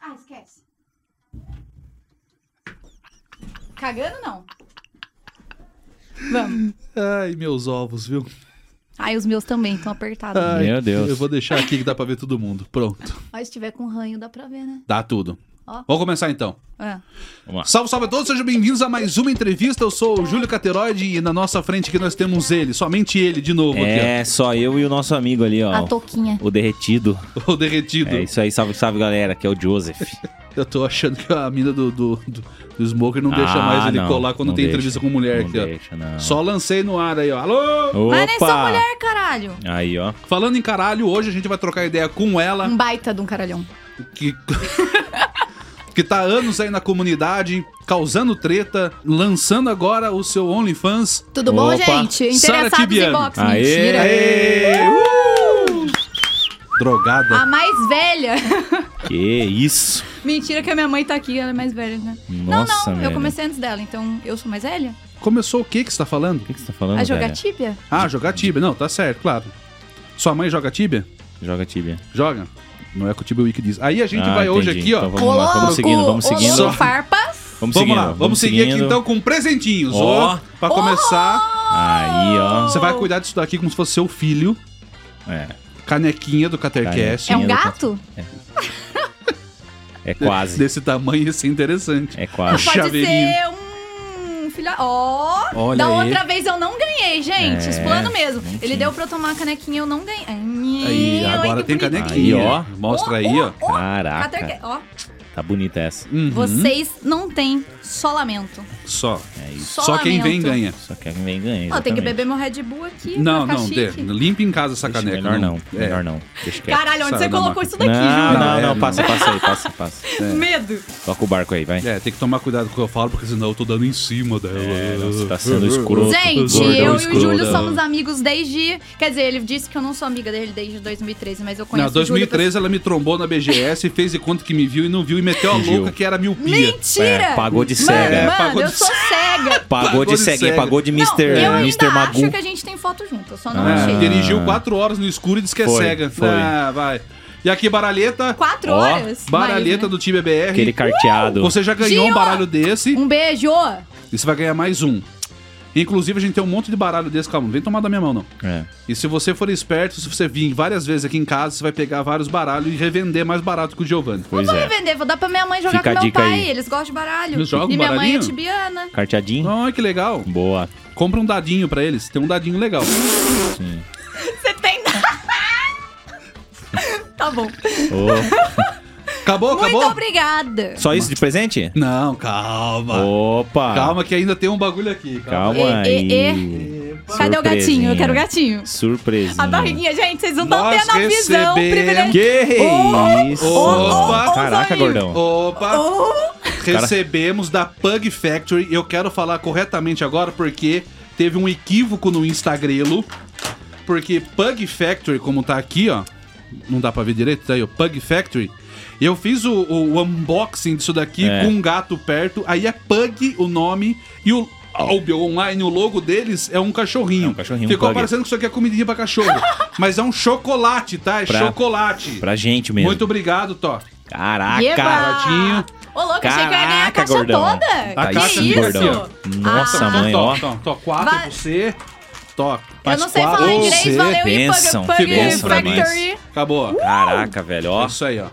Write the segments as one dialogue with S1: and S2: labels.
S1: Ah, esquece.
S2: Cagando, não. Vamos.
S3: Ai, meus ovos, viu?
S2: Ai, os meus também estão apertados.
S3: Ai,
S4: Meu Deus.
S3: Eu vou deixar aqui que dá pra ver todo mundo. Pronto.
S2: Mas se tiver com ranho, dá pra ver, né?
S3: Dá tudo.
S2: Ó.
S3: Vamos começar então.
S2: Ah.
S4: Vamos lá.
S3: Salve, salve a todos, sejam bem-vindos a mais uma entrevista. Eu sou o Júlio Cateroide e na nossa frente aqui nós temos ele, somente ele de novo aqui,
S4: É, só eu e o nosso amigo ali, ó.
S2: A toquinha.
S4: O derretido.
S3: ó. O derretido.
S4: É isso aí, salve, salve, galera, que é o Joseph.
S3: Eu tô achando que a mina do, do, do, do Smoker não deixa
S4: Ah,
S3: mais ele
S4: não,
S3: colar quando
S4: não
S3: tem
S4: deixa,
S3: entrevista com mulher
S4: não
S3: aqui, ó.
S4: deixa, não.
S3: Só lancei no ar aí, ó. Alô!
S4: Opa!
S2: Mas nem sou Ah, mulher, caralho.
S4: Aí, ó.
S3: Falando em caralho, hoje a gente vai trocar ideia com ela.
S2: Um baita de um caralhão.
S3: que que tá há anos aí na comunidade, causando treta, lançando agora o seu OnlyFans.
S2: Tudo bom,
S4: Opa.
S2: gente?
S3: Sara
S2: Interessados em
S3: Tibiano.
S2: boxe.
S4: Aê,
S2: Mentira.
S3: Aê! Uh! Drogada.
S2: A mais velha.
S4: Que isso.
S2: Mentira que a minha mãe tá aqui, ela é mais velha, né?
S4: Nossa,
S2: não, não. Eu
S4: velho.
S2: comecei antes dela, então eu sou mais velha?
S3: Começou o que que você tá falando?
S4: O que, que você tá falando,
S2: A
S4: velho?
S2: jogar tíbia?
S3: Ah, jogar tíbia. Não, tá certo, claro. Sua mãe joga tíbia?
S4: Joga tíbia.
S3: Joga. Não é o que o Tibia Wiki diz. Aí a gente
S4: Ah,
S3: vai hoje aqui,
S4: entendi.
S3: ó.
S4: Então vamos lá, vamos seguindo, vamos seguindo.
S2: Ô, louco, farpas.
S4: Vamos,
S3: Vamos
S4: seguindo,
S3: lá, vamos seguir aqui
S4: seguindo.
S3: então com presentinhos. Ó,
S4: Ó.
S3: pra começar,
S4: Aí, ó.
S3: você vai cuidar disso daqui como se fosse seu filho.
S4: É,
S3: Canequinha do Catercast.
S2: É um
S4: Sim,
S2: gato?
S4: é quase.
S3: Desse tamanho ia ser interessante.
S4: É quase.
S2: Pode
S3: chaveirinho.
S2: ser um filha. Ó!
S3: Olha
S2: da
S3: aí.
S2: outra vez eu não ganhei, gente.
S4: É,
S2: Explano mesmo.
S4: gente.
S2: Ele deu pra eu tomar a canequinha, eu não ganhei. Ai,
S3: Aí,
S2: olha
S3: agora
S2: que
S3: tem
S2: bonito.
S3: canequinha.
S4: Aí, ó.
S3: Mostra aí, ó.
S2: Ó,
S4: Caraca.
S2: Caterca- ó,
S4: Tá bonita essa.
S3: Uhum.
S2: vocês não têm só lamento.
S3: Só.
S4: É isso.
S2: Só,
S3: Só quem
S2: lamento.
S3: vem ganha.
S4: Só que alguém ganha.
S2: Ó, tem que
S4: exatamente.
S2: beber meu Red Bull aqui.
S3: Não,
S2: pra
S3: não,
S2: ficar
S3: dê.
S2: chique.
S3: limpa em casa essa
S4: Deixa,
S3: caneca.
S4: Melhor não,
S3: É.
S4: melhor não. Deixa quieto.
S2: Caralho, onde
S3: Sai
S2: você
S3: da
S2: colocou
S3: máquina.
S2: isso daqui,
S4: não,
S2: Júlio?
S3: Não,
S4: não,
S3: é,
S4: não,
S3: não.
S4: passa, passa aí, passa, passa.
S2: Medo.
S4: Toca o barco aí, vai.
S3: É, tem que tomar cuidado com o que eu falo, porque senão eu tô dando em cima dela.
S4: É, nossa, tá
S3: Uhum.
S4: sendo escroto.
S2: Gente,
S3: Gordão
S2: eu e o
S3: escroto.
S2: Júlio somos amigos desde. Quer dizer, ele disse que eu não sou amiga dele desde 2013, mas eu
S3: Na
S2: conheço o Júlio.
S3: 2013 ela me trombou na BGS, fez de conta que me viu e não viu e meteu a
S4: Fingiu.
S3: louca que era miopia.
S2: Mentira!
S4: É, pagou de
S2: Mano,
S4: cega.
S3: É,
S2: mano,
S3: pagou
S2: eu
S3: de
S2: sou cega.
S4: Pagou de
S3: Pagou de
S4: ceguinha,
S3: cega.
S4: pagou de
S2: Não,
S4: Mr.
S2: eu ainda
S4: Mr.
S2: acho
S4: Magu.
S2: que a gente tem foto junto, eu só não
S3: Ah,
S2: achei.
S3: dirigiu quatro horas no escuro e disse que é
S4: Foi,
S3: cega.
S4: foi.
S3: Ah, vai. E aqui, baralheta.
S2: Quatro
S4: Ó,
S2: horas?
S3: Baralheta
S2: mais,
S3: do time BR.
S2: Uh!
S4: Aquele carteado.
S3: Você já ganhou um
S2: né? Gio!
S3: baralho desse
S2: né? Um beijo!
S3: e você vai ganhar mais um. Inclusive, a gente tem um monte de baralho desse. Calma, não vem tomar da minha mão, não.
S4: É.
S3: E se você for esperto, se você vir várias vezes aqui em casa, você vai pegar vários baralhos e revender mais barato que o Giovanni.
S4: Pois
S2: Vou
S4: é.
S2: revender, vou dar pra minha mãe jogar
S4: Fica a
S2: com meu
S4: dica
S2: pai,
S4: aí.
S2: eles gostam de baralho.
S3: Eles jogam
S2: e minha mãe é
S3: baralhinho?
S2: tibiana.
S4: Carteadinho?
S3: Ai, que legal.
S4: Boa.
S3: Compra um dadinho pra eles, tem um dadinho legal.
S2: Você tem. tá bom.
S4: Ô,
S3: Acabou, acabou?
S2: Muito obrigada.
S4: Só isso de presente?
S3: Não, calma.
S4: Opa.
S3: Calma que ainda tem um bagulho aqui.
S4: Calma
S2: E-
S4: aí.
S2: e- Cadê o gatinho? Eu quero o gatinho.
S4: Surpresinha.
S2: A barriguinha, Tá gente, vocês não estão
S3: Nós
S2: tendo a visão
S3: recebemos-
S2: privilegiada.
S4: Que
S2: Oh,
S4: isso.
S3: oh, oh,
S4: Caraca,
S2: oh,
S4: gordão.
S3: Opa,
S2: Oh,
S3: recebemos da Pug Factory. Eu quero falar corretamente agora porque teve um equívoco no Instagrelo. Porque Pug Factory, como tá aqui, ó. Não dá pra ver direito, tá aí, ó. Pug Factory. Eu fiz o, o unboxing disso daqui
S4: É.
S3: com um gato perto. Aí é Pug o nome e o. Albio Online, o logo deles é um cachorrinho.
S4: É um cachorrinho, um
S3: Ficou
S4: Pug.
S3: parecendo que isso aqui é comidinha pra cachorro. Mas é um chocolate, tá? É
S4: Pra-
S3: chocolate.
S4: Pra gente mesmo.
S3: Muito obrigado, Tó.
S4: Caraca.
S2: Eba!
S3: Gatinho.
S2: Ô, louco, achei que eu ia ganhar a
S4: Caraca,
S2: caixa
S4: gordão. Tá
S2: toda.
S3: A
S2: que
S3: caixa
S2: isso?
S3: do gordão.
S4: Nossa,
S2: Ah.
S4: mãe, ó.
S3: Tó, Tó, quatro
S2: Vai.
S3: você. Tó,
S2: Eu
S3: mais
S2: não sei
S3: quatro.
S2: falar
S4: Ô,
S2: inglês,
S4: você,
S2: valeu e
S4: benção,
S2: Pug
S4: que benção,
S2: Factory.
S3: Acabou, ó.
S4: Caraca, velho, ó.
S3: Isso aí, ó.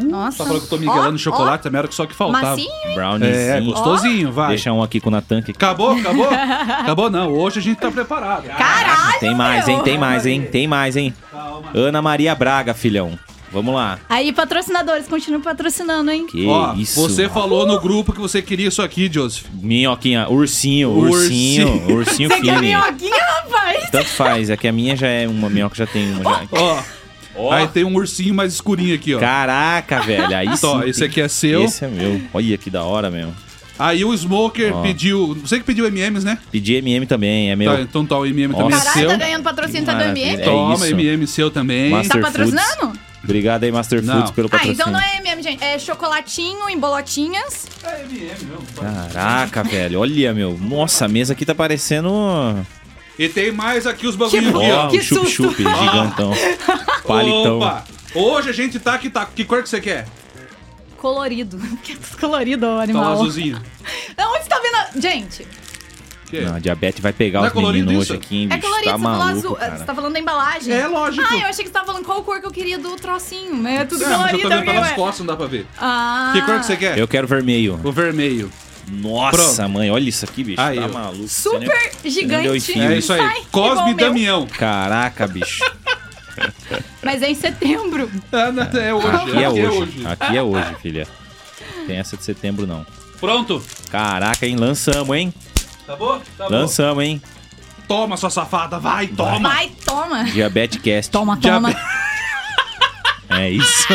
S2: Nossa.
S3: Só falou que eu tô miguelando
S2: Ó,
S3: chocolate, tá. também era que só que
S2: ó,
S3: faltava.
S2: Macinho?
S3: É,
S4: Browniezinho.
S3: gostosinho, vai.
S4: Deixa um aqui com o Natan. Que...
S3: Acabou, acabou? acabou não, hoje a gente tá preparado.
S2: Caralho,
S4: Ah, Tem mais,
S2: meu.
S4: hein? Tem mais, hein? Tem mais, hein?
S3: Calma.
S4: Ana Maria Braga, filhão. Vamos lá.
S2: Aí, patrocinadores, continuam patrocinando, hein?
S4: Que
S3: Ó,
S4: isso.
S3: você falou no grupo que você queria isso aqui, Joseph.
S4: Minhoquinha, ursinho,
S3: Ursinho.
S4: ursinho, ursinho,
S2: Você quer
S4: fine.
S2: minhoquinha, rapaz?
S4: Tanto faz, é que a minha já é uma, a minhoca já tem uma. Já.
S3: Ó,
S4: Ó,
S3: aí tem um ursinho mais escurinho aqui, ó.
S4: Caraca, velho. Aí sim.
S3: Tó,
S4: tem-
S3: esse aqui é seu.
S4: Esse é meu. Olha que da hora, meu.
S3: Aí o Smoker
S4: Ó.
S3: pediu. Você que pediu MMs, né?
S4: Pedi MM também, é meu.
S3: Tá, então tá, o MM também é
S4: Nossa.
S3: seu.
S2: Caralho, tá ganhando patrocínio tá do
S4: Maravilha.
S2: MM?
S4: É
S3: Toma,
S4: isso.
S3: MM seu também.
S4: Mas-
S2: Tá
S4: Master
S2: patrocinando?
S4: Obrigado aí, Master
S3: Não.
S4: Foods, pelo
S2: Ah,
S4: patrocínio.
S2: então não é MM, gente. É chocolatinho em bolotinhas.
S3: É MM mesmo.
S4: Caraca, velho. Olha, meu. Nossa, a mesa aqui tá parecendo.
S3: E tem mais aqui os bagulhinhos
S2: Tipo,
S3: aqui,
S4: Ó,
S3: ó.
S2: Que
S4: um chup-chup
S3: susto.
S4: gigantão. Palitão.
S3: Opa! Hoje a gente tá que tá. Que cor que você quer?
S2: colorido. Porque é tudo colorido, o
S3: Tá lá
S2: animal.
S3: azulzinho.
S2: Não, onde você tá vendo? a- Gente,
S3: Que?
S4: Não, a diabetes vai pegar
S3: Não é
S4: os meninos
S3: colorido
S4: hoje
S3: isso?
S4: aqui, hein,
S2: é
S4: bicho.
S2: colorido,
S4: tá
S2: você falou
S4: maluco,
S2: azul.
S4: cara.
S2: Você tá falando da embalagem.
S3: É lógico.
S2: Ah, eu achei que você tava falando qual cor que eu queria do trocinho. É tudo
S3: É, mas eu
S2: colorido.
S3: tô vendo
S2: alguém
S3: pelas
S2: vai-
S3: costas, não dá pra ver.
S2: Ah.
S3: Que cor que você quer?
S4: Eu quero vermelho.
S3: O vermelho.
S4: Nossa,
S3: Pronto.
S4: mãe, olha isso aqui, bicho.
S3: Aí,
S4: tá
S3: ó.
S4: maluco. Você nem-
S2: Super
S4: deu
S2: gigante.
S4: enfio.
S3: É isso aí.
S2: Ai, igual o meu.
S3: Cosme e Damião.
S4: Caraca, bicho.
S2: Mas é em setembro.
S3: Ah, não, É hoje.
S4: Aqui é
S3: aqui
S4: hoje. Aqui é hoje, filha. Tem essa de setembro, não.
S3: Pronto.
S4: Caraca, hein? Lançamos, hein?
S3: Tá bom? Tá
S4: Lançamos, hein?
S3: bom. Toma, sua safada. Vai, toma.
S2: Vai, toma.
S4: Diabetecast.
S2: Toma,
S3: Diabe-
S2: toma.
S4: É isso.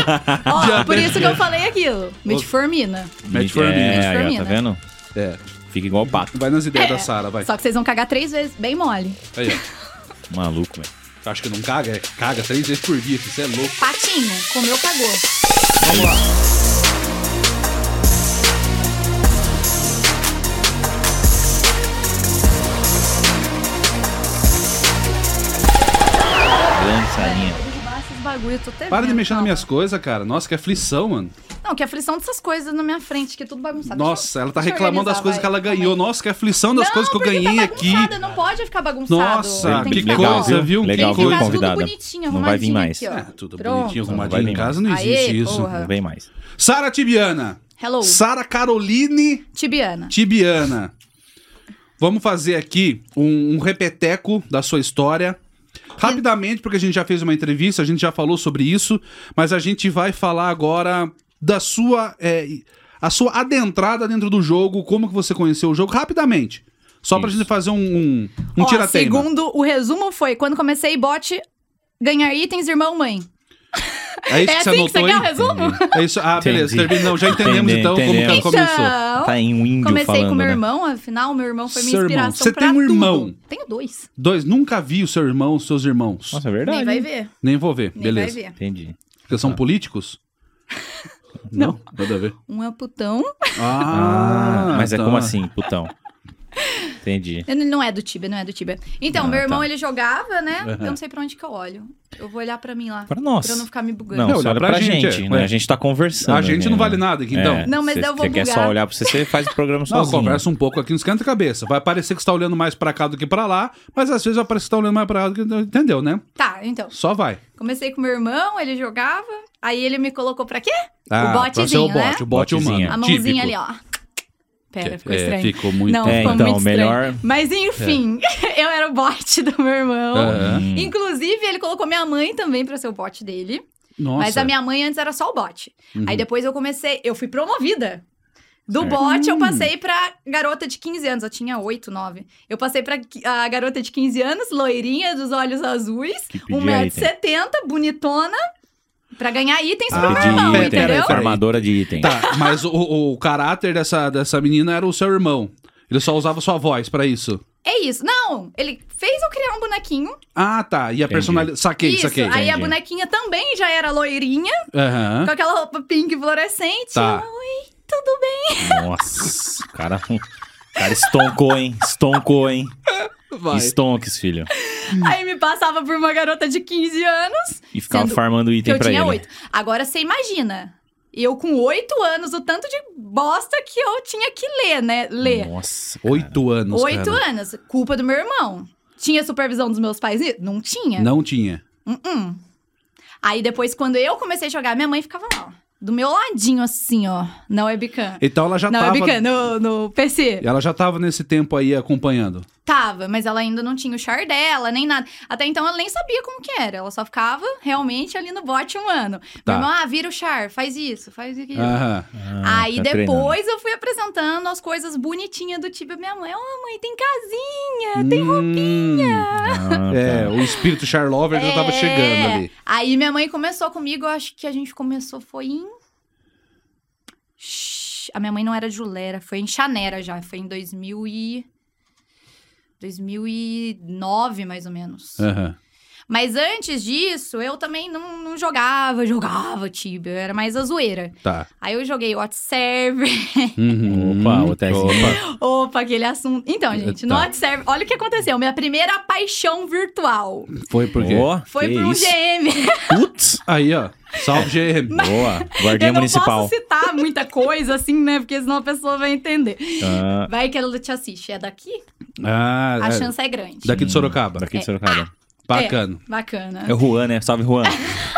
S2: Ó, por
S3: Diabetes.
S2: isso que eu falei aquilo. Metformina.
S3: Metformina.
S4: É, aí, ó, tá
S2: Metformina.
S4: vendo?
S3: É.
S4: Fica igual o pato.
S3: Vai nas ideias
S2: É.
S3: da Sara, vai.
S2: Só que vocês vão cagar três vezes, bem mole.
S3: Aí, ó.
S4: Maluco, velho.
S3: Acho que não caga, é, caga três vezes por dia, que você é louco.
S2: Patinho, comeu, cagou.
S3: Vamos lá.
S4: Grande salinha.
S2: Derrubar esses bagulho, eu tô até
S3: Para de
S2: vendo,
S3: mexer nas
S2: calma.
S3: minhas coisas, cara. Nossa, que aflição, mano.
S2: Não, que é aflição dessas coisas na minha frente, que é tudo bagunçado. Deixa
S3: Nossa,
S2: eu-
S3: ela tá
S2: deixa eu
S3: reclamando das
S2: organizar,
S3: coisas
S2: vai.
S3: que ela ganhou. Nossa, que aflição das
S2: Não,
S3: coisas que eu
S2: porque
S3: ganhei
S2: tá
S3: aqui.
S2: bagunçado, Não pode ficar bagunçado.
S3: Nossa,
S2: tem que
S3: que
S2: ficar,
S4: legal,
S2: ó,
S3: coisa, viu? Que
S4: Legal,
S2: Tem que
S4: viu,
S3: coisa.
S2: ficar tudo
S4: convidada?
S2: bonitinho,
S4: Não vai vir
S2: arrumadinho
S4: mais.
S2: aqui, ó.
S3: É, tudo
S2: Ah, Pronto.
S3: bonitinho,
S4: Não vai
S3: arrumadinho em
S4: nem
S3: casa, não
S2: mais.
S3: existe
S2: Aê,
S3: isso.
S2: porra.
S4: Não vem mais.
S3: Sara Tibiana.
S2: Hello,
S3: Sara Caroline
S2: Tibiana.
S3: Tibiana. Vamos fazer aqui um, um repeteco da sua história. Rapidamente, porque a gente já fez uma entrevista, a gente já falou sobre isso, mas a gente vai falar agora da sua. é, a sua adentrada dentro do jogo, como que você conheceu o jogo, rapidamente. Só pra
S4: Isso.
S3: gente fazer um, um, um
S2: Ó,
S3: tirateima.
S2: Segundo, o resumo foi, quando comecei bote, ganhar itens, irmão, mãe.
S3: É isso
S2: é
S3: que
S2: assim que
S3: você anotou
S2: você
S3: aí?
S2: quer o resumo?
S3: É isso. Ah, beleza.
S4: Entendi.
S3: Terminamos. Já entendemos
S4: Entendi,
S3: então
S4: entendemos.
S3: como que ela começou.
S2: Então,
S4: Tá em um índio
S2: comecei
S4: falando,
S2: com meu
S4: né?
S2: irmão, afinal, meu irmão foi minha
S3: Seu irmão.
S2: inspiração
S3: Você
S2: pra
S3: tem um
S2: tudo.
S3: irmão?
S2: Tenho dois.
S3: Dois, nunca vi o seu irmão, os seus irmãos.
S4: Nossa, é verdade.
S2: Nem vai
S4: hein?
S2: ver.
S3: Nem vou ver,
S2: Nem
S3: beleza.
S2: vai ver.
S4: Entendi.
S3: Porque
S4: Ah.
S3: são políticos? Não, nada a ver.
S2: Um é putão.
S4: Ah, mas
S3: tá.
S4: é como assim, putão? Entendi.
S2: Ele não é do Tibia, não é do Tibia. Então,
S4: Ah,
S2: meu irmão,
S4: tá.
S2: ele jogava, né?
S3: Aham.
S2: Eu não sei pra onde que eu olho. Eu vou olhar pra mim lá.
S4: Pra nós.
S2: Pra eu não ficar me bugando.
S4: Não,
S3: Não,
S4: você
S3: dá
S4: olha
S3: pra
S4: pra, gente.
S3: gente, é.
S4: né?
S3: Ué.
S4: A gente tá conversando.
S3: A gente
S4: aqui,
S3: não
S4: né?
S3: vale nada aqui, então.
S4: É,
S2: Não, mas
S4: cê-
S2: daí eu vou
S4: Você quer
S2: bugar.
S4: só olhar pra você, você faz o programa
S3: Não,
S4: sozinho.
S3: conversa um pouco aqui, não esquenta a cabeça. Vai parecer que você tá olhando mais pra cá do que pra lá, mas às vezes vai parecer que você tá olhando mais pra lá do que... Entendeu, né?
S2: Tá, então.
S3: Só vai.
S2: Comecei com meu irmão, ele jogava. Aí ele me colocou pra quê? o
S3: Ah, pra ser
S2: botezinho,
S3: o bote,
S2: né?
S3: o bote
S4: Botezinho.
S3: humano.
S2: A mãozinha
S3: típico.
S2: ali, ó. Pera, ficou
S3: É,
S2: estranho.
S3: ficou muito-
S2: Não,
S4: É,
S2: ficou
S4: então,
S2: muito estranho.
S4: melhor-
S2: Mas enfim, eu era o bote do meu irmão.
S3: Aham.
S2: Inclusive, ele colocou minha mãe também pra ser o bote dele.
S3: Nossa.
S2: Mas a minha mãe antes era só o bote. Aí depois eu comecei, eu fui promovida. Do bote eu passei pra garota de 15 anos, eu tinha 8, 9. Eu passei pra qui- a garota de 15 anos, loirinha, dos olhos azuis,
S4: Que pedia item. Ah,
S2: 1,70m, bonitona, pra ganhar itens pro meu
S3: pedia
S2: irmão,
S3: item.
S4: né?
S2: entendeu?
S3: Pera,
S4: Armadora de item.
S3: Tá, mas o, o caráter dessa, dessa menina era o seu irmão. Ele só usava sua voz pra isso.
S2: É isso. Não, ele fez eu criar um bonequinho.
S3: Ah, tá. E a
S4: Entendi.
S3: personalidade. Saquei,
S2: isso.
S3: saquei.
S2: Aí é a
S4: entendi.
S2: bonequinha também já era loirinha,
S3: Aham.
S2: com aquela roupa pink fluorescente.
S3: Tá.
S2: Eu, Oi, tudo bem?
S4: Nossa, o cara. o cara estoncou, hein? Estoncou, hein?
S3: Vai.
S4: Estonques, filho.
S2: Aí me passava por uma garota de 15 anos.
S4: E ficava
S2: Sendo
S4: farmando
S2: Que
S4: item
S2: eu
S4: pra
S2: tinha
S4: ele.
S2: oito. Agora você imagina. Eu com oito anos, o tanto de bosta que eu tinha que ler, né? Ler.
S4: Nossa. cara.
S3: Oito anos.
S2: oito
S3: cara.
S2: anos. Culpa do meu irmão. Tinha supervisão dos meus pais? Não tinha.
S3: Não tinha.
S2: Hum. Aí depois, quando eu comecei a jogar, minha mãe ficava lá, ó, do meu ladinho, assim, ó, na webcam.
S3: Então ela já
S2: na
S3: tava.
S2: webcam, no, no PC.
S3: Ela já tava nesse tempo aí acompanhando.
S2: Tava, mas ela ainda não tinha o char dela, nem nada. Até então ela nem sabia como que era. Ela só ficava realmente ali no bot humano.
S3: Tá.
S2: Meu irmão, ah, vira o char, faz isso, faz aquilo.
S3: Aham.
S4: Ah,
S2: Aí
S4: tá
S2: depois
S4: treinando.
S2: eu fui apresentando as coisas bonitinhas do tipo, minha mãe, ó, mãe, tem casinha.
S3: Tem roupinha.
S4: Ah, tá.
S3: Hum. É, o espírito Charlover já tava
S2: É.
S3: chegando ali.
S2: Aí minha mãe começou comigo, eu acho que a gente começou foi em. Shhh, A minha mãe não era julera, foi em Chanera já, foi em 2000 e... 2009, mais ou menos.
S4: É.
S3: Aham.
S2: Mas antes disso, eu também não, não jogava, jogava Tibia, era mais a zoeira.
S3: Tá.
S2: Aí eu joguei WhatServer.
S3: Uhum.
S4: Opa, o Tezinho.
S3: Opa.
S2: Opa, aquele assunto.
S3: É,
S2: Então, gente, no
S4: Tá.
S2: WhatServer, olha o que aconteceu. Minha primeira paixão virtual
S3: Foi porque.
S4: Ó,
S2: foi
S4: que
S2: por um
S4: isso.
S2: GM.
S3: Putz! Aí, ó. Salve, GM.
S4: Boa, guardinha
S2: Eu não
S4: municipal.
S2: posso citar muita coisa assim, né? Porque senão a pessoa vai entender.
S4: Ah,
S2: Vai que ela te assiste. É daqui?
S3: Ah,
S2: A
S3: é.
S2: chance é grande.
S3: Daqui de Sorocaba.
S2: É,
S4: daqui de Sorocaba.
S2: ah,
S3: Bacana.
S2: Bacana.
S4: É o Juan, né? Salve, Juan.
S2: É.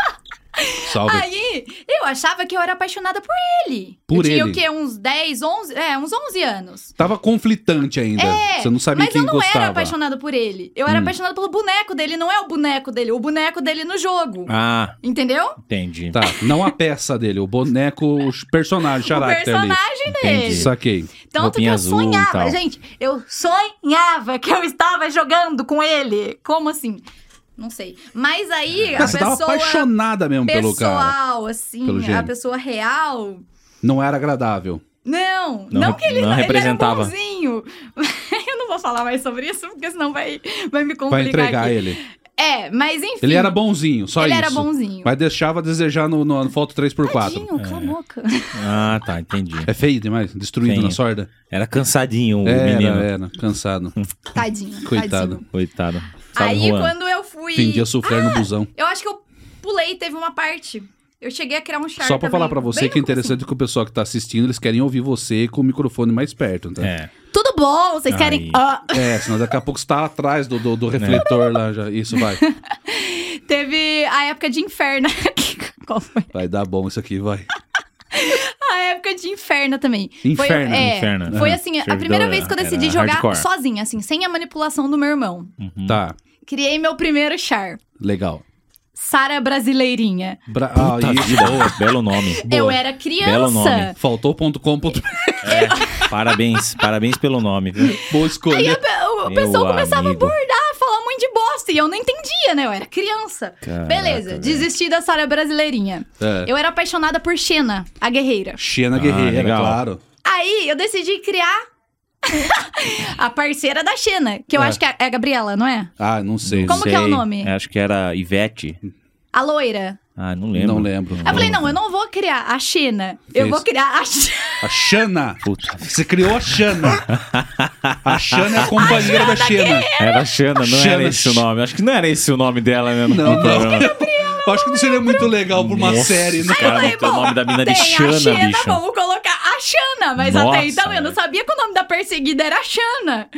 S3: Salve.
S2: Aí, eu achava que eu era apaixonada por ele.
S3: Por
S2: eu tinha
S3: ele.
S2: o quê? Uns 10, 11? É, uns 11 anos.
S3: Tava conflitante ainda. Você não
S2: É,
S3: sabia
S2: Mas
S3: quem
S2: eu não
S3: gostava.
S2: era apaixonada por ele. Eu era
S3: Hum.
S2: apaixonada pelo boneco dele, não é o boneco dele, o boneco dele no jogo.
S4: Ah,
S2: Entendeu?
S4: entendi.
S3: Tá, não a peça dele, o boneco, o personagem,
S2: o
S3: character ali.
S2: personagem
S4: Entendi.
S2: dele.
S3: Saquei.
S2: Tanto que
S4: roupinha
S2: eu
S4: azul e
S2: Então, sonhava,
S4: tal.
S2: gente. Eu sonhava que eu estava jogando com ele. Como assim? Não sei. Mas aí a
S3: É. Mas você tava
S2: pessoa.
S3: apaixonada mesmo pelo cara.
S2: Pessoal, assim,
S3: pelo
S2: a
S3: gênio.
S2: pessoa real.
S3: Não era agradável.
S2: Não,
S4: Não
S2: não,
S4: re-
S2: que ele
S4: não
S2: ele
S4: representava.
S2: Era bonzinho. eu não vou falar mais sobre isso, porque senão vai, vai me complicar.
S3: Vai entregar
S2: aqui.
S3: ele.
S2: É, mas enfim.
S3: Ele era bonzinho, só
S2: Ele
S3: isso.
S2: era bonzinho.
S3: Mas deixava a desejar no, no, foto 3x4.
S2: Tadinho, cala a boca.
S4: Ah, tá, entendi.
S3: É feio demais, destruído
S4: Feio.
S3: na sorda.
S4: Era cansadinho o
S3: É, era, é.
S4: menino.
S3: era, cansado.
S2: Tadinho,
S3: Coitado.
S2: tadinho.
S4: Coitado. Salve,
S2: Aí
S4: Juan.
S2: quando eu fui.
S3: Vendia sufler
S2: Ah,
S3: no busão.
S2: Eu acho que eu pulei, teve uma parte. Eu cheguei a criar um char
S3: Só pra
S2: também,
S3: falar pra você
S2: bem
S3: que é
S2: no comecinho.
S3: interessante que o pessoal que tá assistindo, eles querem ouvir você com o microfone mais perto, tá?
S4: É.
S2: Tudo bom, vocês querem.
S4: Aí.
S2: Ah,
S3: É, senão daqui a pouco você tá atrás do, do, do
S4: Né.
S3: refletor lá já. Isso vai.
S2: teve a época de inferno. Qual foi?
S3: Vai dar bom isso aqui, vai.
S2: A época de inferno também.
S3: Inferno,
S2: foi, é,
S4: inferno.
S2: Foi
S4: Aham.
S2: assim, a
S4: Servidor
S2: primeira vez que eu
S4: era
S2: decidi jogar
S4: hardcore.
S2: sozinha, assim, sem a manipulação do meu irmão.
S4: Uhum.
S3: Tá,
S2: Criei meu primeiro char.
S3: legal.
S2: Sara Brasileirinha.
S3: Bra ah,
S4: Puta
S3: isso.
S4: vida, boa, belo nome.
S2: Eu
S4: Boa.
S2: era
S4: Belo nome.
S2: criança.
S3: Faltou ponto .com. ponto-
S4: É, Parabéns, parabéns pelo nome. viu?
S3: Boa
S2: Aí
S3: escolha.
S2: a, pe- o- o
S4: Meu
S2: pessoal começava
S4: amigo.
S2: a abordar, falar muito de bosta. E eu não entendia, né? Eu era criança.
S4: Caraca,
S2: Beleza,
S4: velho.
S2: desisti da Sara Brasileirinha.
S3: É.
S2: Eu era apaixonada por Xena, a guerreira.
S3: Xena
S4: Ah,
S3: Guerreira,
S4: legal.
S3: claro.
S2: Aí eu decidi criar a parceira da Xena, que eu
S3: É.
S2: acho que é a Gabriela, não é?
S3: Ah, não sei.
S2: Como
S4: Sei,
S2: que é o nome?
S4: Acho que era Ivete.
S2: A loira.
S4: Ah, não lembro.
S3: Não lembro.
S2: Aí eu falei, não, eu não vou criar a Xena. Eu
S3: Fez.
S2: vou criar a Xena.
S3: A Xana.
S4: Puta.
S3: Você criou a Xana. A Xana é a companheira da Xena.
S4: Era Xana, não
S3: Xana.
S4: era esse o nome. Acho que não era esse o nome dela né? mesmo.
S3: Não, não. Eu acho que não seria muito legal pra uma
S4: Nossa,
S3: série, né?
S4: Cara,
S2: Aí eu
S4: botou o nome da mina
S2: tem
S4: de Xana,
S2: a Xena,
S4: bicho.
S2: vamos colocar a Xana. Mas
S4: Nossa,
S2: até então eu não
S4: velho.
S2: sabia que o nome da perseguida era a Xana.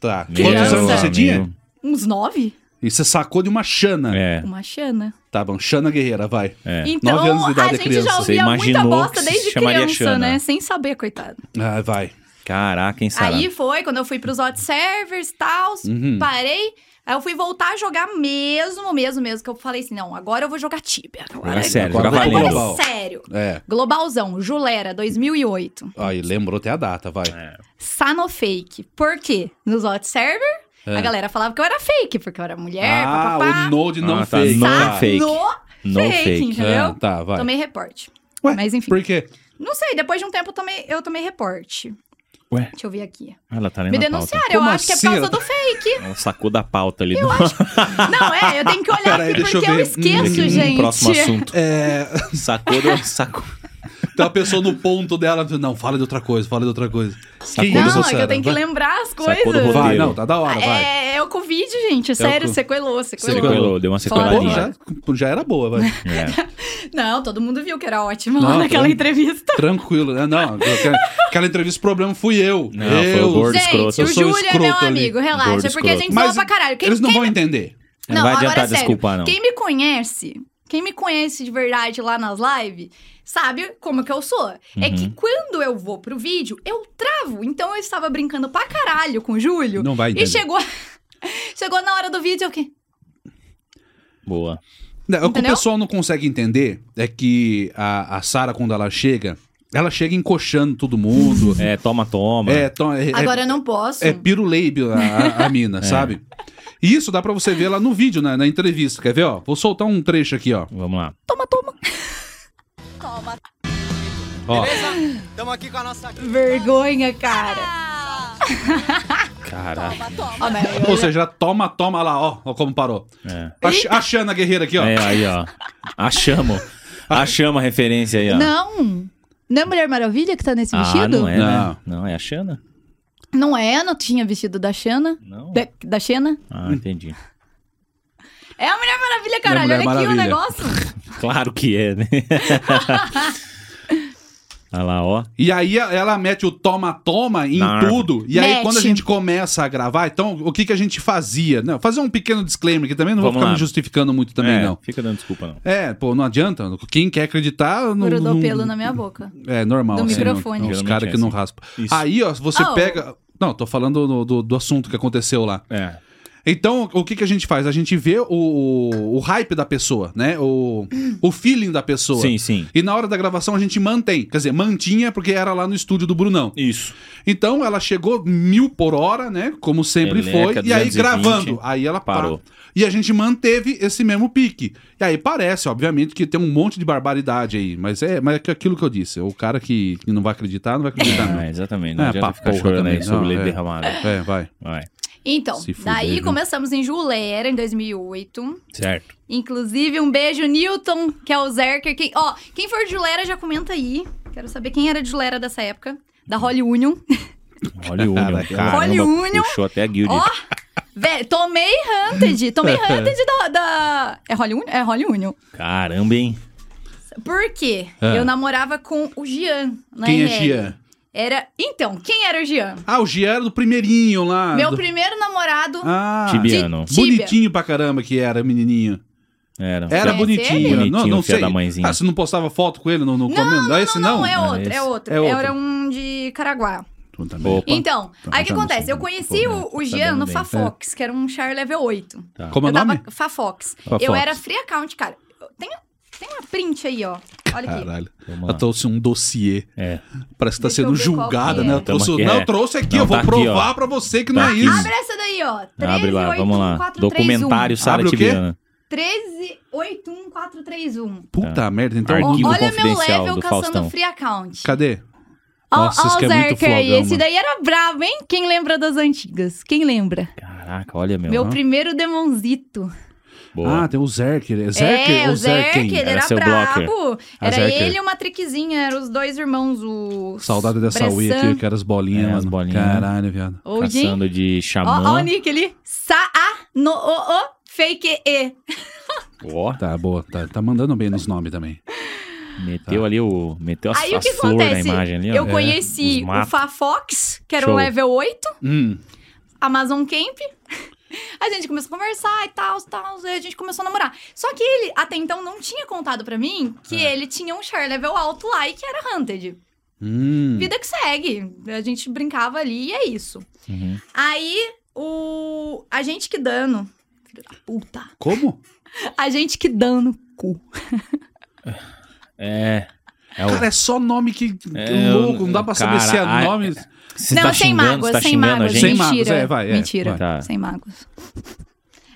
S3: Tá.
S4: Meu
S3: Quantos anos
S4: amigo.
S3: você tinha?
S2: Uns nove?
S3: E você sacou de uma Xana.
S4: É,
S2: Uma Xana.
S3: Tá bom, Xana Guerreira, vai.
S4: é.
S2: Então,
S3: Nove anos de
S2: a
S3: idade é
S2: gente
S3: criança.
S2: já
S4: Você
S2: ouvia muita
S4: imaginou que
S2: bosta
S4: se
S2: desde
S4: chamaria
S2: criança,
S4: Xana.
S2: né? Sem saber, coitado.
S3: Ah, vai.
S4: Caraca, hein, Sara?
S2: Aí foi quando eu fui pros hot servers e tal,
S3: Uhum.
S2: parei. Aí eu fui voltar a jogar mesmo, mesmo, mesmo. Que eu falei assim: não, agora eu vou jogar Tibia. Agora,
S4: Jogar sério,
S3: Agora
S4: jogar
S3: vai
S4: valendo.
S3: global.
S2: agora é sério.
S3: É.
S2: Globalzão, Julera, 2008.
S3: Aí, lembrou até a data, vai.
S2: Sanofake. Por quê? Nos hot server,
S3: É.
S2: a galera falava que eu era fake, porque eu era mulher,
S3: ah,
S2: É, papapá.
S3: o Node não
S4: Ah, tá,
S3: fez.
S4: não
S3: tá.
S4: é fake. No
S2: fake,
S4: fake.
S2: entendeu?
S3: Ah, tá, vai.
S2: Tomei reporte.
S3: Ué,
S2: Mas enfim.
S3: Por quê?
S2: Não sei, depois de um tempo eu tomei, eu tomei reporte.
S4: Ué?
S2: Deixa eu ver aqui.
S4: Ela tá lendo
S2: Me
S4: a pauta.
S2: denunciaram, eu
S3: Como
S2: acho que é por
S3: assim?
S2: causa do fake.
S4: Ela sacou da pauta ali.
S2: Não, é, eu tenho que olhar
S3: Peraí,
S2: aqui
S3: deixa eu
S2: porque eu,
S3: ver.
S2: esqueço,
S4: Hum,
S2: gente.
S4: Próximo assunto.
S3: É,
S4: Sacou, do... sacou.
S3: tem uma Então pessoa no ponto dela, não, fala de outra coisa, fala de outra coisa.
S4: Sacou
S3: Que
S4: do
S2: Não,
S3: isso,
S2: é que
S3: Sara?
S2: eu tenho que
S3: Vai.
S2: lembrar as
S4: Sacou do
S2: coisas.
S4: roteiro.
S3: Vai, não, tá da hora, vai.
S2: É, é o Covid, gente. É sério,
S3: co-
S2: sequelou, sequelou.
S4: Sequelou, deu uma
S3: Pô,
S2: né?
S4: sequeladinha.
S3: já, já era boa, vai.
S4: É.
S2: Não, todo mundo viu que era ótimo
S3: Não,
S2: lá naquela
S3: eu-
S2: entrevista.
S3: Tranquilo, né? Não, aquela, aquela entrevista, o problema fui eu.
S4: Não,
S3: eu.
S4: foi o gordo.
S2: Gente,
S4: escroto.
S2: o
S3: Eu sou
S2: Júlio é meu
S3: escroto ali.
S2: amigo,
S4: Gordo
S2: relaxa, porque a
S4: escroto.
S2: gente zoa
S3: Mas
S2: pra caralho. Quem,
S3: eles não
S2: quem-
S3: vão entender.
S4: Não vai
S2: agora
S4: adiantar
S2: é sério.
S4: desculpar, não.
S2: Quem me conhece, quem me conhece de verdade lá nas lives, sabe como que eu sou. É
S4: Uhum.
S2: que quando eu vou pro vídeo, eu travo. Então eu estava brincando pra caralho com o Júlio.
S3: Não vai
S2: e
S3: entender.
S2: chegou. chegou na hora do vídeo, eu que.
S4: Boa.
S3: Não, Né, o que o
S2: Entendeu?
S3: pessoal não consegue entender é que a, a Sara, quando ela chega, ela chega encoxando todo mundo.
S4: É, toma, toma.
S3: é, to- é, é-
S2: Agora eu não posso.
S3: É piruleibe a, a- a
S4: É.
S3: mina, sabe? E isso dá pra você ver lá no vídeo, na, na entrevista. Quer ver, ó? Vou soltar um trecho aqui, ó.
S4: Vamos lá.
S2: Toma, toma. toma.
S3: ó.
S1: Estamos aqui com a nossa.
S2: Vergonha, cara.
S4: Caralho.
S1: Toma, toma.
S2: Ó, mas eu-
S3: Ou seja, toma, toma lá, ó, ó como parou.
S4: É.
S3: A, Ch- a Xana Guerreira aqui, ó.
S4: É, aí, ó. Achamos. Achamos a referência aí, ó.
S1: Não! Não é Mulher Maravilha que tá nesse
S4: ah,
S1: vestido?
S4: não é,
S3: Não.
S4: né? Não, é a Xana?
S1: Não é, não tinha vestido da Xana.
S4: Não.
S1: Da, da Xena?
S4: Ah, entendi.
S2: É a Mulher Maravilha, caralho.
S3: Mulher
S2: Olha aqui o
S3: Maravilha.
S2: negócio.
S4: Claro que é, né? Olha lá, ó.
S3: E aí ela mete o toma-toma em
S4: Na
S3: tudo. E aí,
S1: Mete.
S3: quando a gente começa a gravar, então, o que, que a gente fazia? Não, fazer um pequeno disclaimer aqui também, não
S4: Vamos
S3: vou ficar
S4: lá.
S3: me justificando muito também,
S4: É,
S3: não.
S4: Fica dando desculpa, não.
S3: É, pô, não adianta. Quem quer acreditar... Não,
S1: Grudou
S3: não-
S1: pelo na minha boca.
S3: É, normal.
S1: Do
S3: assim,
S1: microfone.
S3: não- Os
S4: Geralmente
S3: caras
S4: é
S3: que não
S4: assim.
S3: raspam.
S4: Isso.
S3: Aí, ó, você
S2: Oh.
S3: pega... Não, tô falando do, do, do assunto que aconteceu lá.
S4: É.
S3: Então, o que, que a gente faz? A gente vê o, o, o hype da pessoa, né? O, o feeling da pessoa.
S4: Sim, sim.
S3: E na hora da gravação a gente mantém. Quer dizer, mantinha porque era lá no estúdio do Brunão.
S4: Isso.
S3: Então ela chegou mil por hora, né? Como sempre
S4: Meleca,
S3: foi. E aí
S4: 220,
S3: gravando. Aí ela parou.
S4: parou.
S3: E a gente manteve esse mesmo pique. E aí parece, obviamente, que tem um monte de barbaridade aí. Mas é, mas é aquilo que eu disse. O cara que, que não vai acreditar, não vai acreditar. não.
S4: Ah, exatamente. Não
S3: É,
S4: adianta
S3: pra
S4: ficar
S3: porra
S4: chorando aí
S3: também,
S4: sobre
S3: não,
S4: leite
S3: é.
S4: derramado.
S3: É, vai.
S4: Vai.
S2: Então,
S3: Se fuder,
S2: daí
S3: viu?
S2: começamos em Julera, em 2008.
S4: Certo.
S2: Inclusive, um beijo, Newton, que é o Zerker. Quem, ó, quem for de Julera, já comenta aí. Quero saber quem era de Julera dessa época. Da Holly Union.
S4: Olha o Union.
S3: Cara,
S4: Ah, Caramba,
S2: Olha o Union.
S4: Puxou até a guild.
S2: Ó, velho, tomei Hunted. Tomei
S3: É.
S2: Hunted da, da... É Holly Union? É Holly Union.
S4: Caramba, hein?
S2: Por quê?
S3: Ah.
S2: Eu namorava com o Gian. na
S3: Quem é
S2: RL.
S3: Gian?
S2: Era... Então, quem era o Gian?
S3: Ah, o Gia era do primeirinho lá.
S2: Meu
S3: Ah, do...
S2: primeiro namorado...
S3: Ah,
S4: Tibi- Tibiano.
S2: de tíbia.
S3: bonitinho pra caramba que era, menininho.
S4: Era.
S3: Era
S2: Conhece
S3: bonitinho.
S4: ele?
S3: não,
S4: Bonitinho,
S3: não
S4: filha
S3: sei.
S4: da mãezinha.
S3: Ah, você não postava foto com ele no, no
S2: Não,
S3: comendo?
S2: não,
S3: Ah, esse
S2: não,
S3: não?
S2: é
S4: Ah,
S2: outro,
S4: esse.
S2: é outro.
S3: É outro.
S2: Era um de Caraguá.
S3: Então tá bem.
S4: Opa.
S2: Então, aí o que
S4: tá no
S2: acontece? Eu
S4: segundo,
S2: conheci
S4: pô,
S2: o,
S4: né?
S2: o
S4: Tá
S2: Jean
S4: dando
S2: no
S4: bem.
S2: Fafox, que era um char level 8.
S3: Como é
S2: eu
S3: o nome?
S2: tava Fafox.
S4: Fafox.
S2: Eu era friacount, cara. Eu- Tem, tem uma print aí, ó. Olha aqui.
S3: Caralho.
S4: Vamos lá.
S3: Ela trouxe um dossiê.
S4: É.
S3: Parece que tá
S2: Deixa eu
S3: sendo
S2: ver qual
S3: julgada,
S2: que
S3: né?
S2: é.
S3: Ela trouxe-
S4: Tamo aqui,
S3: não,
S4: é.
S3: eu trouxe aqui,
S4: Não,
S3: eu vou
S4: tá aqui,
S3: provar
S4: ó.
S3: pra você que
S4: Tá
S3: não é
S4: aqui.
S3: isso.
S2: Abre essa daí, ó. 13,
S4: Abre lá, vamos lá. Documentário Sara
S3: Abre o quê?
S4: Tibiana.
S2: 1381431.
S3: Puta merda, então.
S4: Tá. Arquivo
S2: Ó, Olha meu
S4: confidencial
S2: level
S4: do
S2: caçando
S4: Faustão.
S2: free account.
S3: Cadê?
S2: Ó,
S4: Nossa,
S2: ó
S4: esse
S2: o
S4: que é muito
S2: Zerker aí.
S4: flogão,
S2: Esse
S4: mano.
S2: daí era bravo, hein? Quem lembra das antigas? Quem lembra?
S4: Caraca, olha, meu.
S2: Meu
S4: É, ó.
S2: primeiro demonzito.
S4: Boa.
S3: Ah, tem o Zerker. É Zerker
S2: é, o
S3: ou
S2: Zerker, ele
S3: Zerken?
S2: era,
S4: Era seu
S2: brabo.
S3: A
S2: Era
S3: Zerker.
S2: ele e uma triquezinha, eram os dois irmãos, o.
S3: Saudade dessa Wii
S2: Bressan.
S3: aqui, que era as bolinhas,
S4: É, as
S3: mano.
S4: bolinhas.
S3: Caralho, viado.
S2: Ô, gente.
S4: Caçando de
S2: Ó, ó o
S4: xamã.
S2: Nick ali. Sa-a no o o fake e.
S4: Ó,
S3: Tá, boa. Tá, tá mandando bem nos nomes também.
S4: meteu ali o. Meteu as,
S2: Aí o
S4: as
S2: que
S4: flores na
S2: acontece?
S4: imagem ali, ó.
S2: Eu
S4: É.
S2: conheci
S4: os
S2: o
S4: matos.
S2: Fafox, que era o
S4: Show.
S2: level 8,
S3: Hum.
S2: Amazon Camp. A gente começou a conversar e tal, tal, e a gente começou a namorar. Só que ele, até então, não tinha contado pra mim que ele tinha um char level alto lá e que era Hunted.
S3: Hum.
S2: Vida que segue. A gente brincava ali e é isso.
S4: Uhum.
S2: Aí, o. A gente que dano. Filho da puta.
S3: Como?
S2: A gente que dano cu.
S4: É. É
S3: Cara,
S4: o.
S3: é só nome que
S4: É,
S3: louco,
S4: eu-
S3: não dá pra saber
S4: cara,
S3: se é
S4: ai,
S3: nome.
S4: Você
S2: não,
S4: tá
S2: sem
S4: xingando,
S2: mágoas,
S4: você tá
S2: sem
S4: xingando
S2: mágoas.
S4: a gente?
S3: Sem mágoas,
S2: Mentira.
S3: é, vai, é,
S2: Mentira.
S4: vai. Tá.
S2: Sem mágoas.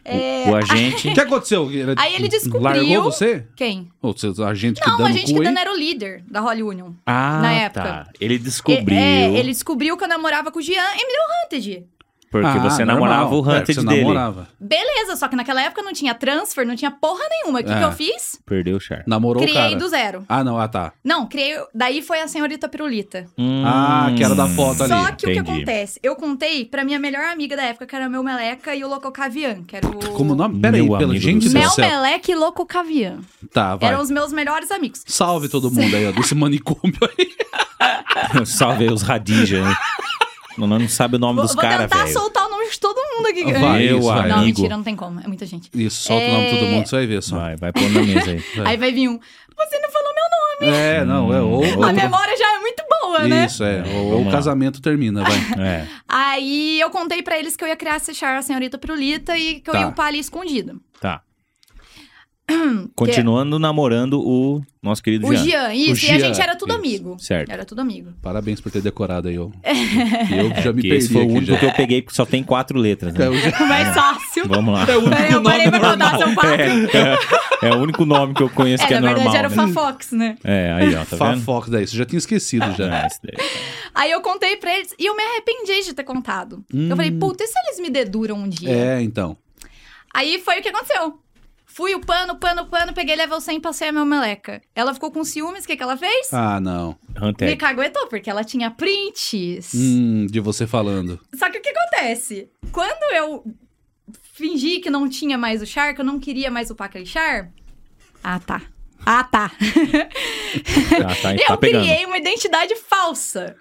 S2: É.
S4: O, o agente.
S3: O que aconteceu? Ele-
S2: Aí ele descobriu-
S3: Largou você?
S2: Quem?
S3: Ou seja, a gente que
S2: Não,
S3: dando
S2: a gente
S3: cu
S2: que
S3: aí?
S2: dano era o líder da Holly Union.
S4: Ah,
S2: na época.
S4: tá. Ele descobriu.
S2: É, é, ele descobriu que eu namorava com o Jean e me deu o Hunted.
S4: Porque
S3: Ah,
S4: você
S3: normal.
S4: namorava o
S3: É,
S4: Hunted
S3: você
S4: dele.
S3: namorava.
S2: Beleza, só que naquela época não tinha transfer, não tinha porra nenhuma. O que,
S3: É.
S2: que eu fiz?
S4: Perdeu o char.
S3: Namorou o
S2: Criei
S3: cara.
S2: do zero.
S3: Ah, não, ah tá.
S2: Não, criei. Daí foi a senhorita pirulita.
S3: Ah, que era da foto ali.
S2: Hum. Só que o que
S4: Entendi.
S2: acontece? Eu contei pra minha melhor amiga da época, que era meu Meleca, e o Loco Cavian, que era o.
S3: Como o nome? Pera aí,
S4: Meu
S3: pela
S4: amigo
S3: gente
S4: do
S3: do
S2: Mel um
S3: céu.
S2: Meleca e Loco Cavian.
S3: Tá, vai.
S2: Eram os meus melhores amigos.
S3: Salve todo mundo aí, ó, desse manicômio aí.
S4: Salve aí os Radija. né? Não, não sabe o nome
S2: Vou,
S4: Um dos
S2: vou
S4: caras,
S2: tentar
S4: velho.
S2: soltar o nome de todo mundo aqui.
S3: Vai,
S4: Meu
S3: isso, vai.
S2: não,
S4: amigo.
S2: mentira, não tem como. É muita gente.
S3: Isso, solta o nome de todo mundo, você vai ver só.
S4: Vai, vai pôr na mesa aí.
S3: É.
S2: Aí vai vir um. Você não falou meu nome.
S3: É, não, é ou.
S2: A memória já é muito boa, né?
S3: Isso, é. Ou
S4: Hum, Vamos
S3: o
S4: lá.
S3: casamento termina, vai.
S4: É.
S2: Aí eu contei pra eles que eu ia criar esse char a senhorita pirulita e que eu
S3: Tá.
S2: ia upar ali escondida.
S4: Tá. Continuando namorando o nosso querido
S2: O
S4: Jean.
S2: Jean, isso. e
S3: Jean,
S2: a gente era tudo
S4: isso,
S2: amigo.
S4: certo.
S2: Era tudo amigo.
S3: Parabéns por ter decorado aí, ó. Eu que já me
S4: Que esse
S3: perdi
S4: foi o
S3: aqui
S4: único
S3: já.
S4: que eu peguei, porque só tem quatro letras, né?
S3: É, o Jean-
S2: Mais fácil.
S4: Vamos lá.
S3: é o
S2: Peraí, eu
S3: único
S2: parei
S3: nome
S2: pra contar
S3: normal.
S2: São Paulo.
S4: É, é o único nome que eu conheço que
S2: É,
S4: é
S2: na verdade
S4: normal.
S2: era o
S4: né?
S2: Fafox, né?
S4: É, aí, ó, tá vendo?
S3: Fafox daí, você já tinha esquecido já.
S4: É, esse daí.
S2: Aí eu contei pra eles e eu me arrependi de ter contado. Eu falei, puta, e se eles me deduram um dia?
S3: É, então.
S2: Aí foi o que aconteceu. Fui o pano, pano, pano, peguei level 100 e passei a minha meleca. Ela ficou com ciúmes, o que, que ela fez?
S3: Ah, não.
S2: Me
S4: Hunter.
S2: caguetou, porque ela tinha prints.
S3: Hum, de você falando.
S2: Só que o que acontece? Quando eu fingi que não tinha mais o char, que eu não queria mais upar aquele char. Ah, tá. Ah, tá.
S4: Tá, tá,
S2: eu
S4: tá pegando.
S2: criei uma identidade falsa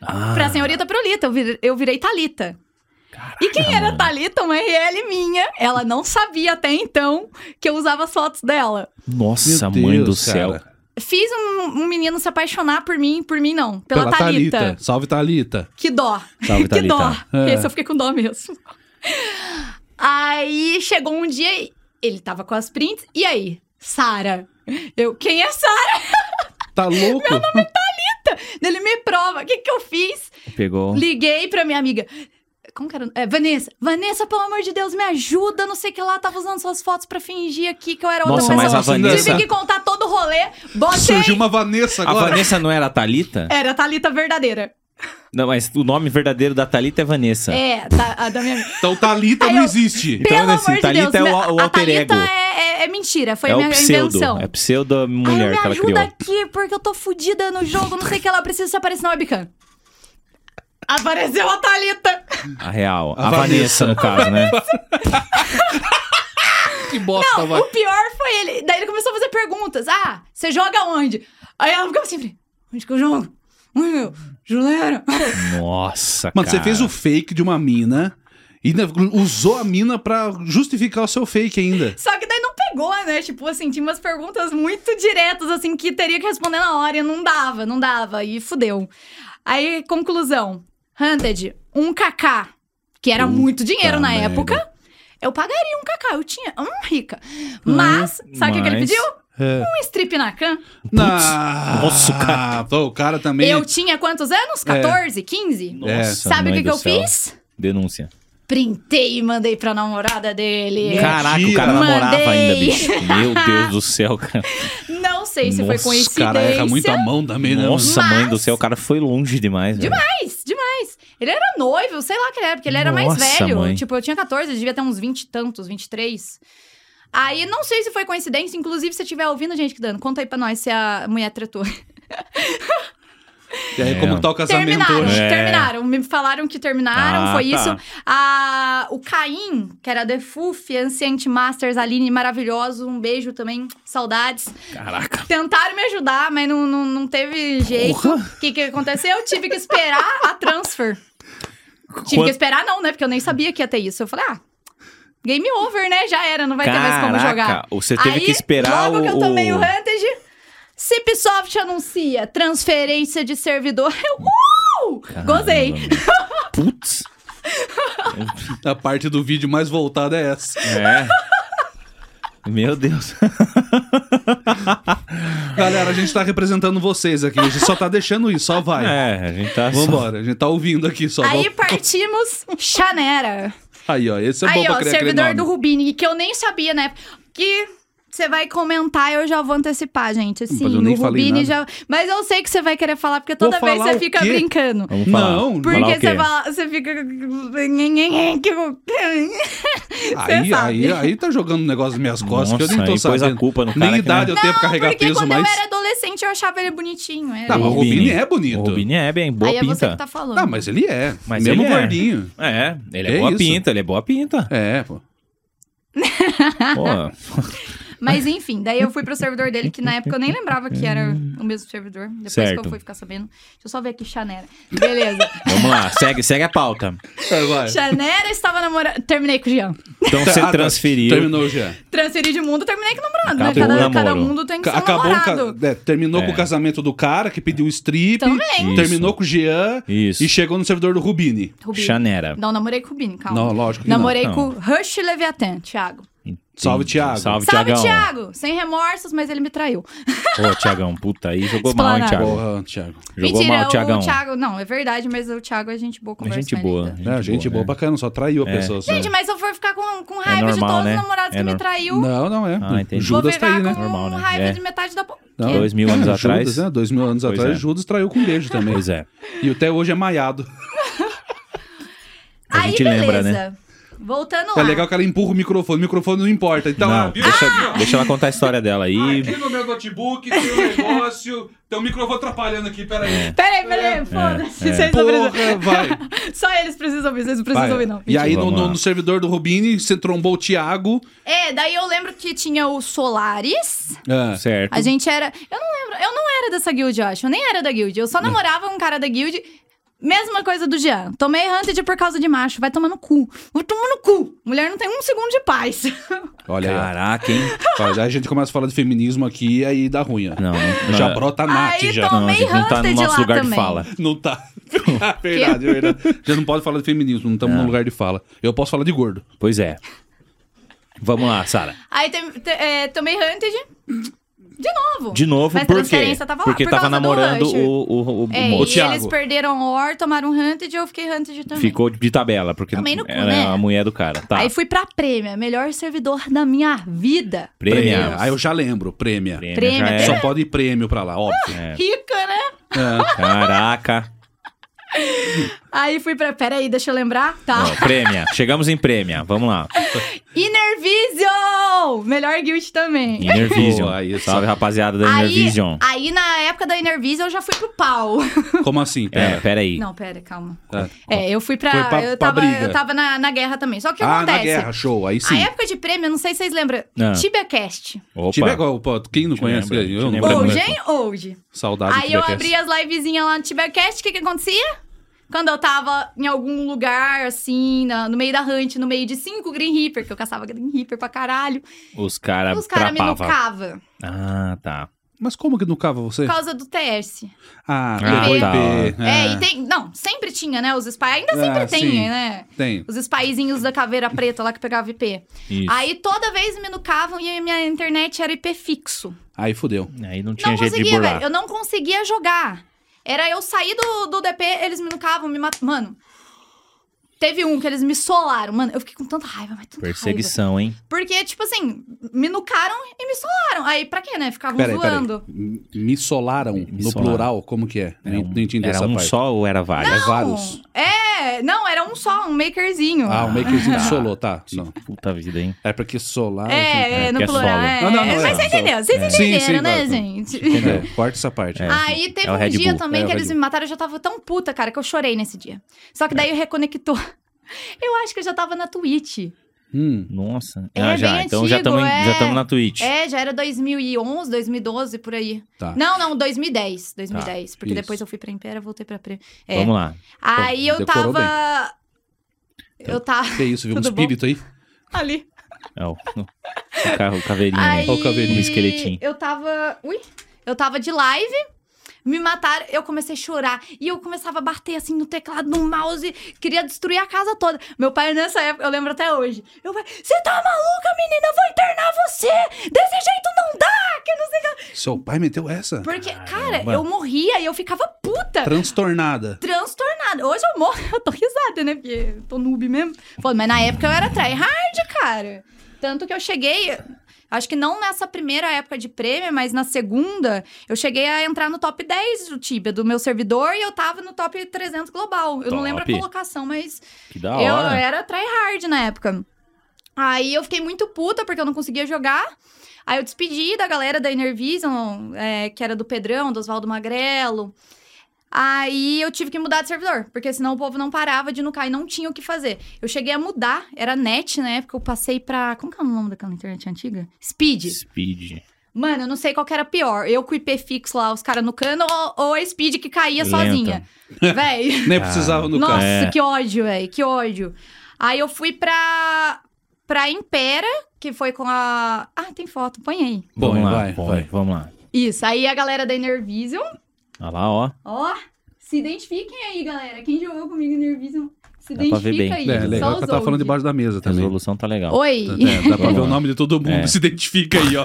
S4: Ah,
S2: pra senhorita Prolita. Eu virei, eu virei Thalita. e quem era
S4: mano.
S2: Thalita? Uma RL minha. Ela não sabia até então que eu usava as fotos dela.
S4: Nossa,
S3: Meu
S4: mãe do
S3: Deus,
S4: céu.
S3: cara.
S2: Fiz um, um menino se apaixonar por mim, por mim não, pela, Thalita.
S3: Salve, Thalita.
S2: Que dó.
S4: Salve,
S2: que
S4: Thalita.
S2: dó.
S3: É.
S2: Esse eu fiquei com dó mesmo. Aí chegou um dia, e ele tava com as prints, e aí? Sara. Eu, quem é Sara?
S3: Tá louco?
S2: Ele me prova. O que, que eu fiz?
S4: Pegou.
S2: Liguei pra minha amiga. Como que era? É, Vanessa. Vanessa, pelo amor de Deus, me ajuda. Não sei o que lá. Tava usando suas fotos pra fingir aqui que eu era outra
S4: Nossa,
S2: pessoa.
S4: mas a Vanessa-
S2: Tive que contar todo o rolê. Botei.
S3: Surgiu uma Vanessa
S4: A
S3: agora.
S4: Vanessa não era a Thalita?
S2: Era a Thalita verdadeira.
S4: Não, mas o nome verdadeiro da Thalita é Vanessa.
S2: É, da, a da minha amiga.
S3: Então Thalita
S2: Aí
S3: não
S2: eu-
S3: existe.
S4: Então,
S2: Pelo
S4: assim,
S2: amor de
S4: Thalita
S2: Deus,
S4: é o-
S2: meu-
S4: o
S2: a
S4: alter
S2: Thalita
S4: ego.
S2: é, é- é mentira, foi
S4: é
S2: minha
S4: o pseudo.
S2: invenção.
S4: É pseudo
S2: Ai,
S4: mulher
S2: me
S4: que ela
S2: ajuda
S4: criou.
S2: aqui, porque eu tô fodida no jogo, não sei o que ela precisa aparecer na webcam. Apareceu a Thalita!
S4: A real.
S3: A
S4: A,
S3: Vanessa.
S4: Vanessa, no caso, né?
S3: Que bosta,
S2: Não, o pior foi ele. Daí ele começou a fazer perguntas. Ah, você joga onde? Aí ela ficava sempre, onde que eu jogo? Ui, meu, Juliana.
S4: Nossa,
S3: Mano,
S4: cara.
S3: você fez o fake de uma mina e ainda usou a mina pra justificar o seu fake ainda.
S2: Só que daí não pegou, né? Tipo assim, tinha umas perguntas muito diretas, assim, que teria que responder na hora e não dava, não dava. E fudeu. Aí, conclusão. Hunted, um kk, que era muito dinheiro na
S3: merda.
S2: época. Eu pagaria um kk, eu tinha, hum, rica. Mas, sabe o que que ele
S4: mas-
S2: pediu?
S3: É.
S2: Um strip na can.
S3: Na- Ah,
S4: Nossa, cara.
S3: Pô, o cara também.
S2: Eu tinha quantos anos? 14, 15?
S4: Nossa,
S3: É.
S2: Sabe o
S4: mãe
S2: que, que
S4: do
S2: eu
S4: céu.
S2: fiz?
S4: Denúncia.
S2: Printei e mandei pra namorada dele.
S4: Caraca, o cara
S2: É. Mandei.
S4: namorava ainda, bicho. Meu Deus do céu, cara.
S2: Não sei se foi
S4: Nossa,
S3: Os
S2: coincidência.
S3: caras erram muito a mão também, né? mano?
S4: Nossa, mãe do
S2: Mas-
S4: céu, o cara foi longe demais. velho.
S2: Demais, demais. Ele era noivo, sei lá que ele era, porque ele era mais
S4: Nossa,
S2: velho.
S4: mãe.
S2: Tipo, eu tinha 14, eu devia ter uns 20 e tantos, 23. Aí, não sei se foi coincidência, inclusive, se você estiver ouvindo, gente, que dando, conta aí pra nós se a mulher tretou.
S3: E aí, como tá o casamento
S2: Terminaram,
S3: hoje?
S4: É.
S2: terminaram. Me falaram que terminaram,
S4: Ah,
S2: foi
S4: tá.
S2: isso. A, o Caim, que era The Fuf, Ancient Masters, Aline, maravilhoso, um beijo também, saudades.
S4: Caraca.
S2: Tentaram me ajudar, mas não, não, não teve jeito. O que, que aconteceu? Eu tive que esperar a transfer. Tive
S4: Quant-
S2: que esperar, não, né? Porque eu nem sabia que ia ter isso. Eu falei, ah, game over, né? Já era, não vai ter mais como jogar.
S4: Caraca, você
S2: Aí,
S4: teve que esperar
S2: logo
S4: o...
S2: que eu tomei o
S4: o-
S2: Hunted, Cipsoft anuncia transferência de servidor. Eu, uh!
S4: Caramba,
S2: Gozei.
S4: meu. Putz.
S3: A parte do vídeo mais voltada é essa.
S4: É. Meu Deus.
S3: Galera, a gente tá representando vocês aqui. A gente só tá deixando isso, só vai.
S4: É, a gente tá... só-
S3: Vambora, a gente tá ouvindo aqui só.
S2: Aí
S3: Vamos-
S2: partimos, Xanera.
S3: Aí, ó, esse é bom
S2: Aí,
S3: pra
S2: ó,
S3: criar aquele
S2: servidor
S3: nome.
S2: do Rubini, que eu nem sabia, né? Que você vai comentar, eu já vou antecipar, gente. Assim,
S3: Mas eu nem
S2: o
S3: falei
S2: Rubini
S3: nada.
S2: já. Mas eu sei que você vai querer falar, porque
S3: Vou
S2: toda vez
S3: falar
S2: você
S3: o
S2: fica
S3: quê?
S2: brincando.
S4: Vamos falar.
S3: Não,
S4: falar
S2: Porque
S4: o quê?
S2: você fala, você fica.
S3: Aí,
S2: sabe.
S3: aí, aí tá jogando um negócio nas minhas costas que eu nem
S4: Nossa,
S3: tô
S4: aí pôs a
S3: sabendo.
S4: culpa no
S3: Nem
S4: cara que
S3: idade
S4: não-
S3: eu tenho pra carregar
S2: porque
S3: peso,
S2: quando
S3: mas.
S2: eu era adolescente, eu achava ele bonitinho. Era
S3: Tá, mas o
S2: ele.
S3: Rubini é bonito.
S4: O Rubini é bem, boa
S2: Aí é você
S4: pinta.
S2: que tá falando.
S3: Ah, mas ele é.
S4: Mas
S3: mesmo
S4: ele é.
S3: gordinho.
S4: É, ele é,
S3: Que
S4: boa
S3: isso?
S4: pinta, ele é boa pinta.
S3: É, pô.
S4: Pô,
S2: Mas enfim, daí eu fui pro servidor dele, que na época eu nem lembrava que era o mesmo servidor. Depois que eu
S4: Certo.
S2: fui ficar sabendo. Deixa eu só ver aqui, Xanera. Beleza.
S4: vamos lá, segue, segue a pauta.
S3: Vai, vai.
S2: Xanera estava namorando. Terminei com o Jean.
S4: Então
S3: Ah,
S4: você
S3: tá.
S4: transferiu.
S3: Terminou já.
S2: Transferi de mundo, terminei com o namorado, né?
S4: Acabou o
S2: Cada,
S4: namoro.
S2: cada mundo tem que ser um
S3: Acabou o ca-
S2: namorado. Então, é,
S3: é, terminou
S4: É.
S3: com o casamento do cara que pediu o strip.
S2: Também.
S3: Terminou
S4: Isso.
S3: com o Jean
S4: Isso.
S3: e chegou no servidor do Rubini.
S2: Rubini.
S4: Chanera.
S2: Não, namorei com o Rubini, calma.
S3: Não, lógico que
S2: namorei
S4: não.
S2: com Rush Leviathan, Thiago.
S4: Entendi.
S3: Salve, Thiago.
S4: Salve,
S2: Salve,
S4: Thiagão.
S2: Thiago! Sem remorsos, mas ele me traiu.
S4: Ô, Thiagão, puta aí, jogou mal, hein,
S1: Explanado.
S4: Thiago?
S3: Porra, Thiago.
S4: Jogou
S2: Mentira,
S4: mal, Thiagão.
S2: o Thiago. Não, é verdade, mas o Thiago é gente boa conversa
S4: gente
S2: com
S4: boa.
S2: Ele ainda.
S3: É, gente boa
S4: né?
S3: pra caramba, só traiu a
S4: É.
S3: pessoa. só.
S2: Gente, mas se eu for ficar com, com raiva de
S4: normal,
S2: todos
S4: né?
S2: os namorados
S4: É
S2: que me
S4: nor-
S2: traiu,
S3: Não, não é.
S4: Ah, entendi.
S3: Judas
S2: vou
S3: tá
S2: virar
S3: aí, né?
S2: com
S4: Normal, né?
S2: raiva
S4: É.
S2: de metade da... po-
S3: Não,
S2: Que-
S4: Dois mil anos
S3: Judas,
S4: atrás.
S3: né? Dois mil anos
S4: Pois
S3: atrás,
S4: é.
S3: Judas traiu com beijo também.
S4: Pois é.
S3: E até hoje é maiado.
S4: A
S2: Aí,
S4: gente
S2: beleza.
S4: lembra, né? Tá
S2: Voltando lá.
S3: É legal que ela empurra o microfone, o microfone não importa. Então, ah,
S4: Não,
S3: viu? Ah,
S4: deixa, deixa ela contar a história dela aí.
S3: Aqui no meu notebook tem um negócio, tem um microfone atrapalhando aqui, peraí.
S2: Peraí, peraí, foda-se.
S4: é.
S2: Vocês não precisam...
S3: Porra, vai.
S2: Só eles precisam ouvir, vocês não precisam
S3: Vai.
S2: ouvir, não.
S3: E aí, no,
S4: Vamos
S3: no-
S4: lá.
S3: no servidor do Rubini, você trombou o Thiago.
S2: É, daí eu lembro que tinha o Solaris.
S3: É.
S4: Certo.
S2: A gente era. Eu não lembro. Eu não era dessa guild, eu acho. Eu nem era da guild. Eu só namorava um cara da guild. Mesma coisa do Jean. Tomei Hunted por causa de macho. Vai tomar no cu. Vai tomar no cu. Mulher não tem um segundo de paz.
S3: Olha aí. ó.
S4: Caraca, hein?
S3: Olha, Aí a gente começa a falar de feminismo aqui e aí dá ruim. ó.
S4: Não, não- é.
S3: já
S4: não-
S3: brota a Nath,
S2: Aí
S3: já.
S2: toma-
S4: Não, a gente não tá no
S2: Hunted
S4: nosso
S2: lá
S4: lugar de
S2: também.
S4: fala.
S3: Não tá. verdade, verdade. Já não pode falar de feminismo, não
S4: É.
S3: estamos no lugar de fala. Eu posso falar de gordo.
S4: Pois é. Vamos lá, Sara.
S2: Aí tem- te- é, tomei Hunted. De novo.
S4: De novo,
S2: Mas
S4: por quê?
S2: transferência tava lá,
S4: Porque
S2: por
S4: tava
S2: causa do
S4: namorando
S2: Rush.
S4: o, o, o, o
S2: É,
S4: moço.
S2: e
S3: Thiago.
S2: eles perderam o Or, tomaram Hunted e eu fiquei Hunted também.
S4: Ficou de tabela, porque
S2: Também no cu,
S4: era
S2: né?
S4: a mulher do cara. Tá.
S2: Aí fui pra Prêmio, melhor servidor da minha vida.
S4: Prêmio.
S3: Aí Ah, eu já lembro, prêmio.
S4: já
S2: Prêmio,
S4: é.
S3: Só pode ir prêmio pra lá, óbvio.
S4: É.
S2: Rica, né?
S3: É.
S4: Caraca.
S2: Aí fui pra. Peraí, deixa eu lembrar. Tá.
S4: Ó, prêmio. Chegamos em prêmio. Vamos lá.
S2: Innervision! Melhor guild também.
S4: Innervision.
S3: Boa, isso.
S4: Salve, rapaziada da
S2: Aí,
S4: Innervision.
S2: aí, na época da Innervision, eu já fui pro pau.
S3: Como assim?
S4: É,
S3: Pera.
S4: peraí.
S2: Não, pera, calma.
S3: Tá.
S2: É, eu fui pra.
S3: Foi pra-
S2: eu
S3: pra
S2: tava,
S3: briga.
S2: eu tava na, na guerra também. Só que
S3: Ah,
S2: acontece. é
S3: na guerra, show. Aí sim.
S2: A época de prêmio, eu não sei se vocês lembram.
S4: Ah.
S2: TibiaCast.
S4: Opa.
S3: Tiver igual, pô, quem não
S4: Te
S3: conhece?
S4: lembra,
S3: eu
S4: te
S3: não
S4: lembra
S3: lembro,
S2: Old,
S4: muito.
S3: né?
S2: hein? Old.
S3: Saudade
S2: Aí
S3: do
S2: eu abri
S3: TBQS.
S2: as livezinhas lá no TibiaCast, o que que acontecia? Quando eu tava em algum lugar, assim, na- no meio da hunt, no meio de cinco Green Reaper, que eu caçava Green Reaper pra caralho,
S4: Os caras
S2: os caras me
S4: trapavam.
S2: nucavam.
S4: Ah, tá.
S3: Mas como que nucava você?
S2: Por causa do TS.
S3: Ah,
S4: Ah,
S3: pegou
S2: tá.
S3: IP.
S2: É, e tem. Não, sempre tinha, né? Os spy. Ainda
S3: Ah,
S2: sempre tem,
S3: sim.
S2: né?
S3: tem.
S2: Os spyzinhos da caveira preta lá que pegava IP.
S4: Isso.
S2: Aí toda vez me nucavam e a minha internet era IP fixo.
S3: Aí fudeu.
S4: Aí não tinha
S2: Não
S4: jeito de
S2: conseguia,
S4: burlar.
S2: velho. Eu não conseguia jogar. Era eu sair do, do DP, eles me nucavam, me matavam. Mano. Teve um que eles me solaram, mano. Eu fiquei com tanta raiva, mas tanta raiva.
S4: Perseguição, hein?
S2: Porque, tipo assim, me nucaram e me solaram. Aí, pra quê, né? Ficavam
S3: Peraí, peraí.
S2: zoando.
S3: M- Me solaram no
S4: solaram.
S3: plural, como que é?
S4: Era
S3: Não
S4: um-
S3: não entendi
S4: era
S3: essa
S4: um
S3: parte.
S4: só ou era vários?
S3: É vários.
S2: É, não, era um só, um makerzinho.
S3: Ah, o makerzinho
S4: Ah.
S3: solou, tá. Não.
S4: Puta vida, hein?
S3: É porque solar.
S2: É,
S4: É,
S2: é, no
S4: que é
S2: plural.
S4: solo.
S2: É.
S3: Não, não, não, é,
S2: Mas você
S3: não,
S2: entendeu, vocês
S3: É. Sim,
S2: entenderam,
S3: sim,
S2: né,
S3: claro.
S2: gente?
S3: É, corta essa parte.
S4: É.
S2: Aí teve
S4: É o
S2: um
S4: Red
S2: dia
S4: Bull.
S2: também
S3: É, o
S2: que
S3: Red
S2: eles me
S3: Bull. É.
S2: mataram, eu já tava tão puta, cara, que eu chorei nesse dia. Só que daí reconectou. Eu acho que eu já tava na Twitch.
S3: Hum.
S4: Nossa.
S2: É,
S4: ah, já.
S2: bem
S4: Então já
S2: antigo,
S4: estamos
S2: é.
S4: já tamo na Twitch.
S2: É, já era 2011, 2012, por aí.
S3: Tá.
S2: Não, não, 2010, 2010. porque
S3: isso.
S2: depois eu fui pra Impera, voltei pra Pre. É.
S4: Vamos lá.
S2: Aí eu
S3: decorou
S2: tava... Eu tava
S3: Que isso, viu um
S2: Tudo bom?
S3: espírito aí?
S2: ali.
S4: É o, o, ca- o caveirinho.
S2: Aí,
S4: né? Um esqueletinho.
S2: Eu tava. Ui! Eu tava de live. Me mataram, eu comecei a chorar. E eu começava a bater assim no teclado, no mouse, queria destruir a casa toda. Meu pai, nessa época, eu lembro até hoje. Meu pai, você tá maluca, menina? Eu vou internar você! Desse jeito não dá! Que não sei o que.
S3: Seu pai meteu essa?
S2: Porque,
S4: Caramba.
S2: cara, eu morria e eu ficava puta,
S3: Transtornada.
S2: transtornada. Hoje eu morro, eu tô risada, né? Porque eu tô noob mesmo. Pô, mas na época eu era tryhard, cara. Tanto que eu cheguei. Acho que não nessa primeira época de prêmio, mas na segunda, eu cheguei a entrar no top 10 do Tibia, do meu servidor, e eu tava no top 300 global. Eu não
S4: Top.
S2: lembro a colocação, mas
S4: Que da
S2: eu
S4: hora.
S2: era tryhard na época. Aí eu fiquei muito puta porque eu não conseguia jogar. Aí eu despedi da galera da Innervision, é, que era do Pedrão, do Oswaldo Magrelo. Aí eu tive que mudar de servidor, porque senão o povo não parava de nucar e não tinha o que fazer. Eu cheguei a mudar, era net na época, eu passei pra. Como que é o nome daquela internet antiga? Speed.
S4: Speed.
S2: Mano, eu não sei qual que era pior. Eu com o IP fixo lá, os caras no cano, ou, ou a Speed que caía
S4: Lenta.
S2: sozinha. Véi.
S3: Nem precisava no
S2: Nossa,
S3: carro.
S4: É.
S2: que ódio, velho, que ódio. Aí eu fui pra, pra Impera, que foi com a... Ah, tem foto, põe aí.
S3: Bom,
S4: vamos lá,
S3: vai,
S4: põe,
S3: vai.
S4: vamos lá.
S2: Isso, aí a galera da Innervision,
S4: Olha lá, ó.
S2: ó, se identifiquem aí, galera. Quem jogou comigo Innervision Se
S4: Dá pra ver
S2: identifica aí.
S4: bem.
S3: É,
S2: só
S3: legal
S2: os
S3: que ela tava falando
S2: ouve.
S3: debaixo da mesa
S4: A
S3: também.
S4: resolução tá legal.
S1: Oi.
S3: É, dá pra
S4: Vamos
S3: ver
S4: lá.
S3: o nome de todo mundo,
S4: É.
S3: se identifica aí, ó.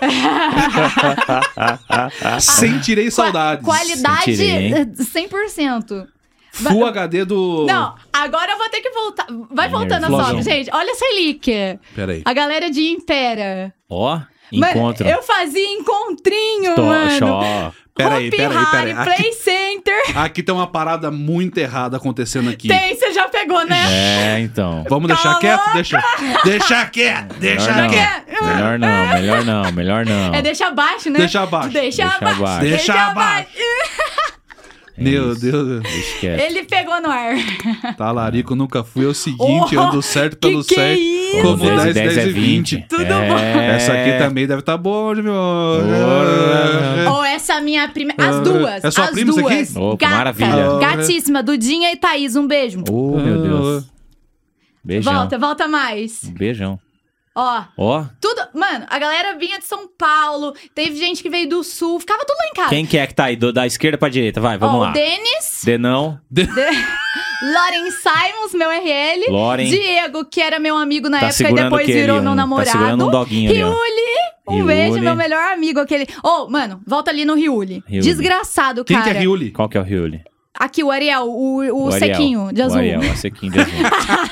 S3: Sentirei saudades.
S1: Qualidade
S4: Sentirei, hein?
S1: 100%.
S3: Full HD do.
S2: Não, agora eu vou ter que voltar. Vai voltando a
S4: Explosão.
S2: sobe, gente. Olha essa relíquia.
S3: Peraí.
S1: A galera de Impera.
S4: Ó,
S2: Mano,
S4: encontro.
S2: eu fazia encontrinho,
S4: Tó,
S2: mano.
S4: xó.
S3: Peraí,
S2: Hopi
S3: peraí,
S2: Hari,
S3: peraí. Aqui,
S2: Play Center.
S3: aqui tem uma parada muito errada acontecendo aqui.
S2: Tem, você já pegou, né?
S4: É, então.
S3: Vamos deixar
S2: Tá
S3: quieto? Deixa, deixa quieto, deixa
S4: Melhor
S3: quieto.
S2: quieto.
S4: não. Melhor não, melhor não, melhor não.
S2: É, deixa abaixo, né?
S3: Deixa abaixo.
S2: Deixa,
S4: Deixa
S2: abaixo.
S4: abaixo.
S3: Deixa abaixo. É.
S4: É
S3: Meu
S4: isso.
S3: Deus,
S4: Esquece.
S2: Ele pegou no ar.
S3: talarico nunca fui. É o seguinte,
S2: Oh,
S3: ando certo pelo
S2: que que é
S3: certo.
S2: isso?
S3: Como 10, 10 é 20.
S2: Tudo
S4: é...
S2: bom.
S3: Essa aqui também deve estar tá boa hoje, meu.
S2: Ou essa minha prima. As
S3: É. Ah,
S2: duas.
S3: é sua
S2: as
S3: prima isso aqui?
S2: duas.
S4: Opa, maravilha.
S2: Gatíssima, Dudinha e Thaís. Um beijo.
S3: tá-
S4: Oh, meu Deus. Beijão.
S2: Volta, volta mais.
S4: Um beijão.
S2: Ó.
S4: Ó,
S2: Tudo. Mano, a galera vinha de São Paulo. Teve gente que veio do sul. Ficava tudo lá em casa.
S4: quem que é que tá aí? Do- da esquerda pra direita, vai, vamos
S2: Ah. Ó,
S4: lá.
S2: o Denis,
S4: Denão,
S2: Lauren Simons, meu RL.
S4: Lauren.
S2: Diego, que era meu amigo na
S4: Tá
S2: época e
S4: segurando
S2: depois
S4: o quê ali?
S2: virou
S4: Um-
S2: meu
S4: tá
S2: namorado.
S4: segurando um doguinho ali, ó.
S2: Riuli, um
S4: Riuli.
S2: beijo, meu melhor amigo aquele. Ô, mano, volta ali no Riuli.
S4: Riuli.
S2: Desgraçado,
S3: Quem
S2: cara.
S3: que é Riuli?
S4: Qual que é o Rioli?
S2: Aqui, o Ariel, o, o
S4: O Ariel.
S2: sequinho de azul.
S4: O Ariel, o sequinho de azul.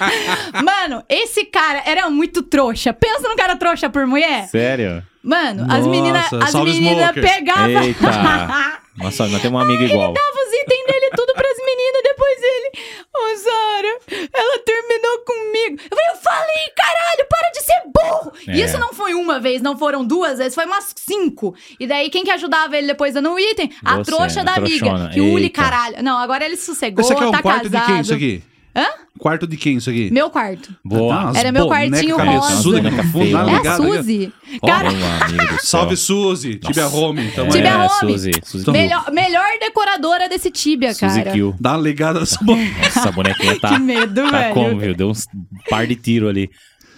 S2: Mano, esse cara era muito trouxa. Pensa num cara trouxa por mulher.
S4: Sério?
S2: Mano, as
S3: Nossa,
S2: meninas as
S3: salve,
S2: meninas
S3: smokers.
S2: pegavam.
S4: Eita. Nossa, nós temos uma amiga igual.
S2: Dava os itens dele tudo pras meninas, depois ele. Ô, Zara, ela terminou comigo. Eu falei, eu falei, caralho, para de ser burro! E
S4: É.
S2: isso não foi uma vez, não foram duas vezes, foi umas cinco. E daí, quem que ajudava ele depois dando o item? A
S4: Você,
S2: trouxa
S4: a
S2: da amiga.
S4: trouxona.
S2: Que ule,
S4: Eita.
S2: caralho. Não, agora ele sossegou,
S3: Esse aqui é um
S2: tá
S3: quarto
S2: casado.
S3: de quem, isso aqui?
S2: Hã?
S3: Quarto de quem, isso aqui?
S2: Meu quarto.
S4: Boa.
S3: umas
S2: Era meu
S3: boneca
S2: quartinho
S3: cabeçuda aqui
S4: rosa.
S3: no fundo, lá
S4: Tá
S2: é a
S3: ligado aí, ó.
S2: Suzy.
S4: Ó,
S2: Cara,
S4: meu amigo do céu.
S3: né? Salve, Suzy. Tibia Home. Tamo aí.
S2: Tibia
S4: é,
S2: Home.
S4: Suzy, Suzy,
S2: melhor, melhor decoradora desse Tibia,
S4: Suzy
S2: cara.
S4: Kill.
S3: Dá uma ligada nessa boneca.
S4: Nossa, a bonequinha tá,
S2: Que medo,
S4: tá
S2: velho.
S4: como, viu? Deu uns par de tiro ali.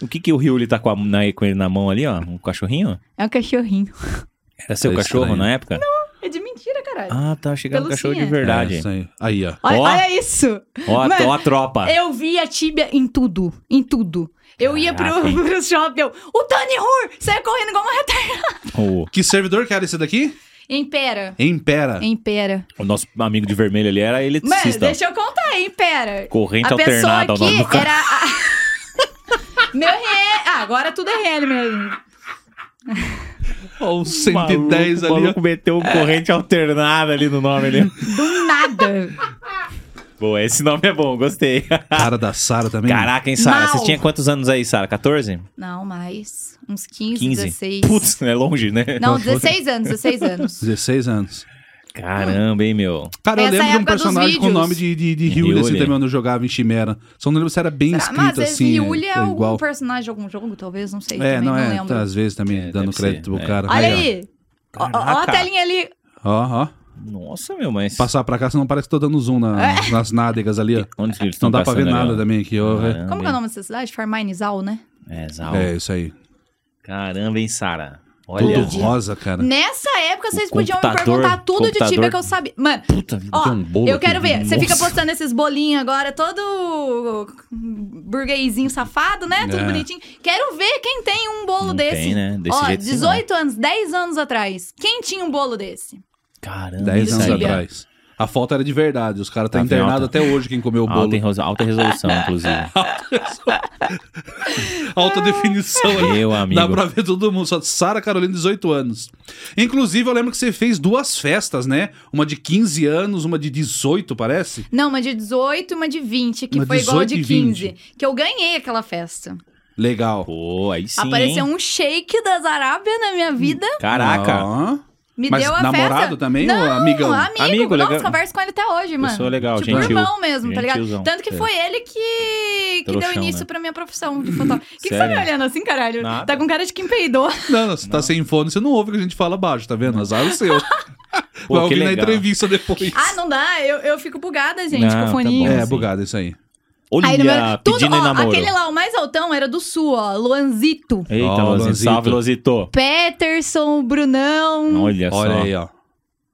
S4: O que que o Rioli tá com, a, na- com ele na mão ali, ó? Um cachorrinho?
S2: É um cachorrinho.
S4: Era seu
S3: É
S4: cachorro
S3: estranho.
S4: na época?
S2: É de mentira, caralho.
S4: Ah, tá. Chegando um
S2: Pelucinha.
S4: cachorro de verdade.
S3: É isso aí. Aí, ó.
S2: Olha,
S4: Ó.
S2: olha isso.
S4: ó, a-
S2: Mano,
S4: ó a tropa.
S2: Eu vi a tíbia em tudo, em tudo. Eu ia pro,
S4: Caraca, hein?
S2: pro shopping, eu, o Tony Hur, saia correndo igual uma retardada.
S4: O,
S3: Que servidor que era esse daqui?
S2: Impera,
S3: Impera.
S2: impera.
S4: o nosso amigo de vermelho ali era eletricista.
S2: Mano, deixa eu contar, impera.
S4: Corrente
S2: a pessoa
S4: alternada ao nome
S2: aqui
S4: do cara.
S2: era... a- Meu RL, ah, agora tudo é RL mesmo.
S3: Ó, o 110
S4: o
S3: ali, ó.
S4: maluco meteu um corrente alternada ali no nome ali.
S2: Do nada.
S4: Boa, esse nome é bom, gostei.
S3: Cara da Sara também.
S4: Caraca, hein,
S2: Mal.
S4: Sara? Você tinha quantos anos aí, Sara? 14?
S2: Não, mais uns 15,
S4: 15?
S2: 16.
S4: Putz, é longe, né?
S2: Não, 16 anos, 16 anos.
S3: 16 anos.
S4: Caramba, hein, meu.
S3: Cara, eu
S2: Essa é
S3: lembro de um
S2: época dos
S3: personagem com o
S2: vídeos.
S3: nome de, de, de Hyuli,
S4: Hyuli.
S3: assim também, quando eu jogava em Chimera. Só não lembro se era bem
S2: Ah,
S3: escrito
S2: Mas às vezes
S3: assim.
S2: Yuli é,
S3: é
S2: algum
S3: igual.
S2: personagem de algum jogo, talvez, não sei.
S3: É,
S2: também,
S3: não,
S2: não
S3: é.
S2: lembro.
S3: tá, às vezes também
S4: É,
S3: dando
S4: deve
S3: crédito
S4: ser,
S3: pro
S4: é.
S3: cara.
S2: Olha aí. Ó, ó, ó a
S4: Caraca.
S2: telinha ali.
S3: Ó, ó.
S4: Nossa, meu, mas.
S3: Passar pra cá, senão parece que tô dando zoom na-
S2: É.
S3: nas nádegas ali, ó.
S4: Onde que eles
S3: Não
S4: tão
S3: dá pra ver
S4: passando ali,
S3: nada
S4: ó? Ah,
S3: também aqui, ó. velho.
S4: Caramba,
S2: Como que é o nome dessa cidade? Farmainizal, né?
S4: hein? É, Zal.
S3: É, isso aí.
S4: Caramba, hein, Sara? Olha.
S3: Tudo rosa, cara.
S2: Nessa época, vocês
S4: Né? O
S2: podiam me
S4: computador-
S2: perguntar tudo de
S4: computador-
S2: Tibia que eu sabia. Mano,
S4: Puta vida.
S2: ó,
S3: um bolo
S2: eu
S3: aqui,
S2: quero ver. Você fica
S4: nossa.
S2: postando esses bolinhos agora, todo burguesinho safado, né? Tudo
S3: É.
S2: bonitinho. Quero ver quem tem um bolo
S4: Não
S2: desse.
S4: tem, né? Desse
S2: ó,
S4: jeito sim,
S2: 18 anos, 10 anos atrás. Quem tinha um bolo desse?
S4: Caramba,
S3: 10 anos
S2: Isso aí, ó.
S3: atrás. A foto era de verdade. Os caras tá
S4: Tá
S3: internado
S4: vendo?
S3: até hoje quem comeu o bolo.
S4: Alta, resolu- alta resolução, inclusive.
S3: Alta definição aí.
S4: Meu
S3: Dá
S4: amigo.
S3: pra ver todo mundo. Só Sara Carolina, 18 anos. Inclusive, eu lembro que você fez duas festas, né? Uma de 15 anos, uma de 18, parece.
S2: Não, uma de 18 e uma de 20, que
S3: Uma
S2: foi igual a
S3: 18 e
S2: de 15. Que eu ganhei aquela festa.
S3: Legal.
S4: Pô, aí sim. Hum.
S2: Apareceu
S4: hein?
S2: um shake das Arábia na minha vida.
S4: Caraca.
S3: Ah,
S2: Me
S3: Mas
S2: deu a
S3: namorado
S2: festa.
S3: também ou
S2: não,
S3: amigão?
S2: Amigo,
S4: Amigo,
S2: Nossa,
S4: legal.
S2: converso com ele até hoje, mano.
S4: Pessoa legal,
S2: tipo,
S4: gentil.
S2: irmão mesmo, tá
S4: Gentilzão.
S2: ligado? Tanto que
S4: É.
S2: foi ele que, que deu
S4: Trouxão,
S2: início
S4: né?
S2: pra minha profissão de fotógrafo. O que, que você tá
S4: Sério?
S2: me olhando assim, caralho?
S4: Nada.
S2: Tá com cara de quem peidou.
S3: Não, não, você tá sem fone, você não ouve o que a gente fala baixo, tá vendo? Azar o seu.
S4: Pô,
S3: Vai
S4: que
S3: ouvir na
S4: legal.
S3: entrevista depois.
S2: Ah, não dá. Eu, eu fico bugada, gente,
S4: Não,
S2: com
S4: tá
S2: o foninho.
S4: bom.
S3: É,
S4: assim.
S3: bugado isso aí.
S4: Olha,
S2: Aí no meu- Tudo,
S4: pedindo em
S2: ó,
S4: namoro.
S2: aquele lá, o mais altão, era do sul, ó. Luanzito.
S4: Eita,
S3: Ó,
S4: Lozito.
S3: Lozito.
S4: Salve, Lozito.
S2: Peterson, Brunão.
S4: Olha,
S3: Olha
S4: É só.
S3: aí, ó.
S2: Ah,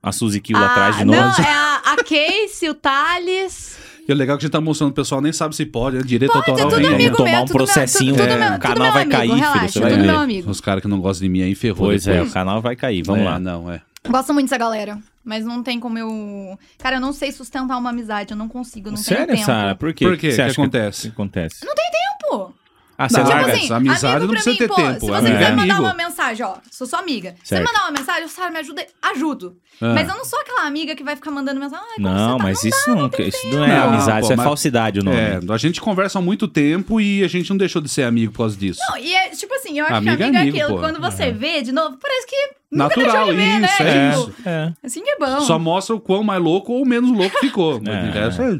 S4: A Suzy Kill atrás de
S2: é a-
S4: nós.
S2: Não, é a, a Casey, o Thales.
S3: E o legal é que a gente tá mostrando, o pessoal nem sabe se pode, é direito autoral.
S2: tudo
S3: vem,
S4: vem
S2: amigo
S4: tomar
S2: meu,
S4: um
S2: tudo meu,
S4: processinho,
S2: tudo- tudo
S4: é,
S2: meu-
S4: o
S2: tudo
S4: canal
S2: meu
S4: vai
S2: amigo,
S4: cair, filho, você
S2: relaxa,
S4: vai
S2: tudo
S4: ver.
S2: meu amigo.
S3: Os caras que não gostam de mim aí ferrou.
S4: Pois é,
S3: depois.
S4: o canal vai cair, vamos
S3: Hum. É,
S4: lá.
S3: Não, é.
S2: Gosto muito dessa galera. Mas não tem como eu. Cara, eu não sei sustentar uma amizade. Eu não consigo, não
S4: Sério,
S2: tenho tempo.
S4: Sara? Por quê?
S3: Por quê?
S4: Você
S3: Que
S4: acha
S3: acontece?
S4: Que acontece?
S2: Tempo.
S4: Ah,
S3: Não,
S4: você
S3: tipo
S4: larga?
S3: assim, essa amizade
S2: amigo
S3: não
S2: pra
S3: precisa
S2: mim,
S3: ter
S2: pô,
S3: tempo,
S2: Se
S3: é
S2: você
S4: amigo é
S2: quiser mandar
S3: amigo.
S2: uma mensagem, ó, sou sua amiga. Se você
S4: Certo.
S2: mandar uma mensagem, eu, Sara, me ajuda, ajudo.
S3: Ah.
S2: Mas eu não sou aquela amiga que vai ficar mandando mensagem. Ai, como
S4: Não,
S2: você tá?
S4: mas isso não, isso não é
S3: tempo. Não,
S4: amizade,
S3: pô,
S4: isso é
S3: mas-
S4: falsidade o nome.
S3: É, a gente conversa há muito tempo e a gente não deixou de ser amigo por causa disso.
S2: Não, e é tipo assim, eu acho
S3: Amiga
S2: que
S3: é
S2: amiga é
S3: amigo,
S2: aquilo.
S3: pô.
S2: Quando você vê de novo, parece que nunca
S3: Natural,
S2: deixou de ver,
S3: isso,
S2: né?
S3: é
S2: Tipo,
S3: isso.
S4: É.
S2: Assim que é bom.
S3: Só mostra o quão mais louco ou menos louco ficou. Mas
S4: É.
S3: de resto, é.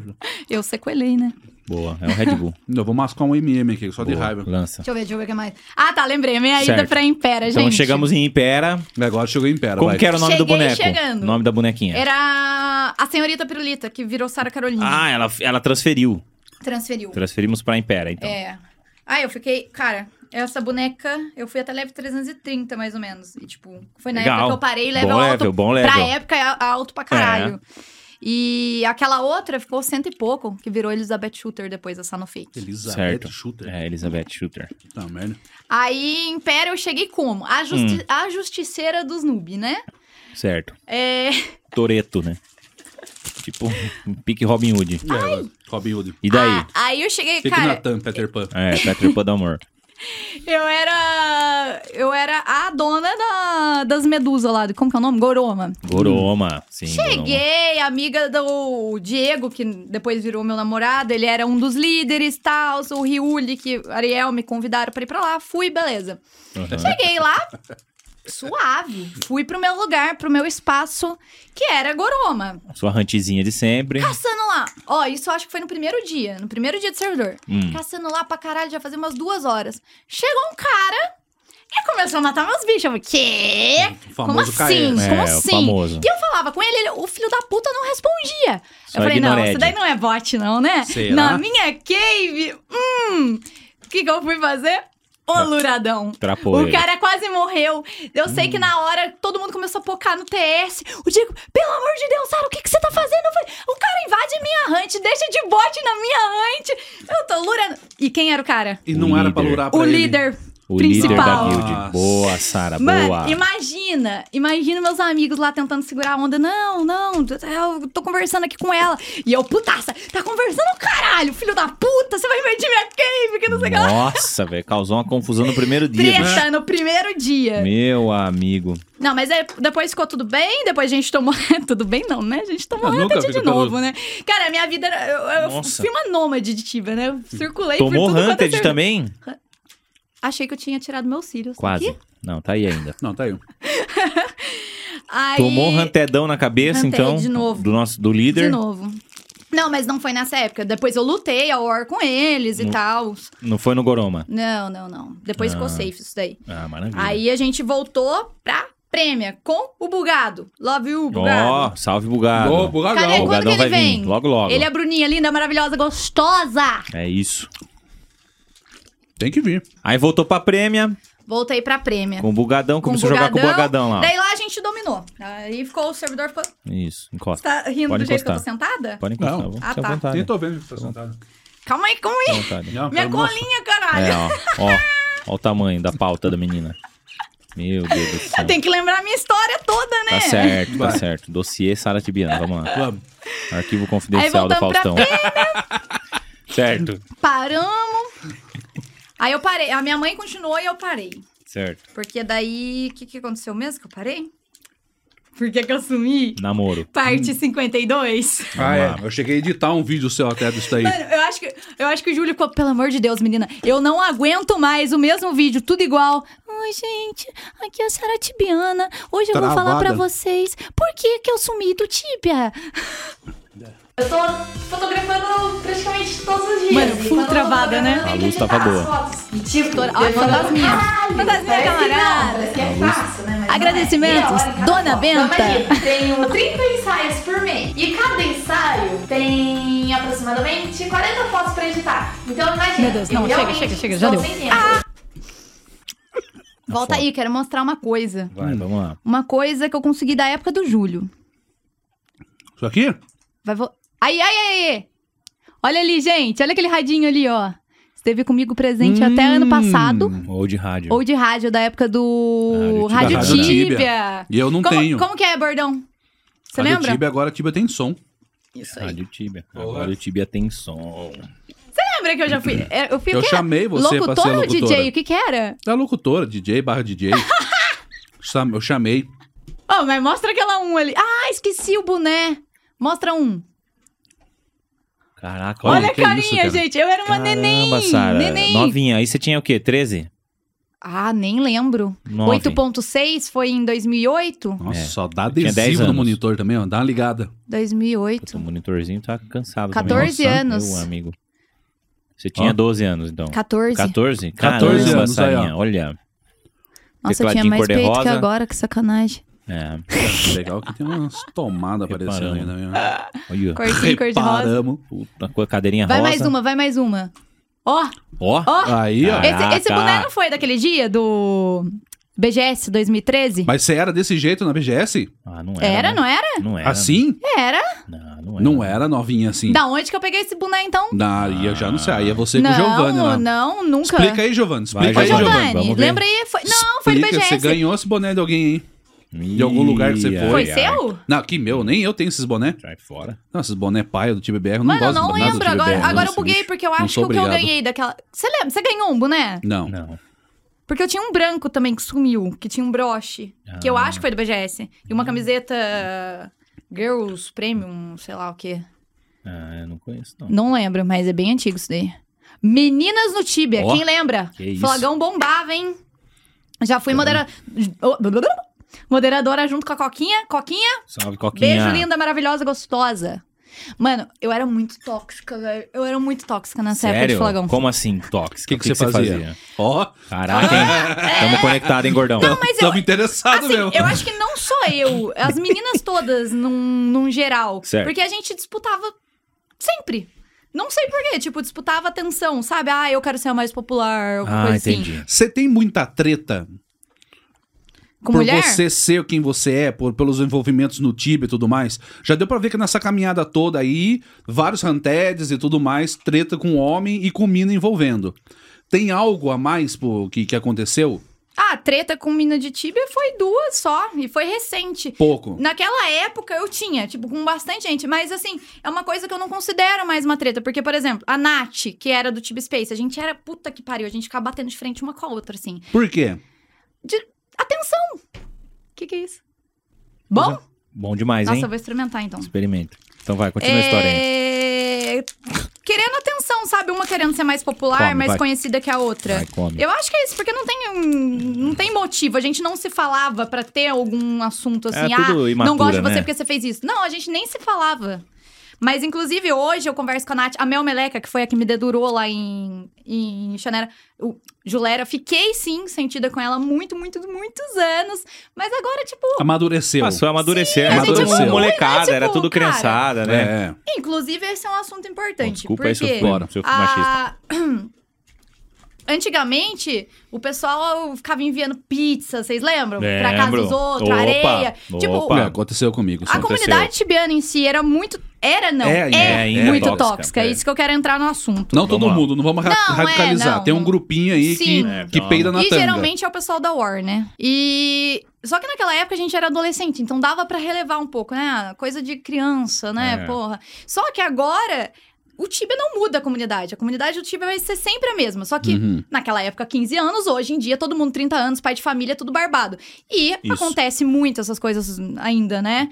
S2: Eu sequelei, né?
S4: Boa, é o Red Bull.
S3: Eu vou mascar um MM aqui, só de
S4: Boa,
S3: raiva.
S4: Lança.
S2: Deixa eu ver, deixa eu ver o que mais. Ah, tá, lembrei. Minha ida
S4: Certo.
S2: pra Impera, gente.
S4: Então chegamos em Impera.
S3: Agora chegou em pera,
S4: Como
S3: vai.
S4: que é era o nome do
S2: Cheguei
S4: boneco?
S2: chegando.
S4: Nome da bonequinha.
S2: Era a senhorita Pirulita, que virou Sara Carolina.
S4: Ah, ela, ela transferiu.
S2: Transferiu.
S4: Transferimos pra Impera, então.
S2: É. Ah, eu fiquei. Cara, essa boneca, eu fui até leve 330, mais ou menos. E, tipo, foi na
S4: Legal.
S2: época que eu parei, level
S4: Bom
S2: alto.
S4: level, bom
S2: Pra
S4: level.
S2: época, é alto pra caralho. E aquela outra ficou cento e pouco, que virou Elizabeth Shooter depois, essa no fake.
S3: Elizabeth
S4: Certo.
S3: Shooter.
S4: É, Elizabeth Shooter.
S3: Puta merda.
S2: Aí, Império, eu cheguei como? A, justi
S4: Hum.
S2: a justiceira dos noob, né?
S4: Certo.
S2: É...
S4: Toreto, né? Tipo, um pique Robin Hood.
S3: É, Robin Hood.
S4: E daí?
S2: Ah, aí eu cheguei,
S3: Fique
S2: cara.
S3: na TAM, Peter Pan.
S4: É, Peter Pan do Amor.
S2: Eu era. Eu era a dona da- das medusas lá. Como que é o nome? Goroma.
S4: Goroma. Sim, Goroma.
S2: Cheguei, amiga do Diego, que depois virou meu namorado. Ele era um dos líderes, tal. O Riuli, que Ariel me convidaram pra ir pra lá. Fui, beleza.
S4: Uhum.
S2: Cheguei lá, suave. Fui pro meu lugar, pro meu espaço, que era Goroma.
S4: Sua rantezinha de sempre.
S2: Caçando lá. Ó, isso eu acho que foi no primeiro dia, no primeiro dia de servidor.
S4: Hum.
S2: Caçando lá pra caralho, já fazia umas duas horas. Chegou um cara e começou a matar meus bichos. Eu falei, quê?
S3: O
S2: Como
S3: famoso
S2: assim?
S3: Caetano.
S4: É,
S2: Como
S4: o
S2: assim?
S4: famoso.
S2: E eu falava com ele, ele- o filho da puta não respondia.
S4: Só
S2: eu falei, não,
S4: ignorante.
S2: isso daí não é bot, não, né?
S3: Será?
S2: Na minha cave, hum. O que, que eu fui fazer? Ô, Luradão.
S4: Trapou
S2: O
S4: ele.
S2: cara quase morreu. Eu sei
S4: Hum.
S2: que na hora todo mundo começou a pocar no TS. O Diego, pelo amor de Deus, Sara, o que, que você tá fazendo? Eu falei, o cara invade minha hunt, deixa de bote na minha hunt. Eu tô lurando. E quem era o cara?
S3: E não
S4: O
S3: era pra
S4: líder.
S3: lurar pra
S2: O
S3: ele.
S2: líder
S4: O líder da
S2: principal.
S4: guild. Boa, Sara.
S2: Mano,
S4: Boa.
S2: imagina, imagina meus amigos lá tentando segurar a onda. Não, não, eu tô conversando aqui com ela. E eu, putaça, tá conversando, caralho, filho da puta, você vai invadir minha cave, que não sei o que lá.
S4: Nossa, velho. Causou uma confusão no primeiro dia. bicho.
S2: Treta no primeiro dia.
S4: Meu amigo.
S2: Não, mas é- depois ficou tudo bem, depois a gente tomou. tudo bem, não, né? A gente tomou
S3: Ah, nunca
S2: Hunted de
S3: fica pelo-
S2: novo, né? Cara, a minha vida era. Eu, eu
S4: Nossa.
S2: fui uma nômade de Tiba, né? Eu circulei
S4: Tomou
S2: por tudo quanto é
S4: Hunted
S2: servi-
S4: também?
S2: Achei que eu tinha tirado meus cílios.
S4: Quase.
S2: Aqui.
S4: Não, tá aí ainda.
S3: Não, tá aí.
S2: Aí...
S4: Tomou Huntedão na cabeça,
S2: Hunted
S4: então.
S2: de novo.
S4: Do nosso do líder.
S2: De novo. Não, mas não foi nessa época. Depois eu lutei a war com eles e tal.
S4: Não foi no Goroma.
S2: Não, não, não. Depois ficou
S4: Hum. Ah.
S2: safe isso daí.
S4: Ah, maravilha.
S2: Aí a gente voltou pra prêmia com o bugado. Love you,
S4: Ó,
S2: bugado.
S4: salve bugado.
S3: Ô, bugadão.
S2: Cadê?
S4: O
S2: Quando
S4: Gadão
S2: que
S4: vai
S2: ele vem?
S4: vir. Logo, logo.
S2: Ele é a Bruninha, linda, maravilhosa, gostosa.
S4: É isso.
S3: Tem que vir.
S4: Aí voltou pra prêmia,
S2: Voltei pra prêmio.
S4: com o bugadão, começou a jogar com o bugadão lá.
S2: Daí lá a gente dominou. Aí ficou, o servidor ficou... Você
S4: Isso, encosta.
S2: tá rindo
S4: Pode
S2: do jeito que eu
S4: encostar.
S2: tô sentada?
S4: Pode encostar,
S3: Não.
S4: vamos
S2: Ah,
S4: fica à
S2: tá.
S4: vontade.
S3: Nem tô vendo que tá sentado.
S2: Calma aí, calma aí.
S4: Fica à vontade.
S3: Não,
S2: Minha
S3: quero mostrar.
S2: colinha, caralho.
S4: tá É, ó, ó. Ó o tamanho da pauta da menina. Meu Deus do céu.
S2: Eu tenho que lembrar a minha história toda, né?
S4: Tá certo, tá
S3: Vai.
S4: certo. Dossiê Sara Tibiana, vamos lá.
S3: Vamos.
S4: Arquivo
S2: Aí
S4: confidencial do
S2: voltamos pra
S4: Faustão.
S2: prêmio.
S4: Certo,
S3: Ah,
S2: Paramos. Aí eu parei. A minha mãe continuou e eu parei.
S4: certo.
S2: Porque daí, o que, que aconteceu mesmo que eu parei? Por que, que eu sumi?
S4: Namoro.
S2: Parte 52.
S3: Ah, é. Eu cheguei a editar um vídeo seu até disso aí.
S2: Mano, eu acho, que, eu acho que o Júlio ficou, pelo amor de Deus, menina, eu não aguento mais o mesmo vídeo, tudo igual. Ai, gente, aqui é a Sara Tibiana. Hoje eu vou falar
S3: Travada. Tá
S2: pra vocês por que, que eu sumi do Tibia.
S5: Eu tô fotografando praticamente todos os dias.
S2: Mano, full
S5: Quando eu tô
S2: travada, né?
S5: fotografando, eu
S4: A
S5: tenho
S4: luz
S5: que
S4: tava
S5: editar as
S4: boa.
S5: fotos. E tipo,
S2: Olha, fantasminha. Fantasminha camarada.
S5: camarada. Que é fácil, né? Mas não é.
S2: Agradecimentos,
S5: Meia hora em cada
S2: Dona
S5: foto.
S2: Benta.
S5: Então, imagina, tenho 30 ensaios por mês. E cada ensaio tem aproximadamente 40 fotos pra editar. Então imagina.
S2: Meu Deus, não,
S5: eu
S2: chega,
S5: realmente
S2: chega, chega, já
S5: estou
S2: deu.
S5: sem tempo.
S4: Ah!
S2: Volta aí, quero mostrar uma coisa.
S4: Vai, vamos lá.
S2: Uma coisa que eu consegui da época do Júlio.
S3: Isso aqui?
S2: Vai vo... Aí, aí, aí! Olha ali, gente. Olha aquele radinho ali, ó. Esteve comigo presente até
S3: Hum.
S2: ano passado.
S4: Ou de rádio.
S2: Ou de rádio, da época
S3: Ah,
S2: do
S4: Rádio
S2: Rádio,
S4: Tíbia. Rádio
S3: Tíbia.
S2: Tíbia.
S3: E eu não
S2: como,
S3: tenho.
S2: como que é, bordão? Você
S3: Rádio
S2: lembra?
S3: Tibia, agora a Tibia tem som.
S2: Isso aí.
S4: Rádio Tibia.
S3: Boa.
S4: Agora o Tibia tem som.
S2: Lembra que eu já fui... é, Eu fui o
S3: Eu
S2: quê?
S3: chamei você pra
S2: locutora
S3: ser
S2: ou
S3: locutora.
S2: DJ? O que que era?
S3: Da locutora, DJ barra DJ. Cham- eu chamei.
S2: Ô, mas mostra aquela um ali. Ah, esqueci o boné. Mostra um.
S4: Caraca,
S2: Olha,
S4: olha.
S2: a
S3: que é
S2: carinha,
S3: isso, cara?
S2: gente. Eu era uma
S4: Caramba,
S2: neném.
S4: Sara.
S2: neném.
S4: Novinha. Aí você tinha o quê? 13?
S2: Ah, nem lembro.
S4: 9.
S2: 8.6 foi em 2008?
S3: Nossa,
S4: É.
S3: só dá
S4: tinha 10
S3: adesivo no
S4: anos.
S3: monitor também, ó. Dá uma ligada.
S2: 2008.
S4: O monitorzinho tá cansado.
S2: 14
S4: também.
S2: anos.
S4: Meu amigo. Você tinha
S3: Ó.
S4: 12 anos, então.
S2: 14.
S4: 14?
S3: 14
S4: Caramba,
S3: anos, aí, ó.
S4: Sarinha, Olha.
S2: Nossa, eu tinha
S4: Tecladinho
S2: mais peito que
S4: cor-de-rosa.
S2: agora, que sacanagem.
S4: É.
S3: Legal que tem umas tomadas aparecendo aí também. ó.
S4: Olha.
S2: Corzinho cor de rosa.
S3: Reparamos.
S4: Puta, com a cadeirinha
S2: Vai
S4: rosa.
S2: mais uma, vai mais uma. Ó,
S4: Ó.
S2: ó. É.
S3: Aí, ó.
S4: Caraca.
S2: Esse, esse boné não foi daquele dia do BGS 2013?
S3: Mas você era desse jeito na BGS?
S4: Ah, não era.
S2: Era,
S4: né?
S2: não é? era?
S4: Não era.
S3: assim?
S2: Era.
S4: Não, não era.
S3: Não era novinha assim.
S2: Da onde que eu peguei esse boné, então?
S3: Na, aí eu já não sei. Aí é você com o Giovanni lá.
S2: Não, não, nunca.
S3: Explica aí, Giovanni. Explica
S4: Vai,
S2: Ô,
S3: aí,
S4: Giovanni.
S3: Giovanni.
S2: Giovanni,
S4: vamos ver.
S2: lembra aí? Foi- Não, foi do
S3: Explica, Você
S2: BGS.
S3: ganhou esse boné de alguém, hein?
S4: De
S3: é. algum lugar que você foi.
S2: Foi seu?
S3: Não, que meu, nem eu tenho esses boné.
S4: Sai fora.
S3: Não, esses boné paia do TBBR, eu não
S2: Mano, eu
S3: gosto
S2: não
S3: nada do
S2: lembro.
S3: TBBR,
S2: Agora,
S3: não,
S2: agora eu
S3: esse
S2: buguei
S3: bicho.
S2: porque eu
S3: Não
S2: acho que
S3: sou
S2: o que eu
S3: obrigado.
S2: ganhei daquela. Você lembra? Você ganhou um boné?
S3: Não.
S4: Não.
S2: Porque eu tinha um branco também que sumiu, que tinha um broche, que eu
S4: Ah.
S2: acho que foi do BGS. E uma camiseta Girls Premium, sei lá o quê.
S4: Ah, eu não conheço, não.
S2: Não lembro, mas é bem antigo isso daí. Meninas no Tíbia,
S4: Ó,
S2: quem lembra?
S4: que isso.
S2: Flagão bombava, hein? Já fui modera... oh, blá, blá, blá. moderadora junto com a Coquinha. Coquinha,
S4: Salve, Coquinha.
S2: beijo linda, maravilhosa, gostosa. Mano, eu era muito tóxica, velho. Eu era muito tóxica nessa época de
S4: Sério?
S2: Flagão.
S4: Como assim, tóxico?
S3: Que que você fazia? Ó,
S4: Caraca, hein? Tamo conectado, hein, gordão?
S2: mas eu-
S3: tamo interessado
S2: Assim,
S3: mesmo.
S2: eu acho que não só eu, as meninas todas, num, num geral.
S4: Certo.
S2: Porque a gente disputava sempre. Não sei porquê, tipo, disputava atenção, sabe? Ah, eu quero ser a mais popular, alguma
S4: Ah,
S2: coisa assim.
S4: entendi.
S3: Você tem muita treta
S2: Com
S3: por
S2: mulher?
S3: você ser quem você é, por, pelos envolvimentos no Tibia e tudo mais. Já deu pra ver que nessa caminhada toda aí, vários rantedes e tudo mais, treta com homem e com mina envolvendo. Tem algo a mais pô, que, que aconteceu?
S2: Ah, treta com mina de Tíbia foi duas só, e foi recente.
S3: Pouco.
S2: Naquela época eu tinha, tipo, com bastante gente, mas assim, é uma coisa que eu não considero mais uma treta. Porque, por exemplo, a Nath, que era do Tib Space, a gente era puta que pariu, a gente ficava batendo de frente uma com a outra, assim.
S3: Por quê?
S2: Atenção! O que, que é isso? Bom?
S4: Bom demais,
S2: Nossa,
S4: é, hein?
S2: eu vou experimentar então.
S4: Experimenta. Então vai, continua a história aí.
S2: É, Querendo atenção, sabe? Uma querendo ser mais popular,
S4: Come,
S2: mais
S4: vai.
S2: conhecida que a outra.
S4: Vai, come.
S2: Eu acho que é isso, porque não tem, um- não tem motivo. A gente não se falava pra ter algum assunto assim.
S4: É tudo
S2: ah,
S4: imatura,
S2: não gosto de você
S4: né?
S2: porque você fez isso. Não, a gente nem se falava. Mas, inclusive, hoje eu converso com a Nath, a Mel Meleca, que foi a que me dedurou lá em, em Xanera, o Julera. Fiquei, sim, sentida com ela muito, muito, muitos anos. Mas agora, tipo,
S3: Amadureceu.
S4: Passou a
S2: É
S4: amadurecer.
S3: Sim,
S4: era
S3: a gente
S4: tudo
S3: evolui, né?
S4: molecada, era
S2: Tipo,
S4: tudo
S2: cara.
S4: criançada, né?
S3: É.
S2: Inclusive, esse é um assunto importante.
S4: Bom, desculpa
S2: porque
S4: aí se eu fui,
S3: Bora.
S4: se eu fui machista.
S2: a- Antigamente, o pessoal ficava enviando pizza, vocês lembram? Pra casa dos
S4: Lembro.
S2: outros,
S4: Opa,
S2: areia. Tipo,
S4: opa.
S3: É, aconteceu comigo.
S2: a
S3: sim.
S2: comunidade tibiana em si era muito. Era não,
S3: É,
S2: é,
S4: é, é
S2: muito
S4: tóxica,
S2: tóxica.
S4: é.
S2: É isso que eu quero entrar no assunto.
S3: Não todo
S4: Vamos lá.
S3: mundo, não vamos ra-
S2: Não, é,
S3: radicalizar.
S2: não,
S3: Tem um
S2: não.
S3: grupinho aí que,
S2: Sim.
S4: É,
S3: que
S4: calma.
S3: peida na
S2: E
S3: tanga.
S2: geralmente é o pessoal da War, né? E. Só que naquela época a gente era adolescente, então dava pra relevar um pouco, né? Coisa de criança, né?
S4: É.
S2: Porra. Só que agora. O Tibia não muda a comunidade. A comunidade do Tibia vai ser sempre a mesma. Só que
S3: Uhum.
S2: naquela época, 15 anos, hoje em dia, todo mundo 30 anos, pai de família, tudo barbado. E
S4: Isso.
S2: acontece muito essas coisas ainda, né?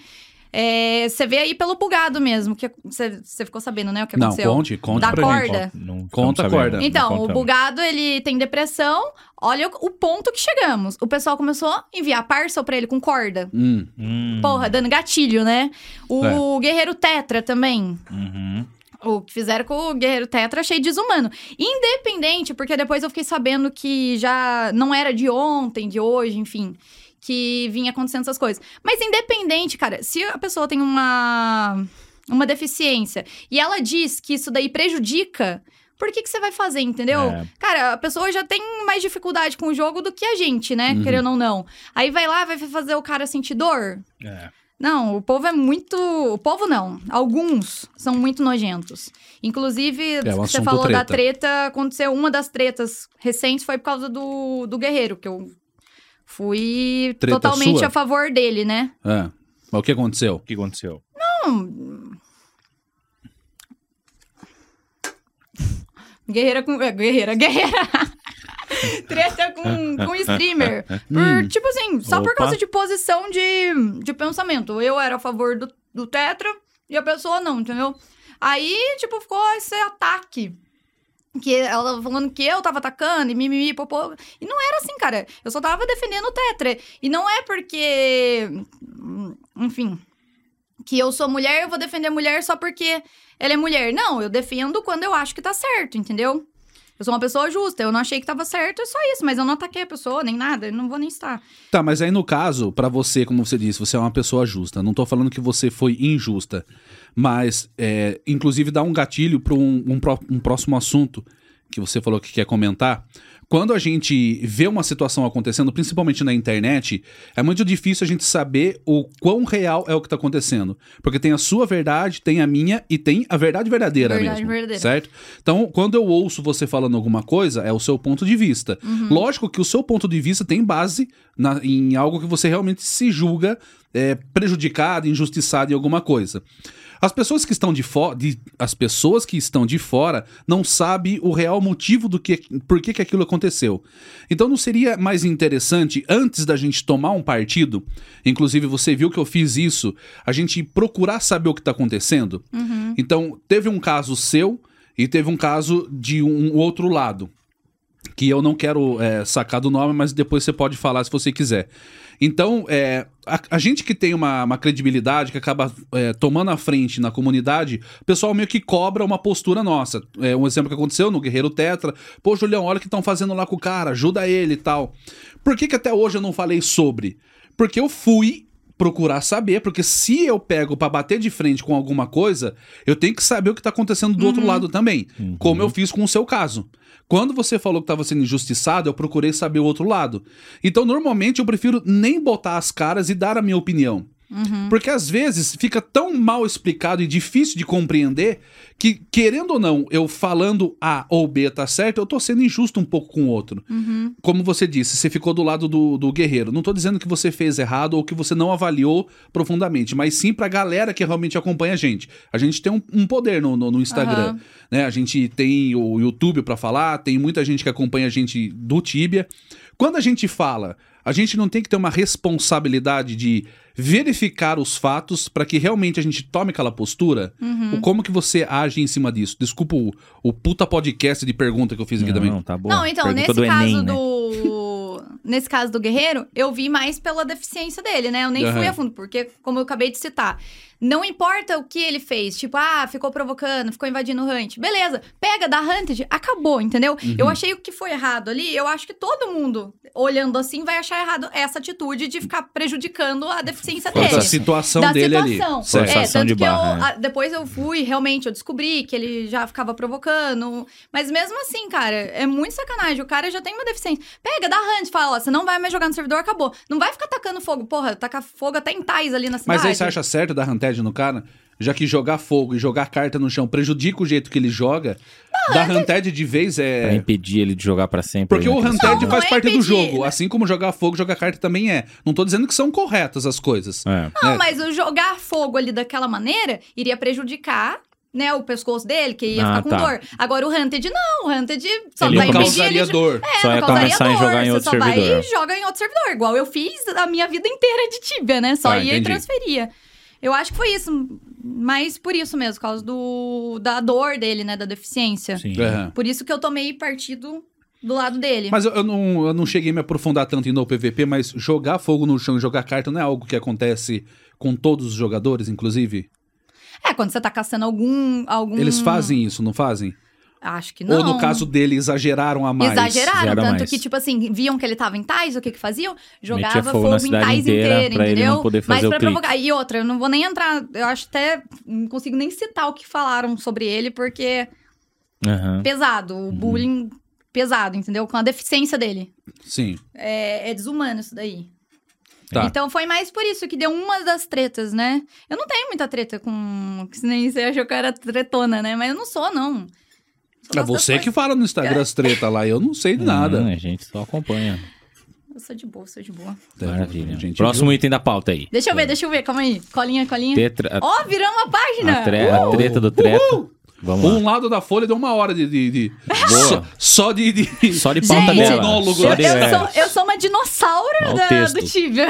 S2: É, Você vê aí pelo bugado mesmo, que você você ficou sabendo, né, o que
S3: Não,
S2: aconteceu.
S3: conte, conte
S2: Da
S3: pra gente.
S2: corda.
S4: Não É. estamos
S3: Conta a
S4: sabendo,
S3: corda.
S4: não
S2: Então, o
S4: contamos.
S2: bugado, ele tem depressão. Olha o, o ponto que chegamos. O pessoal começou a enviar parcel pra ele com corda.
S3: Hum,
S4: Hum,
S2: Porra, dando gatilho, né? O Guerreiro Tetra também.
S4: uhum.
S2: O que fizeram com o Guerreiro Tetra, achei desumano. Independente, porque depois eu fiquei sabendo que já não era de ontem, de hoje, enfim. Que vinha acontecendo essas coisas. Mas independente, cara, se a pessoa tem uma, uma deficiência e ela diz que isso daí prejudica, por que, que você vai fazer, entendeu?
S4: É.
S2: Cara, a pessoa já tem mais dificuldade com o jogo do que a gente, né?
S3: Uhum.
S2: Querendo ou não. Aí vai lá, vai fazer o cara sentir dor.
S4: É.
S2: Não, o povo é muito. O povo não. Alguns são muito nojentos. Inclusive,
S3: o
S2: você
S3: É, um assunto
S2: falou da
S3: treta.
S2: treta, aconteceu uma das tretas recentes foi por causa do, do Guerreiro, que eu fui
S3: Treta
S2: totalmente
S3: sua?
S2: a favor dele, né?
S3: Ah, mas o que aconteceu?
S4: O que aconteceu?
S2: Guerreira com. é, Guerreira, guerreira! Treta com, com streamer. Por, tipo assim, só por
S4: Opa.
S2: causa de posição de, de pensamento. Eu era a favor do, do Tetra e a pessoa não, entendeu? Aí, tipo, ficou esse ataque. Que ela tava falando que eu tava atacando e mimimi, popô. E não era assim, cara. Eu só tava defendendo o Tetra. E não é porque. Enfim. Que eu sou mulher, eu vou defender mulher só porque ela é mulher. Não, eu defendo quando eu acho que tá certo, entendeu? Eu sou uma pessoa justa, eu não achei que tava certo, é só isso, mas eu não ataquei a pessoa, nem nada, eu não vou nem estar.
S3: Tá, mas aí no caso, pra você, como você disse, você é uma pessoa justa. Não tô falando que você foi injusta, mas é, inclusive dá um gatilho pra um, um pró- um próximo assunto que você falou que quer comentar. Quando a gente vê uma situação acontecendo, principalmente na internet, é muito difícil a gente saber o quão real é o que tá acontecendo. Porque tem a sua verdade, tem a minha e tem a verdade verdadeira
S2: Verdade
S3: mesmo.
S2: verdadeira.
S3: Certo? Então, quando eu ouço você falando alguma coisa, é o seu ponto de vista. Lógico que o seu ponto de vista tem base na- em algo que você realmente se julga é, prejudicado, injustiçado em alguma coisa. As pessoas que estão de fora, as pessoas que estão de fora não sabem o real motivo do que, por que, que aquilo aconteceu. Então não seria mais interessante antes da gente tomar um partido, inclusive você viu que eu fiz isso, a gente procurar saber o que está acontecendo. Então teve um caso seu e teve um caso de um outro lado que eu não quero é, sacar do nome, mas depois você pode falar se você quiser. Então, é, a, a gente que tem uma, uma credibilidade, que acaba é, tomando a frente na comunidade, o pessoal meio que cobra uma postura nossa. É, um exemplo que aconteceu no Guerreiro Tetra. Pô, Julião, olha o que estão fazendo lá com o cara, ajuda ele e tal. Por que, que até hoje eu não falei sobre? Porque eu fui procurar saber, porque se eu pego pra bater de frente com alguma coisa, eu tenho que saber o que tá acontecendo do outro lado também, como eu fiz com o seu caso. Quando você falou que tava sendo injustiçado, eu procurei saber o outro lado. Então, normalmente eu prefiro nem botar as caras e dar a minha opinião. Porque às vezes fica tão mal explicado e difícil de compreender que, querendo ou não, eu falando A ou B tá certo, eu tô sendo injusto um pouco com o outro. Como você disse, você ficou do lado do, do guerreiro. Não tô dizendo que você fez errado ou que você não avaliou profundamente, mas sim pra galera que realmente acompanha a gente. A gente tem um, um poder no, no, no Instagram.
S2: Aham.
S3: Né? A gente tem o YouTube pra falar, tem muita gente que acompanha a gente do Tibia. Quando a gente fala, a gente não tem que ter uma responsabilidade de verificar os fatos pra que realmente a gente tome aquela postura?
S2: Uhum.
S3: O Como que você age em cima disso? Desculpa o, o puta podcast de pergunta que eu fiz aqui
S4: não,
S3: também.
S4: não, tá bom.
S2: Não, então,
S4: Pergunta
S2: nesse
S4: do
S2: caso
S4: Enem, né?
S2: do. nesse caso do Guerreiro, eu vi mais pela deficiência dele, né? Eu nem fui
S3: Aham.
S2: a fundo, porque, como eu acabei de citar, não importa o que ele fez, tipo, ah, ficou provocando, ficou invadindo o Hunt. Beleza, pega, dá Hunted, acabou, entendeu?
S4: Uhum.
S2: Eu achei o que foi errado ali, eu acho que todo mundo, olhando assim, vai achar errado essa atitude de ficar prejudicando a deficiência
S4: Quanto
S2: dele
S3: Da situação
S2: É da
S3: dele
S2: situação.
S3: ali. Certo.
S4: É. Forçação
S2: tanto
S4: de
S2: que
S4: barra,
S2: eu,
S4: né?
S2: a- depois eu fui, realmente, eu descobri que ele já ficava provocando. Mas mesmo assim, cara, é muito sacanagem. O cara já tem uma deficiência. Pega, dá hand, fala, ó, você não vai mais jogar no servidor, acabou. Não vai ficar tacando fogo. Porra, tacar fogo até em tais ali na cidade.
S3: Mas aí você acha certo dar Hunted no cara? Já que jogar fogo e jogar carta no chão prejudica o jeito que ele joga,
S2: é
S3: dar Hunted de vez
S4: Pra
S3: é.
S4: impedir ele de jogar pra sempre.
S3: Porque
S4: né?
S3: o
S4: Que
S3: Hunted
S4: isso-
S2: não
S3: faz
S2: é
S3: parte do
S2: impedir,
S3: jogo,
S2: né?
S3: assim como jogar fogo, jogar carta também é. Não tô dizendo que são corretas as coisas.
S4: É.
S2: Não,
S3: É.
S2: mas o jogar fogo ali daquela maneira iria prejudicar. Né, o pescoço dele, que ia
S4: Ah,
S2: ficar com
S4: tá.
S2: dor. Agora o Hunted não, o Hunted só
S4: Ele
S2: vai
S3: não
S4: impedir
S3: causaria
S2: impedir de
S3: dor.
S2: É,
S4: Só
S2: não
S4: ia
S2: causaria
S4: começar em
S2: dor,
S4: jogar em
S2: você
S4: outro
S2: só
S4: servidor.
S2: vai e joga em outro servidor, igual eu fiz a minha vida inteira de Tibia, né? Só
S4: Ah,
S3: Tá,
S2: ia
S3: entendi.
S2: e transferia. Eu acho que foi isso, mas por isso mesmo, por causa do, da dor dele, né? Da deficiência.
S4: Sim.
S3: Aham.
S2: Por isso que eu tomei partido do lado dele.
S3: É. Mas eu, eu não, eu não cheguei a me aprofundar tanto em no PVP, mas jogar fogo no chão e jogar carta não é algo que acontece com todos os jogadores, inclusive?
S2: É, quando você tá caçando algum. algum...
S3: Eles fazem isso, não fazem?
S2: Acho que Hum. não.
S3: Ou no caso dele, exageraram a mais?
S2: Exageraram,
S4: zero a
S2: tanto
S4: mais.
S2: que, tipo assim, viam que ele tava em Tais, o que que faziam? Jogava
S4: fogo
S2: fogo,
S4: na
S2: em
S4: cidade
S2: Tais
S4: inteira
S2: inteira,
S4: pra ele
S2: entendeu?
S4: não poder fazer
S2: Mas
S4: o
S2: pra
S4: clique.
S2: provocar. E outra, eu não vou nem entrar, eu acho até. Não consigo nem citar o que falaram sobre ele, porque é
S4: Aham.
S2: pesado,
S4: Uhum.
S2: o bullying pesado, entendeu? Com a deficiência dele.
S3: Sim.
S2: É, é desumano isso daí.
S3: Tá.
S2: Então foi mais por isso que deu uma das tretas, né? Eu não tenho muita treta com. que Nem você achou que eu era tretona, né? Mas eu não sou, não. Sou
S3: É
S2: das
S3: você
S2: pessoas-
S3: que fala no Instagram as treta lá, eu não sei de
S4: Hum,
S3: nada.
S4: a gente só acompanha.
S2: Eu sou de boa, sou de boa.
S4: Maravilha.
S3: É, Gente,
S4: Próximo item da pauta aí.
S2: Deixa eu ver, deixa eu ver, calma aí. Colinha, colinha.
S4: Tetra, É. a,
S2: Ó, viramos a página!
S4: a tre- a
S3: Uhul!
S4: treta do treta. Vamos lá.
S3: Um lado da folha deu uma hora de. de, de- só,
S4: Boa.
S3: só de. de-
S4: Só de pauta
S2: Gente,
S4: dela.
S3: monólogo.
S4: Só
S2: Eu,
S4: de,
S2: eu
S4: é.
S2: sou, eu sou uma dinossauro
S4: Ó o
S2: da-
S4: texto.
S2: do Tibia.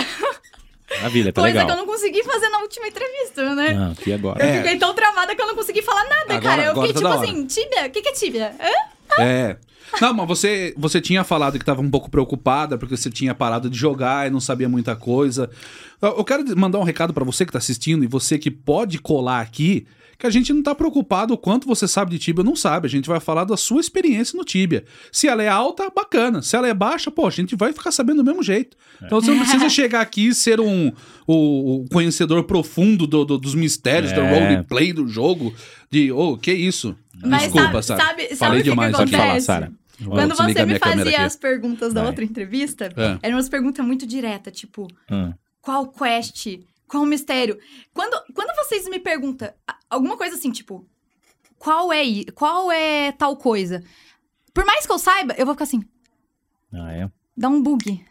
S4: Maravilha, tá
S2: Coisa
S4: legal.
S2: que eu não consegui fazer na última entrevista, né?
S4: Ah, aqui agora.
S2: Eu
S3: É.
S2: fiquei tão travada que eu não consegui falar nada,
S3: Agora-
S2: cara. Eu
S3: agora
S2: fiquei
S3: tá
S2: tipo
S3: da hora.
S2: assim, Tibia? O que, que é Tibia? Hã?
S3: É. Não, mas você, você tinha falado que tava um pouco preocupada porque você tinha parado de jogar e não sabia muita coisa. Eu eu quero mandar um recado pra você que tá assistindo e você que pode colar aqui, que a gente não tá preocupado o quanto você sabe de Tibia ou não sabe. A gente vai falar da sua experiência no Tibia. Se ela é alta, bacana. Se ela é baixa, pô, a gente vai ficar sabendo do mesmo jeito. Então você não precisa chegar aqui e ser um o, o conhecedor profundo do- do- dos mistérios, do
S4: É.
S3: roleplay do jogo. De, ô, que isso?
S2: Mas sabe,
S3: Desculpa, Sara.
S2: sabe, sabe
S3: Falei
S2: o que, que
S3: demais, pode
S2: acontece?
S4: Pode falar, Sara.
S2: um Quando
S3: desliga a
S2: você
S3: minha
S2: me
S3: câmera
S2: fazia
S3: aqui.
S2: as perguntas da
S4: Vai.
S2: outra entrevista,
S3: É.
S2: eram umas perguntas muito diretas, tipo,
S4: Hum.
S2: qual quest? Qual mistério? Quando, quando vocês me perguntam a- alguma coisa assim, tipo, qual é, i- qual é tal coisa? Por mais que eu saiba, eu vou ficar assim,
S4: Ah, é?
S2: dá um bug.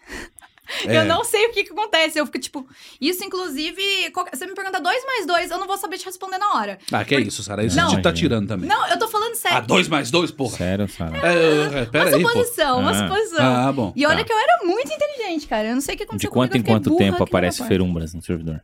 S3: É.
S2: Eu não sei o que, que acontece. Eu fico tipo. Isso, inclusive. qualquer- Você me pergunta dois mais dois, eu não vou saber te responder na hora.
S3: Ah, que é isso, Sara. Isso
S4: Não.
S3: a gente tá tirando também.
S2: Não, eu tô falando sério.
S3: Ah, dois mais dois, porra.
S4: Sério, Sara?
S3: É, é,
S2: uma
S3: pera aí, pô.
S2: suposição, uma
S4: Ah.
S2: suposição.
S3: Ah, bom.
S2: e olha
S4: tá.
S2: que eu era muito inteligente, cara. Eu não sei o que
S4: De
S2: aconteceu
S4: quanto em
S2: comigo, eu fiquei
S4: quanto
S2: burra
S4: tempo
S2: que nem uma
S4: aparece
S2: porca.
S4: ferumbras no servidor?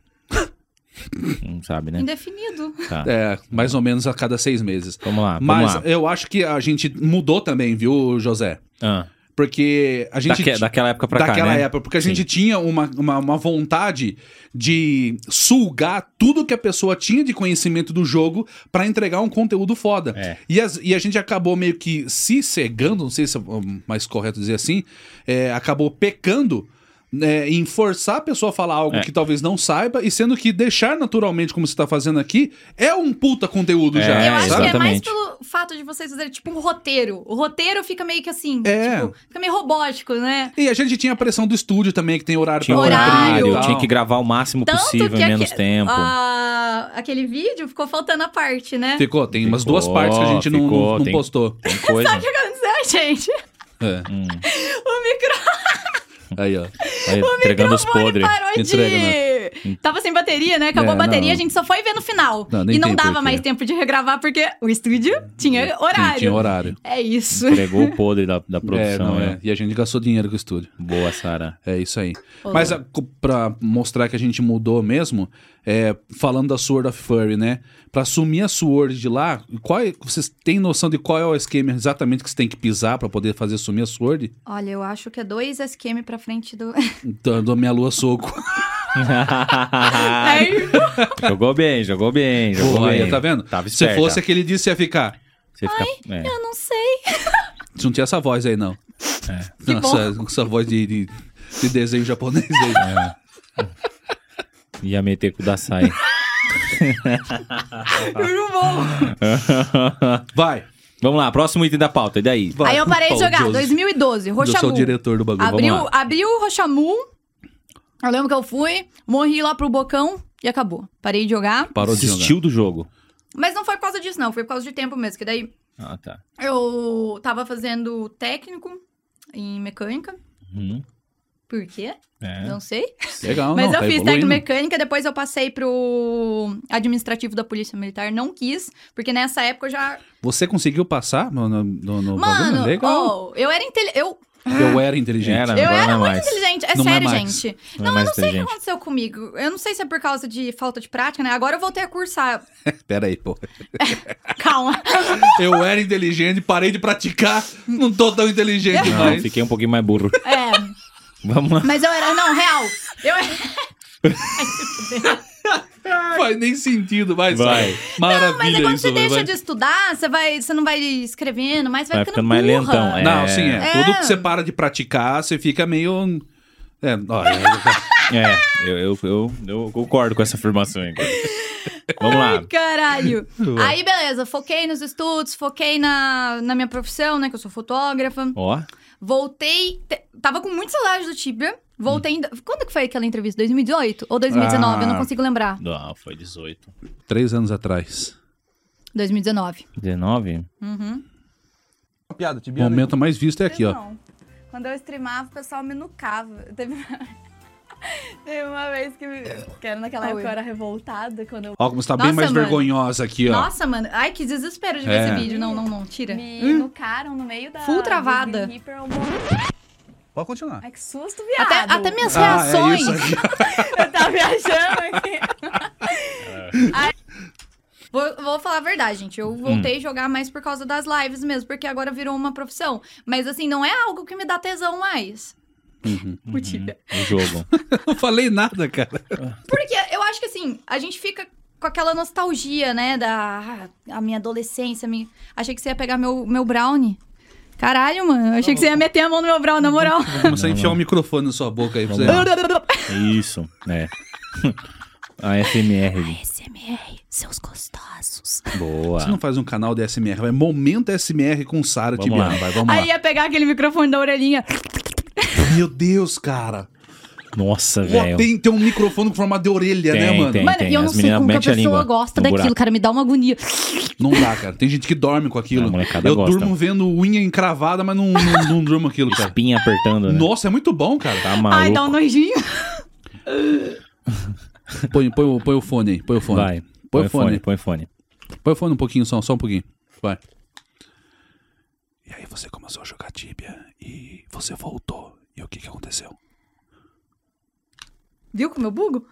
S4: não sabe, né?
S2: Indefinido.
S4: Tá.
S3: É, mais ou menos a cada seis meses.
S4: Ah, Vamos lá,
S3: Mas é,
S4: vamos lá.
S3: eu acho que a gente mudou também, viu, José?
S4: Ah,
S3: Porque a gente.
S4: daque- daquela época pra
S3: daquela
S4: cá, né?
S3: época, porque a gente tinha uma, uma, uma vontade de sulgar tudo que a pessoa tinha de conhecimento do jogo pra entregar um conteúdo foda.
S4: É.
S3: E, as- e a gente acabou meio que se cegando, não sei se é hum, mais correto dizer assim, é, acabou pecando né, em forçar a pessoa a falar algo
S4: É.
S3: que talvez não saiba, e sendo que deixar naturalmente, como você tá fazendo aqui, é um puta conteúdo
S4: É,
S3: já.
S2: eu acho que é mais
S4: exatamente.
S2: pelo fato de vocês fazerem tipo um roteiro. O roteiro fica meio que assim.
S3: É.
S2: Tipo, fica meio robótico, né?
S3: E a gente tinha a pressão do estúdio também, que tem horário
S4: Tinha um
S3: pra cumprir e
S4: horário,
S2: horário,
S4: tinha
S3: tal.
S4: que gravar o máximo
S2: Tanto
S4: possível
S2: que
S4: em menos
S2: aque-
S4: tempo.
S2: Ah, aquele vídeo ficou faltando a parte, né?
S3: Ficou, tem umas
S4: Ficou,
S3: duas partes que a gente não-
S4: ficou,
S3: não, não
S4: tem-
S3: postou.
S4: Tem coisa.
S2: O que aconteceu, né, gente?
S3: É.
S4: Uhum.
S2: O micro
S3: Aí, ó.
S4: Vai entregando os podres.
S2: parou
S3: Entrega,
S2: de. Tava sem bateria, né? Acabou
S3: É,
S2: a bateria,
S3: não.
S2: a gente só foi ver no final.
S3: Não, nem
S2: e não
S3: tem
S2: dava
S3: porquê.
S2: mais tempo de regravar porque o estúdio tinha horário.
S3: Tinha horário.
S2: É isso.
S4: Entregou o podre da, da produção.
S3: é, não,
S4: né?
S3: é. E a gente gastou dinheiro com o estúdio.
S4: Boa, Sara.
S3: É isso aí.
S2: Olá.
S3: Mas a, co- pra mostrar que a gente mudou mesmo, é, falando da Sword of Furry, né? Pra sumir a Sword de lá, qual é- vocês têm noção de qual é o esquema exatamente que você tem que pisar pra poder fazer sumir a Sword?
S2: Olha, eu acho que é dois SQM pra frente do.
S3: Dando a minha lua soco.
S2: É,
S4: jogou bem, jogou bem, jogou
S3: Porra,
S4: bem.
S3: aí, tá vendo?
S4: Tava
S3: Se
S4: esperta.
S3: fosse aquele dia, você ia ficar.
S4: Você fica... é.
S2: eu não sei.
S3: Você não tinha essa voz aí, não.
S2: Que
S3: Nossa, com essa voz de, de, de desenho japonês aí.
S4: Ia meter com o Dasai.
S2: Não vou.
S4: É.
S3: Vai.
S4: Vamos lá, próximo item da pauta. E daí?
S3: vai.
S2: Aí eu parei de
S3: Pô,
S2: jogar,
S3: Deus.
S2: 2012,
S3: Eu sou o
S2: Rochamu.
S3: diretor do bagulho.
S2: Abriu,
S3: Vamos lá.
S2: abriu o Rochamu. Eu lembro que eu fui, morri lá pro bocão e acabou. Parei de jogar.
S3: Parou de jogar.
S4: Desistiu do jogo.
S2: Mas não foi por causa disso, não. Foi por causa de tempo mesmo. Que daí
S4: Ah, tá.
S2: Eu tava fazendo técnico em mecânica.
S4: Uhum.
S2: Por quê?
S4: É.
S2: Não sei.
S3: Legal,
S2: Mas
S3: não,
S2: eu
S3: tá
S2: fiz técnico em
S3: evoluindo.
S2: mecânica, depois eu passei pro administrativo da Polícia Militar. Não quis, porque nessa época eu já.
S3: Você conseguiu passar no, no, no, no
S2: Mano,
S3: bagulho? Legal.
S2: oh, eu era intele... eu,
S3: Eu era inteligente.
S4: Era,
S2: eu
S4: agora
S2: era
S4: não é
S2: muito
S4: mais.
S2: inteligente. É
S3: Não é
S2: sério,
S3: mais.
S2: gente.
S4: Não,
S2: Não,
S4: é mais
S2: eu não sei o que
S4: inteligente.
S2: aconteceu comigo. Eu não sei se é por causa de falta de prática, né? Agora eu voltei a cursar.
S3: Pera aí, pô.
S2: Calma.
S3: Eu era inteligente, parei de praticar. Não tô tão inteligente
S4: Não,
S3: mais.
S4: fiquei um pouquinho mais burro.
S2: É.
S4: Vamos lá.
S2: Mas eu era. Não, real. Eu era.
S3: Não faz nem sentido mais.
S4: Vai.
S3: sabe? Maravilha
S2: Mas é quando
S3: isso,
S2: você
S3: vai.
S2: deixa de estudar, você, vai, você não vai escrevendo, mas vai,
S4: Vai ficando mais
S2: burra.
S4: lentão, é.
S3: Não, sim, é.
S2: É.
S3: Tudo que você para de praticar, você fica meio... É, ó, é-
S4: É, eu, eu, eu, eu concordo com essa afirmação aí. cara. Vamos lá.
S2: Ai, caralho. Aí, beleza, foquei nos estudos, foquei na, na minha profissão, né? Que eu sou fotógrafa.
S4: Ó,
S2: Voltei. te- tava com muita saudade do Tibia. Voltei em... Quando que foi aquela entrevista? 2018 ou 2019? Eu não
S4: Ah.
S2: consigo lembrar.
S4: Não, foi 18.
S3: Três anos atrás.
S2: 2019.
S4: 19?
S6: Piada,
S3: O
S6: tibiano.
S3: momento mais visto é aqui, ó.
S7: Não. Quando eu streamava, o pessoal me nucava. Teve uma, Teve uma vez que, me... que era naquela
S2: Oi.
S7: época eu era revoltada quando eu
S3: Ó, como você tá bem
S2: Nossa,
S3: mais
S2: mano.
S3: vergonhosa aqui, ó.
S2: Nossa, mano. Ai, que desespero de ver
S3: É.
S2: esse vídeo. Não, não, não. Tira.
S7: me nucaram no meio da.
S2: Hum? Full travada.
S7: do Green Reaper, eu morri.
S6: Pode continuar.
S7: Ai, que susto, viado.
S2: Até, até minhas
S3: Ah, é
S2: reações.
S3: isso aqui.
S7: Eu tava viajando aqui.
S2: Vou, vou falar a verdade, gente.
S3: Hum.
S2: Eu voltei a jogar mais por causa das lives mesmo, porque agora virou uma profissão. Mas assim, não é algo que me dá tesão mais. Putilha.
S4: O jogo.
S3: Não falei nada, cara.
S2: Porque eu acho que assim, a gente fica com aquela nostalgia, né? Da ah, a minha adolescência. Minha... Achei que você ia pegar meu, meu brownie. Caralho, mano. Achei que você ia meter a mão no meu brownie, na moral.
S3: Vou começar a enfiar o microfone na sua boca aí pra você.
S4: Vamos lá. Isso, é. A SMR.
S2: SMR, seus gostosos.
S4: Boa.
S3: Você não faz um canal de SMR, vai Momento SMR com Sara
S4: Vamos
S3: Tibiano,
S4: lá.
S3: vai, vamos
S2: Aí
S3: lá.
S2: ia pegar aquele microfone da orelhinha.
S3: Meu Deus, cara.
S4: Nossa,
S3: Pô,
S4: velho.
S3: tem, tem um microfone com formato de orelha,
S4: Tem,
S3: né, mano?
S4: tem.
S2: Mano, eu não
S4: as
S2: sei
S4: meninas
S2: como que a
S4: metem
S2: pessoa
S4: a língua
S2: gosta
S4: no
S2: daquilo,
S4: buraco.
S2: cara. Me dá uma agonia.
S3: Não dá, cara. Tem gente que dorme com
S4: É, A
S3: aquilo.
S4: molecada
S3: Eu
S4: gosta.
S3: durmo vendo unha encravada, mas não, não, não durmo aquilo, cara.
S4: Espinha apertando, né?
S3: Nossa, é muito bom, cara.
S4: Tá maluco.
S2: Ai, dá um nojinho.
S3: Põe, põe, o- põe o fone aí, põe
S2: um-
S3: o fone.
S4: Vai.
S3: Põe o fone.
S4: Põe o fone.
S3: Põe o fone um pouquinho só, só um pouquinho. Vai. E aí você começou a jogar Tibia e você voltou. E o que que aconteceu?
S2: Viu como eu bugo?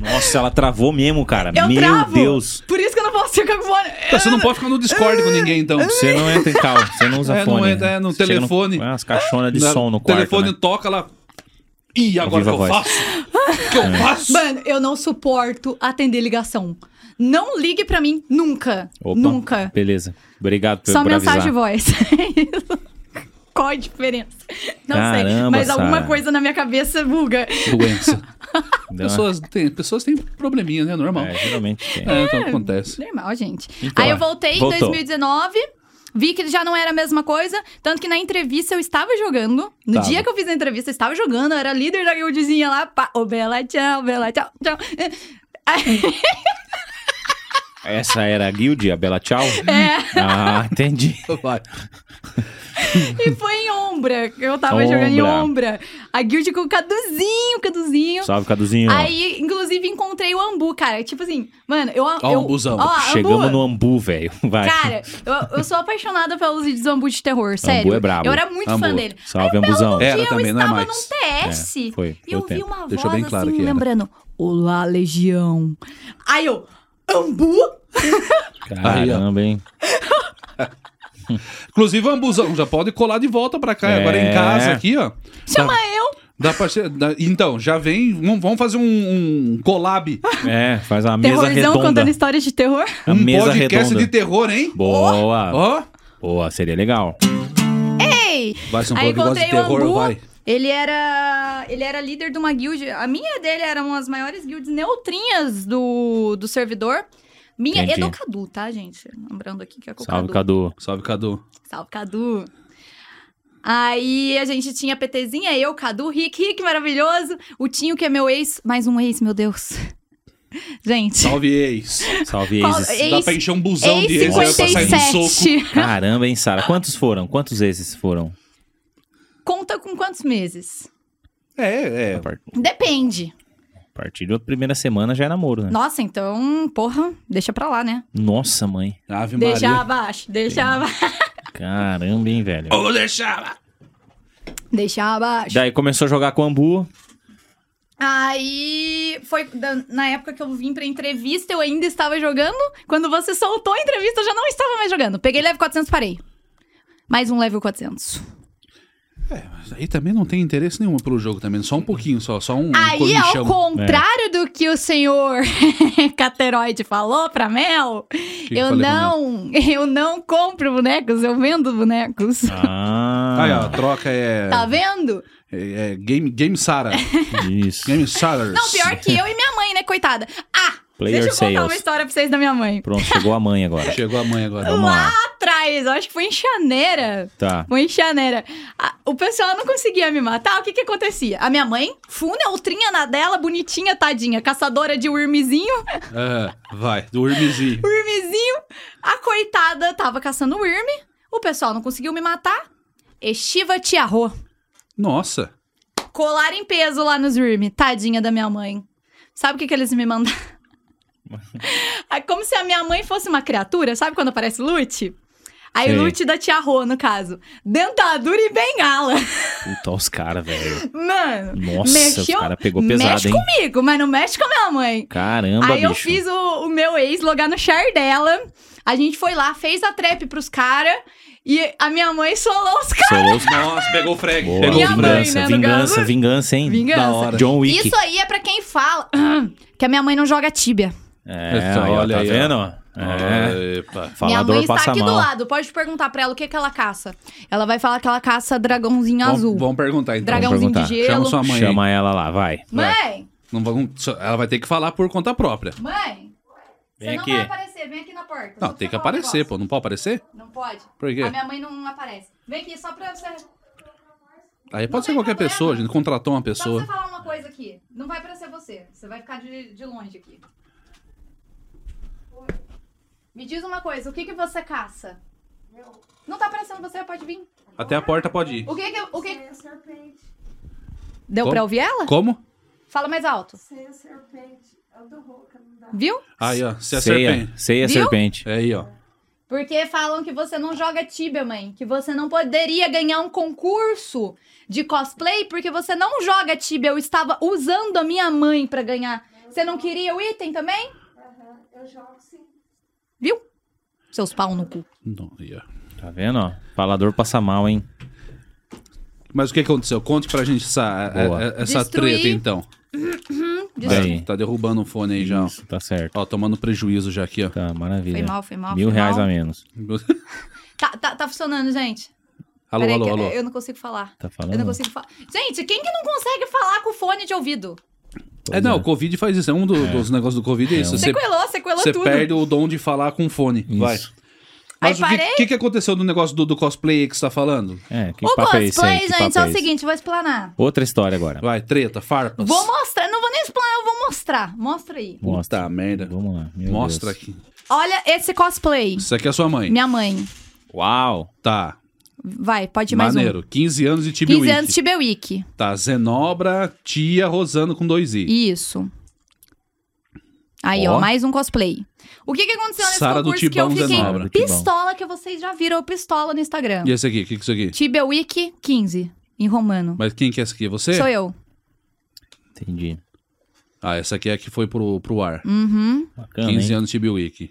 S4: Nossa, ela travou mesmo, cara.
S2: Eu
S4: Meu
S2: travo.
S4: Deus.
S2: Por isso que eu não posso ser cacofone.
S3: Tá, Você não pode ficar no Discord com ninguém, então.
S4: Você não entra em cal, você não usa
S3: É, não
S4: fone. né?
S3: entra, é, no
S4: Você chega
S3: telefone.
S4: Põe umas caixonas é de
S3: Na-
S4: som no quarto.
S3: telefone
S4: né?
S3: toca lá. Ih, agora que
S4: Viva
S3: eu
S4: voz. É.
S3: faço? que eu faço?
S2: Mano, eu não suporto atender ligação. Não ligue pra mim nunca.
S4: Opa,
S2: Nunca.
S4: Beleza. Obrigado por,
S2: Só
S4: por
S2: mensagem e
S4: avisar.
S2: voz. É isso. Qual a diferença? Não sei.
S4: Caramba,
S2: Mas alguma
S4: Sara.
S2: coisa na minha cabeça buga.
S3: Doença.
S4: Dá uma-
S3: Pessoas têm, pessoas têm probleminha, né? Normal.
S4: É, geralmente tem.
S3: É, então acontece.
S2: Normal, gente.
S4: Então,
S2: Aí eu
S4: é.
S2: voltei em
S4: Voltou.
S2: 2019. Vi que já não era a mesma coisa. Tanto que na entrevista eu estava jogando. No
S4: Tava.
S2: dia que eu fiz a entrevista, eu estava jogando. Eu era líder da guildzinha lá. Pá, ô Bela, tchau, Bela, tchau, tchau.
S4: Essa era a guild, a Bela Tchau? É. Ah, entendi.
S3: Vai.
S2: E foi em Ombra. que Eu tava
S4: Ombra.
S2: jogando em Ombra. A guild com o Caduzinho, Caduzinho.
S4: Salve, Caduzinho.
S2: Aí, inclusive, encontrei o Ambu, cara. Tipo assim, mano, eu... Ó, eu,
S3: Ambuzão.
S2: Ó,
S4: Chegamos
S2: Ambu.
S4: no Ambu, velho. Vai.
S2: Cara, eu, eu sou apaixonada pelos vídeos do Ambu de terror, sério.
S4: é brabo.
S2: Eu era muito fã
S3: Ambu.
S2: dele.
S4: Salve, Ambuzão.
S3: Era
S2: eu
S3: também, não é
S2: estava
S3: mais.
S2: num TS
S4: É, foi,
S2: e
S4: foi
S2: eu
S4: o
S2: vi
S4: tempo.
S2: uma
S3: Deixou
S2: voz
S3: bem claro
S2: assim,
S3: que era.
S2: lembrando... Olá, Legião. Aí eu... Ambu?
S4: Caramba, hein?
S3: Inclusive, o ambuzão já pode colar de volta pra cá.
S4: É.
S3: Agora em casa aqui, ó.
S2: Chama eu.
S3: Dá pra ser- dá- então, já vem. vamos- Vamos fazer um, um collab.
S4: É, faz uma mesa
S2: Terrorzão contando
S4: redonda.
S2: histórias de terror.
S4: A
S3: um
S4: mesa
S3: podcast
S4: redonda.
S3: de terror, hein?
S4: Boa.
S3: Ó.
S4: Boa, seria legal.
S2: Ei!
S3: Vai ser um
S2: Aí
S3: podcast de
S2: encontrei o
S3: terror,
S2: Ambu.
S3: vai.
S2: Ele era. Ele era líder de uma guild. A minha dele era uma das maiores guilds neutrinhas do, do servidor. Minha
S4: Entendi.
S2: é do Cadu, tá, gente? Lembrando aqui que é com o
S4: Salve,
S2: Cadu.
S4: Cadu.
S3: Salve, Cadu.
S2: Salve, Tá, Cadu. Aí a gente tinha a PTzinha, eu, Cadu, Rick, Rick maravilhoso. O Tinho, que é meu ex. Mais um ex, meu Deus. Gente.
S3: Salve, ex.
S4: Salve,
S2: Qual-
S4: Exes.
S2: Ex-
S3: Dá pra encher um busão
S2: Ex
S3: de ex aí pra sair no soco.
S2: 57.
S4: Caramba, hein, Sara? Quantos foram? Quantos exes foram?
S2: Conta com quantos meses?
S3: É, é.
S4: A
S2: Depende.
S4: partir da primeira semana já é namoro, né?
S2: Nossa, então, porra, deixa pra lá, né?
S4: Nossa, mãe.
S3: Ave Maria.
S2: Deixa abaixo, deixa abaixo.
S4: Caramba, hein, velho.
S3: Vou deixar.
S2: Deixa abaixo.
S4: Daí começou a jogar com o Ambu.
S2: Aí foi da- na época que eu vim pra entrevista, eu ainda estava jogando. Quando você soltou a entrevista, eu já não estava mais jogando. Peguei level 400, parei. Mais um level 400.
S3: Mas aí também não tem interesse nenhum pelo jogo também. Só um pouquinho, só, só um
S2: Aí, ao
S3: cornichão.
S2: contrário do que o senhor Cateroide falou pra Mel,
S3: que
S2: eu
S3: falei pra
S2: não, eu não compro bonecos, eu vendo bonecos.
S3: Aí, ó,
S4: Ah,
S3: a troca é.
S2: Tá vendo?
S3: é, é game, game Sara.
S4: isso.
S3: Game Saras.
S2: Não, pior que eu e minha mãe, né, coitada. Ah,
S4: Play
S2: Deixa eu contar uma
S4: yourselves.
S2: história pra vocês da minha mãe.
S4: Pronto, chegou a mãe agora.
S3: Chegou a mãe agora.
S4: Vamos lá.
S2: Atrás, eu acho que foi em Chaneira.
S4: Tá.
S2: Foi em Chaneira. A- o pessoal não conseguia me matar. O que que acontecia? A minha mãe, funeltrinha na dela, bonitinha, tadinha. Caçadora de wormzinho.
S3: Aham, É, vai, do Urmizinho.
S2: Wormzinho. A coitada tava caçando worm. O pessoal não conseguiu me matar. Estiva te arrou.
S3: Nossa.
S2: Colar em peso lá nos worm. Tadinha da minha mãe. Sabe o que que eles me mandaram? É como se a minha mãe fosse uma criatura. Sabe quando aparece Lute? Aí
S4: Sei.
S2: Lute da tia Rô, no caso. Dentadura e bengala.
S4: Puta, os caras, velho.
S2: Mano,
S4: Nossa,
S2: mexeu.
S4: os caras pegou pesado,
S2: mexe
S4: hein?
S2: comigo, mas não mexe com a minha mãe.
S4: Caramba,
S2: Aí
S4: bicho.
S2: eu fiz o, o meu ex logar no char dela. A gente foi lá, fez a trap pros caras. E a minha mãe solou os caras.
S4: Solou os...
S3: Nossa, pegou o frag.
S4: Boa,
S3: Pegou
S2: Minha
S3: o
S2: mãe,
S3: frag.
S4: vingança,
S2: né, no
S4: vingança,
S2: caso?
S4: vingança, hein?
S2: Vingança.
S3: Da hora.
S4: John Wick.
S2: Isso aí é pra quem fala que a minha mãe não joga tíbia.
S4: É,
S3: Essa,
S4: olha,
S3: olha
S4: tá
S3: aí, ó.
S4: vendo? É.
S3: Epa.
S2: minha
S4: Falador
S2: mãe está
S4: passa
S2: aqui
S4: mal.
S2: do lado. Pode perguntar pra ela o que, que ela caça. Ela vai falar que ela caça dragãozinho
S3: Vamos-
S2: azul.
S3: Vamos perguntar então.
S4: Dragão.
S2: dragãozinho de
S4: perguntar.
S2: gelo.
S3: Chama sua mãe. aí.
S4: Chama ela lá, vai.
S2: Mãe!
S3: Não vamos, só- ela vai ter que falar por conta própria.
S2: Mãe!
S4: Vem
S2: você
S4: aqui.
S2: não vai aparecer, vem aqui na porta.
S3: Não,
S2: Só pra
S3: tem que
S2: falar um
S3: aparecer,
S2: negócio.
S3: pô. Não pode aparecer?
S2: Não pode.
S3: Por quê?
S2: A minha mãe não aparece. Vem aqui, só pra você, só
S3: Aí pode ser
S2: tem
S3: qualquer
S2: problema.
S3: pessoa, a gente contratou uma
S2: pra você
S3: pessoa.
S2: falar uma coisa aqui. Não vai aparecer você. Você vai ficar de, de longe aqui. Me diz uma coisa, o que, que você caça? Não tá aparecendo você, pode vir.
S3: Até a porta pode ir.
S2: O que que... O que...
S8: é
S2: Deu pra
S3: Como?
S2: ouvir ela?
S3: Como?
S2: Fala mais alto.
S8: Sem a é serpente, É eu tô rouca, não dá.
S2: Viu?
S3: Aí, ó. Se a
S4: Ceia,
S3: é serpente.
S4: ceia
S2: Viu?
S4: serpente.
S3: É aí, ó.
S2: Porque falam que você não joga Tibia, mãe. Que você não poderia ganhar um concurso de cosplay porque você não joga Tibia. Eu estava usando a minha mãe pra ganhar. Você não queria o item também?
S8: Aham, eu jogo sim.
S2: Viu? Seus pau no cu.
S3: Não, aí, ó.
S4: Tá vendo, ó? Falador passa mal, hein?
S3: Mas o que aconteceu? Conte pra gente essa,
S4: Boa.
S3: é- é- essa
S2: Destruir.
S3: treta, então.
S4: Vai aí.
S3: Tá derrubando o fone aí já. ó.
S4: Isso, tá certo.
S3: Ó, tomando prejuízo já aqui, ó.
S4: Tá, maravilha.
S2: Foi mal, foi mal.
S4: Mil
S2: foi
S4: reais
S2: mal.
S4: a menos.
S2: Tá, tá, tá funcionando, gente.
S3: alô,
S2: Peraí
S3: alô,
S2: que
S3: alô.
S2: Eu não consigo falar.
S4: Tá
S2: Eu não
S4: falando?
S2: consigo falar. Gente, quem que não consegue falar com fone de ouvido?
S3: É, não, o Covid faz isso. É um do- dos negócios do Covid, é
S4: um
S3: isso. Você,
S2: Sequelou, sequelou
S3: você
S2: tudo.
S3: perde o dom de falar com fone. Vai.
S4: Isso.
S3: Mas
S2: Aí
S3: o que-
S2: parei.
S3: que, que aconteceu no negócio do, do cosplay aí que você tá falando?
S4: É, que
S2: O
S4: papo é esse
S2: cosplay,
S4: aí? Que
S2: gente,
S4: papo
S2: é
S4: é
S2: o
S4: esse?
S2: seguinte, vou explanar.
S4: Outra história agora.
S3: Vai, treta, farpas.
S2: Vou mostrar, não vou nem explanar, eu vou mostrar. Mostra aí.
S4: Mostra.
S3: Puta merda.
S4: Vamos lá. Meu
S3: Mostra
S4: Deus.
S3: aqui.
S2: Olha esse cosplay.
S3: Isso aqui é sua mãe.
S2: Minha mãe.
S4: Uau!
S3: Tá.
S2: Vai, pode ir mais um.
S3: Maneiro. 15 anos de
S2: 15
S3: Tibiwiki.
S2: anos Tibewick.
S3: Tá. Zenobra, tia Rosano com dois I.
S2: Isso. Aí, ó.
S3: Ó.
S2: mais um cosplay. O que, que aconteceu nesse
S3: Sara do
S2: concurso que eu
S3: Tibão
S2: fiquei
S3: Zenobra.
S4: Sara do Tibão.
S2: pistola, que vocês já viram eu pistola no Instagram.
S3: E esse aqui? O que que é isso aqui?
S2: Tibewick 15, em romano.
S3: Mas quem que é esse aqui? Você?
S2: Sou eu.
S4: Entendi.
S3: Ah, essa aqui é a que foi pro, pro ar.
S2: Uhum.
S4: Bacana,
S3: 15
S4: hein?
S3: anos Tibiwiki.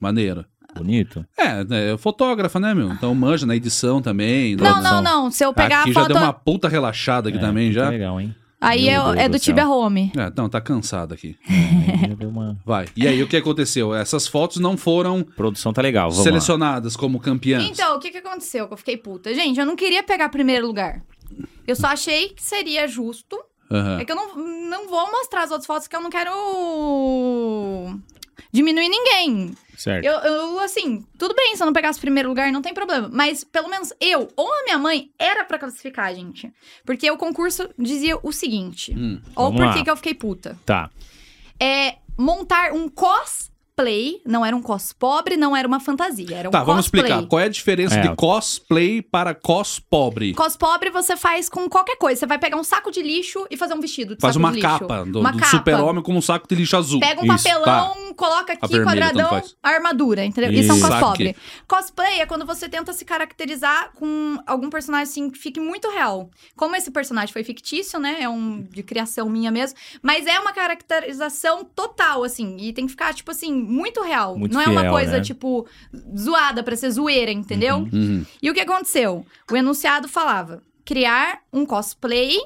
S3: Maneiro.
S4: Bonito. Tá
S3: É, né, é fotógrafa, né, meu? Então manja na edição também. na
S2: Não,
S3: produção.
S2: não, não. Se eu pegar
S3: aqui
S2: a foto.
S3: já deu uma puta relaxada aqui
S4: É,
S3: também,
S4: tá
S3: já.
S4: legal, hein?
S2: Aí
S4: Meu
S2: é,
S4: Deus
S2: é
S4: do
S2: do
S4: céu. É,
S2: Tibia Home.
S3: É, não, tá cansado aqui.
S4: Aí já deu uma...
S3: Vai. E aí, o que aconteceu? Essas fotos não foram
S4: Produção tá legal, vamos lá.
S3: selecionadas como campeãs.
S2: Então, o que, que aconteceu? Que eu fiquei puta. Gente, eu não queria pegar primeiro lugar. Eu só achei que seria justo
S3: Aham.
S2: É que eu não, não vou mostrar as outras fotos que eu não quero diminuir ninguém.
S4: Certo.
S2: Eu, eu, assim, tudo bem se eu não pegasse primeiro lugar, não tem problema. Mas pelo menos eu ou a minha mãe era pra classificar, gente. Porque o concurso dizia o seguinte:
S3: Hum,
S2: ou
S4: vamos
S2: por que
S4: lá.
S2: que eu fiquei puta.
S4: Tá.
S2: É montar um cosplay, não era um cos pobre, não era uma fantasia, era um
S3: Tá, vamos
S2: cosplay.
S3: explicar. Qual é a diferença
S4: É.
S3: de cosplay para cospobre?
S2: Cos pobre você faz com qualquer coisa. Você vai pegar um saco de lixo e fazer um vestido. de
S3: Faz
S2: saco
S3: uma
S2: de lixo.
S3: capa do,
S2: Uma
S3: do
S2: capa.
S3: super-homem com um saco de lixo azul. tá.
S2: Pega um
S4: Isso, tá.
S2: papelão, coloca aqui,
S3: vermelha, tanto
S2: quadradão,
S3: faz.
S2: a armadura, entendeu? Isso é um
S4: Isso.
S2: cospobre. Cosplay é quando você tenta se caracterizar com algum personagem assim que fique muito real. Como esse personagem foi fictício, né? É um de criação minha mesmo. Mas é uma caracterização total, assim. E tem que ficar, tipo assim, muito real.
S4: Muito
S2: Não é uma
S4: fiel,
S2: coisa,
S4: né?
S2: tipo, zoada pra ser zoeira, entendeu?
S3: Uhum.
S2: E o que aconteceu? O enunciado falava criar um cosplay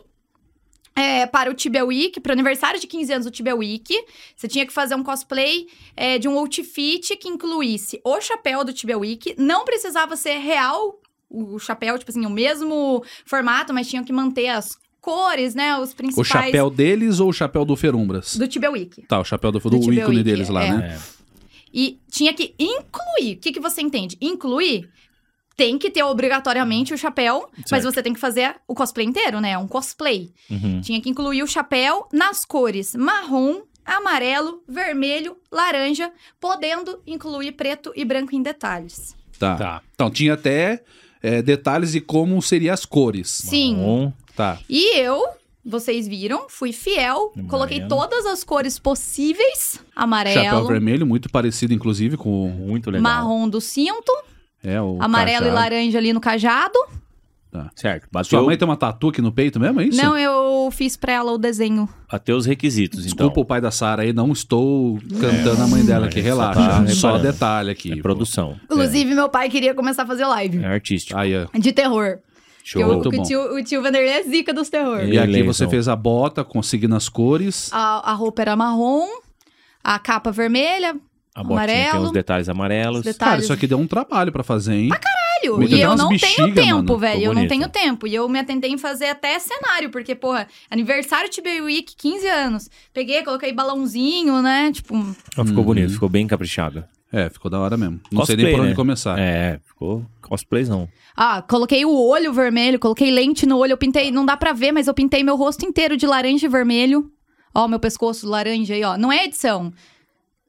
S2: é, para o Tibia Week, para o aniversário de 15 anos do Tibia Week. Você tinha que fazer um cosplay é, de um outfit que incluísse o chapéu do Tibia Week. Não precisava ser real o chapéu, tipo assim, o mesmo formato, mas tinha que manter as cores, né? Os
S3: O
S2: principais
S3: chapéu deles ou o chapéu do Ferumbras?
S2: do Tibewiki.
S3: Tá, o chapéu do, do,
S2: Do Tibia
S3: ícone
S2: Wiki,
S3: deles lá,
S2: é.
S3: né?
S4: É.
S2: E tinha que incluir. O que, que você entende? Incluir tem que ter obrigatoriamente o chapéu, mas
S4: Certo.
S2: você tem que fazer o cosplay inteiro, né? É um cosplay.
S4: Uhum.
S2: Tinha que incluir o chapéu nas cores marrom, amarelo, vermelho, laranja, podendo incluir preto e branco em detalhes.
S3: Tá.
S4: Tá.
S3: Então tinha até é, detalhes de como seriam as cores.
S2: Sim.
S4: Marrom.
S3: Tá.
S2: E eu, vocês viram, fui fiel,
S4: Amarelo.
S2: coloquei todas as cores possíveis:
S3: Chapéu
S2: amarelo,
S3: vermelho, muito parecido, inclusive, com
S4: Muito legal.
S2: marrom do cinto,
S3: é, o
S2: amarelo e
S3: cajado.
S2: laranja ali no cajado.
S4: Certo.
S3: Sua
S4: Bateu,
S3: mãe tem uma tatu aqui no peito mesmo, é isso?
S2: Não, eu fiz pra ela o desenho.
S4: bateu os requisitos,
S3: Desculpa
S4: então.
S3: o pai da Sara aí, não estou cantando a mãe dela aqui,
S4: Ele só
S3: relaxa.
S4: tá
S3: só
S4: reparando.
S3: detalhe aqui.
S4: É produção.
S3: É.
S2: Inclusive, meu pai queria começar a fazer live.
S4: É artístico.
S3: Aí, ó.
S2: De terror. Porque
S3: Show.
S2: o-
S3: Muito
S2: o,
S3: bom.
S2: tio, o tio Vanderlei é zica dos terror.
S4: Ele-
S3: E aqui
S4: Beleza. então.
S3: você fez a bota, conseguindo as cores.
S2: A, a roupa era marrom, a capa vermelha,
S4: A botinha tem
S2: amarelo.
S4: uns detalhes amarelos.
S2: Os
S3: Cara,
S2: detalhes.
S3: isso aqui deu um trabalho pra fazer, hein?
S2: Velho,
S3: Muito
S2: e eu
S3: legal.
S2: não
S3: Umas
S2: tenho
S3: bexiga,
S2: tempo,
S3: mano.
S2: velho. Eu não
S4: Bonito.
S2: tenho tempo. E eu me atentei em fazer até cenário, porque, porra, aniversário Tibia Week, 15 anos. Peguei, coloquei balãozinho, né? Tipo,
S4: Ah,
S3: Uhum.
S4: Ficou bonito, ficou bem caprichado.
S3: É, ficou da hora mesmo. Não sei
S4: Cosplay,
S3: nem por onde
S4: né?
S3: começar.
S4: É, ficou cosplayzão.
S2: ah, coloquei o olho vermelho, coloquei lente no olho. Eu pintei, não dá pra ver, mas eu pintei meu rosto inteiro de laranja e vermelho. Ó, meu pescoço laranja aí, ó. Não é edição.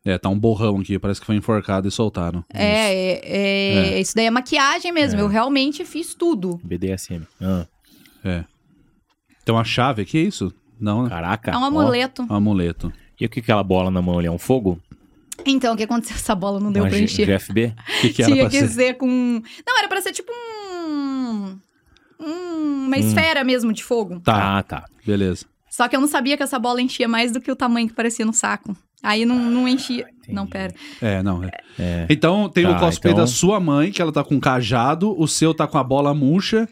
S3: É, tá um borrão aqui, parece que foi enforcado e soltaram.
S2: É, é, é- isso daí é maquiagem mesmo. Eu realmente fiz tudo.
S4: BDSM. Ah,
S3: É. Tem uma chave aqui, é isso? Não, né?
S4: caraca.
S2: É um
S4: ó.
S2: amuleto.
S3: Um amuleto.
S4: E o que aquela bola na mão ali? É um fogo?
S2: Então, o que aconteceu? Essa bola não deu
S4: Uma
S2: pra
S4: G-
S2: encher.
S4: GFB?
S3: O que, que era
S2: Tinha
S3: pra
S2: que
S3: ser?
S2: ser com. Não, era pra ser tipo um. um-
S3: Hum.
S2: Uma esfera mesmo de fogo.
S3: Tá,
S4: Ah, tá.
S3: beleza.
S2: Só que eu não sabia que essa bola enchia mais do que o tamanho que parecia no saco. Aí não,
S3: Ah,
S2: não enchia. Não, pera.
S3: É, não. É. Então tem o
S4: Tá,
S3: cosplay
S4: então-
S3: da sua mãe, que ela tá com um cajado, o seu tá com a bola murcha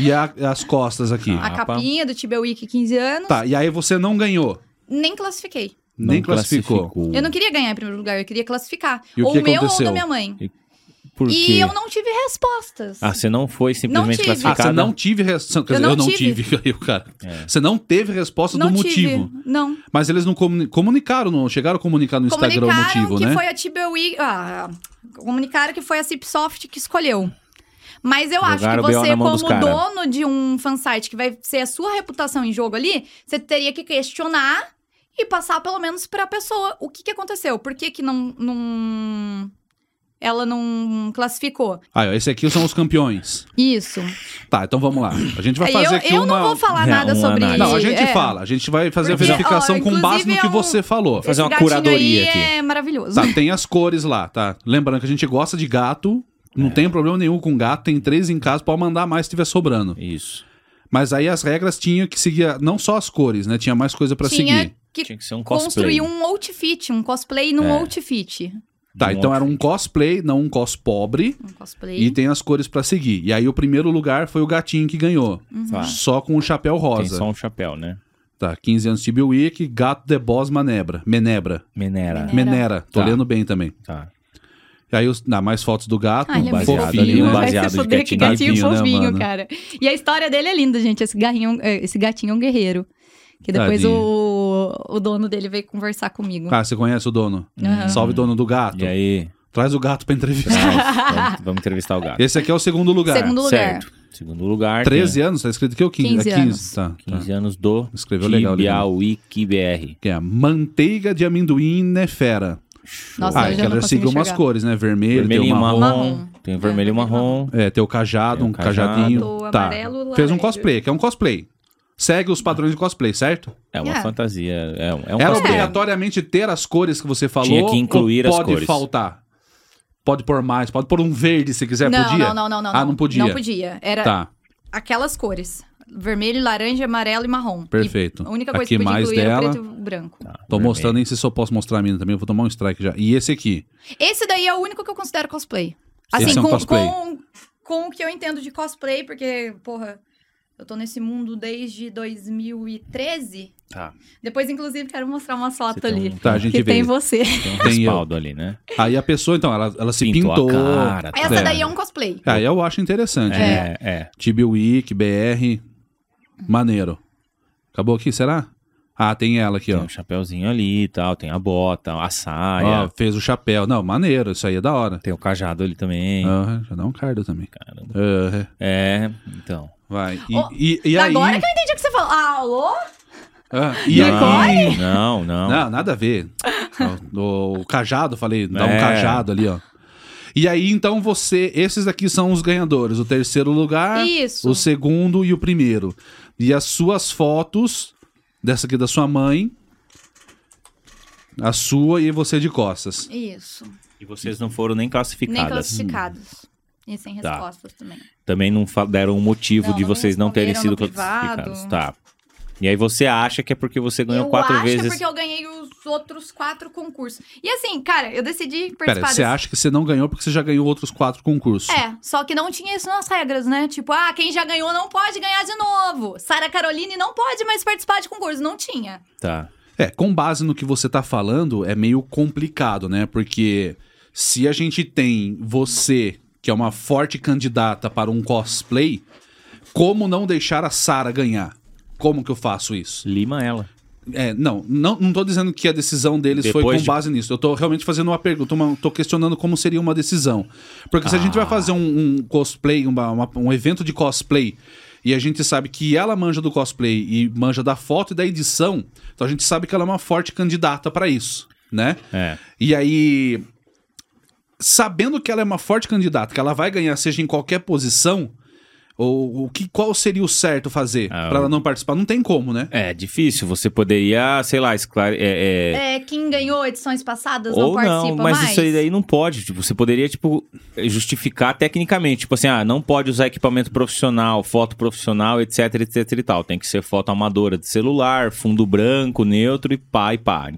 S3: e a- as costas aqui.
S2: A capinha do Tibia Week 15 anos.
S3: Tá, e aí você não ganhou.
S2: Nem classifiquei.
S3: nem classificou.
S2: Eu não queria ganhar em primeiro lugar, eu queria classificar.
S3: Hum. E o
S2: ou
S3: que
S2: o meu ou
S3: aconteceu?
S2: da minha mãe.
S4: Por
S2: E
S4: quê?
S2: eu não tive respostas.
S4: Ah, você não foi simplesmente
S2: tive.
S3: Ah,
S4: classificada?
S3: você não tive resposta. Quer
S2: Eu
S3: dizer,
S2: não
S3: eu não
S2: tive. É.
S3: tive, caiu, cara. Você não teve resposta
S2: não
S3: do
S2: tive.
S3: motivo.
S2: Não.
S3: Mas eles não comuni- comunicaram, não chegaram a comunicar no
S4: é
S3: Instagram o
S2: comunicaram
S3: motivo,
S2: que
S3: né?
S2: foi a TBWI. Ah, comunicaram que foi a Cipsoft que escolheu. Mas eu acho que
S4: Jogaram o BO
S2: você,
S4: na mão
S2: como
S4: dos cara.
S2: dono de um fansite que vai ser a sua reputação em jogo ali, você teria que questionar e passar pelo menos pra pessoa o que, que aconteceu. Por que, que não, não. Ela não classificou?
S3: Ah, ó, esse aqui são os campeões.
S2: Isso.
S3: Tá, então vamos lá. A gente vai
S2: Aí
S3: fazer
S2: eu
S3: aqui
S2: eu
S3: uma.
S2: não vou falar
S4: É,
S2: nada
S4: uma
S2: sobre
S4: análise.
S2: isso.
S3: Não, a gente
S2: é.
S3: fala. A gente vai fazer
S2: Porque,
S3: a verificação
S2: ó,
S3: com base no
S2: inclusive,
S3: que
S2: é um-
S3: você falou.
S4: Fazer uma
S2: Esse gatinho
S4: curadoria
S2: aí
S4: aqui.
S2: É maravilhoso.
S3: Tá, tem as cores lá, tá? Lembrando que a gente gosta de gato.
S4: É.
S3: Não tem problema nenhum com gato. Tem três em casa, pode mandar mais se tiver sobrando.
S4: Isso.
S3: Mas aí as regras tinham que seguir a- não só as cores, né? Tinha mais coisa pra
S2: Tinha
S3: seguir.
S2: que
S4: Tinha que ser um cosplay.
S2: construir
S4: É.
S2: um outfit, um cosplay num outfit.
S3: Tá,
S4: um
S3: então era um cos play, não um cos pobre.
S2: Um
S3: E
S2: cosplay.
S3: tem as cores pra seguir. E aí o primeiro lugar foi o gatinho que ganhou.
S2: Hum.
S4: Tá.
S3: Só com o chapéu
S4: Tem
S3: rosa.
S4: só um chapéu, né?
S3: Tá, 15 anos de Week, Gato de Boss Manebra. Menebra.
S4: Menera.
S3: Menera. Tô
S4: Tá.
S3: lendo bem também.
S4: Tá.
S3: E aí, os, dá mais fotos do gato,
S2: Ah, ele é muito
S4: baseado
S3: fofinho. né?
S4: ali, um
S2: fofinho, vai
S4: baseado
S2: se
S4: de
S2: foder, que
S3: gatinho.
S2: gatinho
S3: Gatinho, né,
S2: fofinho,
S3: mano?
S2: cara. E a história dele é linda, gente. Esse, garrinho, eh, esse gatinho é um guerreiro. Que depois
S3: Tadinho.
S2: o, o dono dele veio conversar comigo.
S3: Ah, você conhece o dono? Salve, dono do gato.
S4: E aí?
S3: Traz o gato pra entrevista.
S4: Vamos, vamos- vamos entrevistar o gato.
S3: Esse aqui é o segundo lugar.
S2: Segundo lugar.
S4: Certo. Segundo lugar.
S3: 13 anos, tá escrito aqui ou 15?
S2: 15
S3: É 15, tá.
S4: tem
S3: tá.
S4: 15 anos do
S3: Escreveu legal, legal.
S4: Tibiawiki BR.
S3: Que é manteiga de amendoim nefera.
S2: Nossa, eu
S3: ah, é
S2: já
S3: que
S2: não
S3: ela
S2: consigo
S3: seguiu umas
S2: enxergar.
S3: cores, né? Vermelho, tem
S4: Vermelhinho
S3: uma
S4: marrom.
S3: marrom.
S2: Marrom.
S4: Tem vermelho e marrom.
S3: É, tem o cajado,
S4: Tem o
S3: um
S4: cajado.
S3: cajadinho.
S2: O
S3: Tá.
S2: amarelo,
S3: Fez um
S2: laranja.
S3: cosplay, que é um cosplay. Segue os padrões de cosplay, certo?
S4: É uma
S2: É.
S4: fantasia. É um, é um
S3: Era
S4: cosplay.
S3: obrigatoriamente ter as cores que você falou.
S4: Tinha que incluir
S3: ou
S4: as
S3: pode
S4: cores.
S3: faltar. Pode pôr mais, pode pôr um verde se quiser,
S2: não,
S3: podia?
S2: não, não, não, não.
S3: Ah, não podia.
S2: Não podia. Era
S3: Tá,
S2: aquelas cores. Vermelho, laranja, amarelo e marrom. E
S3: Perfeito.
S2: a única coisa
S3: Aqui
S2: que podia
S3: mais
S2: incluir
S3: dela.
S2: era preto e branco.
S4: Tá,
S3: tô
S4: vermelho.
S3: mostrando, nem sei se eu posso mostrar a mina também, eu vou tomar um strike já. E esse aqui?
S2: Esse daí é o único que eu considero cosplay.
S3: Esse
S2: Assim,
S3: é um
S2: com,
S3: cosplay.
S2: com- com o que eu entendo de cosplay, porque, porra, eu tô nesse mundo desde 2013.
S4: Tá.
S2: Depois, inclusive, quero mostrar uma foto
S4: tem
S2: ali.
S4: um-
S3: Tá, a gente
S2: que
S3: vê.
S2: tem você.
S4: Tem um
S3: Tem eu.
S4: respaldo ali, né?
S3: Aí a pessoa, então, ela, ela se pintou.
S4: a cara, tá.
S2: Essa daí é um É. cosplay.
S3: Aí eu acho interessante. né?
S4: É, é.
S3: Tibi Week, BR, maneiro. Acabou aqui, será? Ah, tem ela aqui,
S4: Tem
S3: ó.
S4: um é. chapéuzinho ali e tal, tem a bota, a saia,
S3: Ó, fez o chapéu. Não, maneiro, isso aí é da hora.
S4: tem o cajado ali também.
S3: Aham, já dá um cardo também.
S4: Caramba.
S3: Aham,
S4: É, então.
S3: vai. E,
S2: Ó,
S3: e, e aí.
S2: Agora que eu entendi o que você falou. Ah, alô?
S3: Ah, e aí.
S4: Nicole? Não, não.
S3: Não, nada a ver. o, o cajado, falei, dá um
S4: É.
S3: cajado ali, ó. E aí, então, você. Esses daqui são os ganhadores. O terceiro lugar,
S2: Isso.
S3: o segundo e o primeiro. E as suas fotos, dessa aqui da sua mãe, a sua e você de costas.
S2: Isso.
S4: E vocês não foram nem classificadas.
S2: Nem classificados. E sem
S4: Hum. Tá.
S2: respostas também.
S4: Também não fa- deram um motivo
S2: Não,
S4: de
S2: não
S4: vocês não terem sido
S2: responderam no
S4: classificados.
S2: privado.
S4: Tá. E aí você acha que é porque você ganhou
S2: eu
S4: quatro
S2: acho que é
S4: vezes.
S2: porque eu ganhei os outros quatro concursos. E assim, cara, eu decidi
S3: Pera,
S2: participar
S3: você
S2: desse-
S3: acha que você não ganhou porque você já ganhou outros quatro concursos.
S2: É, só que não tinha isso nas regras, né? Tipo, ah, quem já ganhou não pode ganhar de novo. Sara Caroline não pode mais participar de concurso. Não tinha.
S4: Tá.
S3: É, com base no que você tá falando, é meio complicado, né? Porque se a gente tem você, que é uma forte candidata para um cosplay, como não deixar a Sara ganhar? Como que eu faço isso?
S4: Lima ela.
S3: É, não, não, não tô dizendo que a decisão deles foi
S4: Depois
S3: com
S4: de-
S3: base nisso. Eu tô realmente fazendo uma pergunta, uma, tô questionando como seria uma decisão. Porque se a gente
S4: Ah.
S3: vai fazer um, um cosplay, uma- uma- um evento de cosplay, e a gente sabe que ela manja do cosplay e manja da foto e da edição, então a gente sabe que ela é uma forte candidata pra isso, né?
S4: É.
S3: E aí, sabendo que ela é uma forte candidata, que ela vai ganhar, seja em qualquer posição, ou o que qual seria o certo fazer
S4: Ah,
S3: pra ela não participar? Não tem como, né?
S4: É difícil. Você poderia, sei lá, esclare... é, é,
S2: É, quem ganhou edições passadas não
S4: Ou
S2: participa
S4: não, mas
S2: mais.
S4: isso aí daí não pode. Tipo, você poderia, tipo, justificar tecnicamente. Tipo assim, ah, não pode usar equipamento profissional, foto profissional, etc, etc e tal. Tem que ser foto amadora de celular, fundo branco, neutro e pá e pá.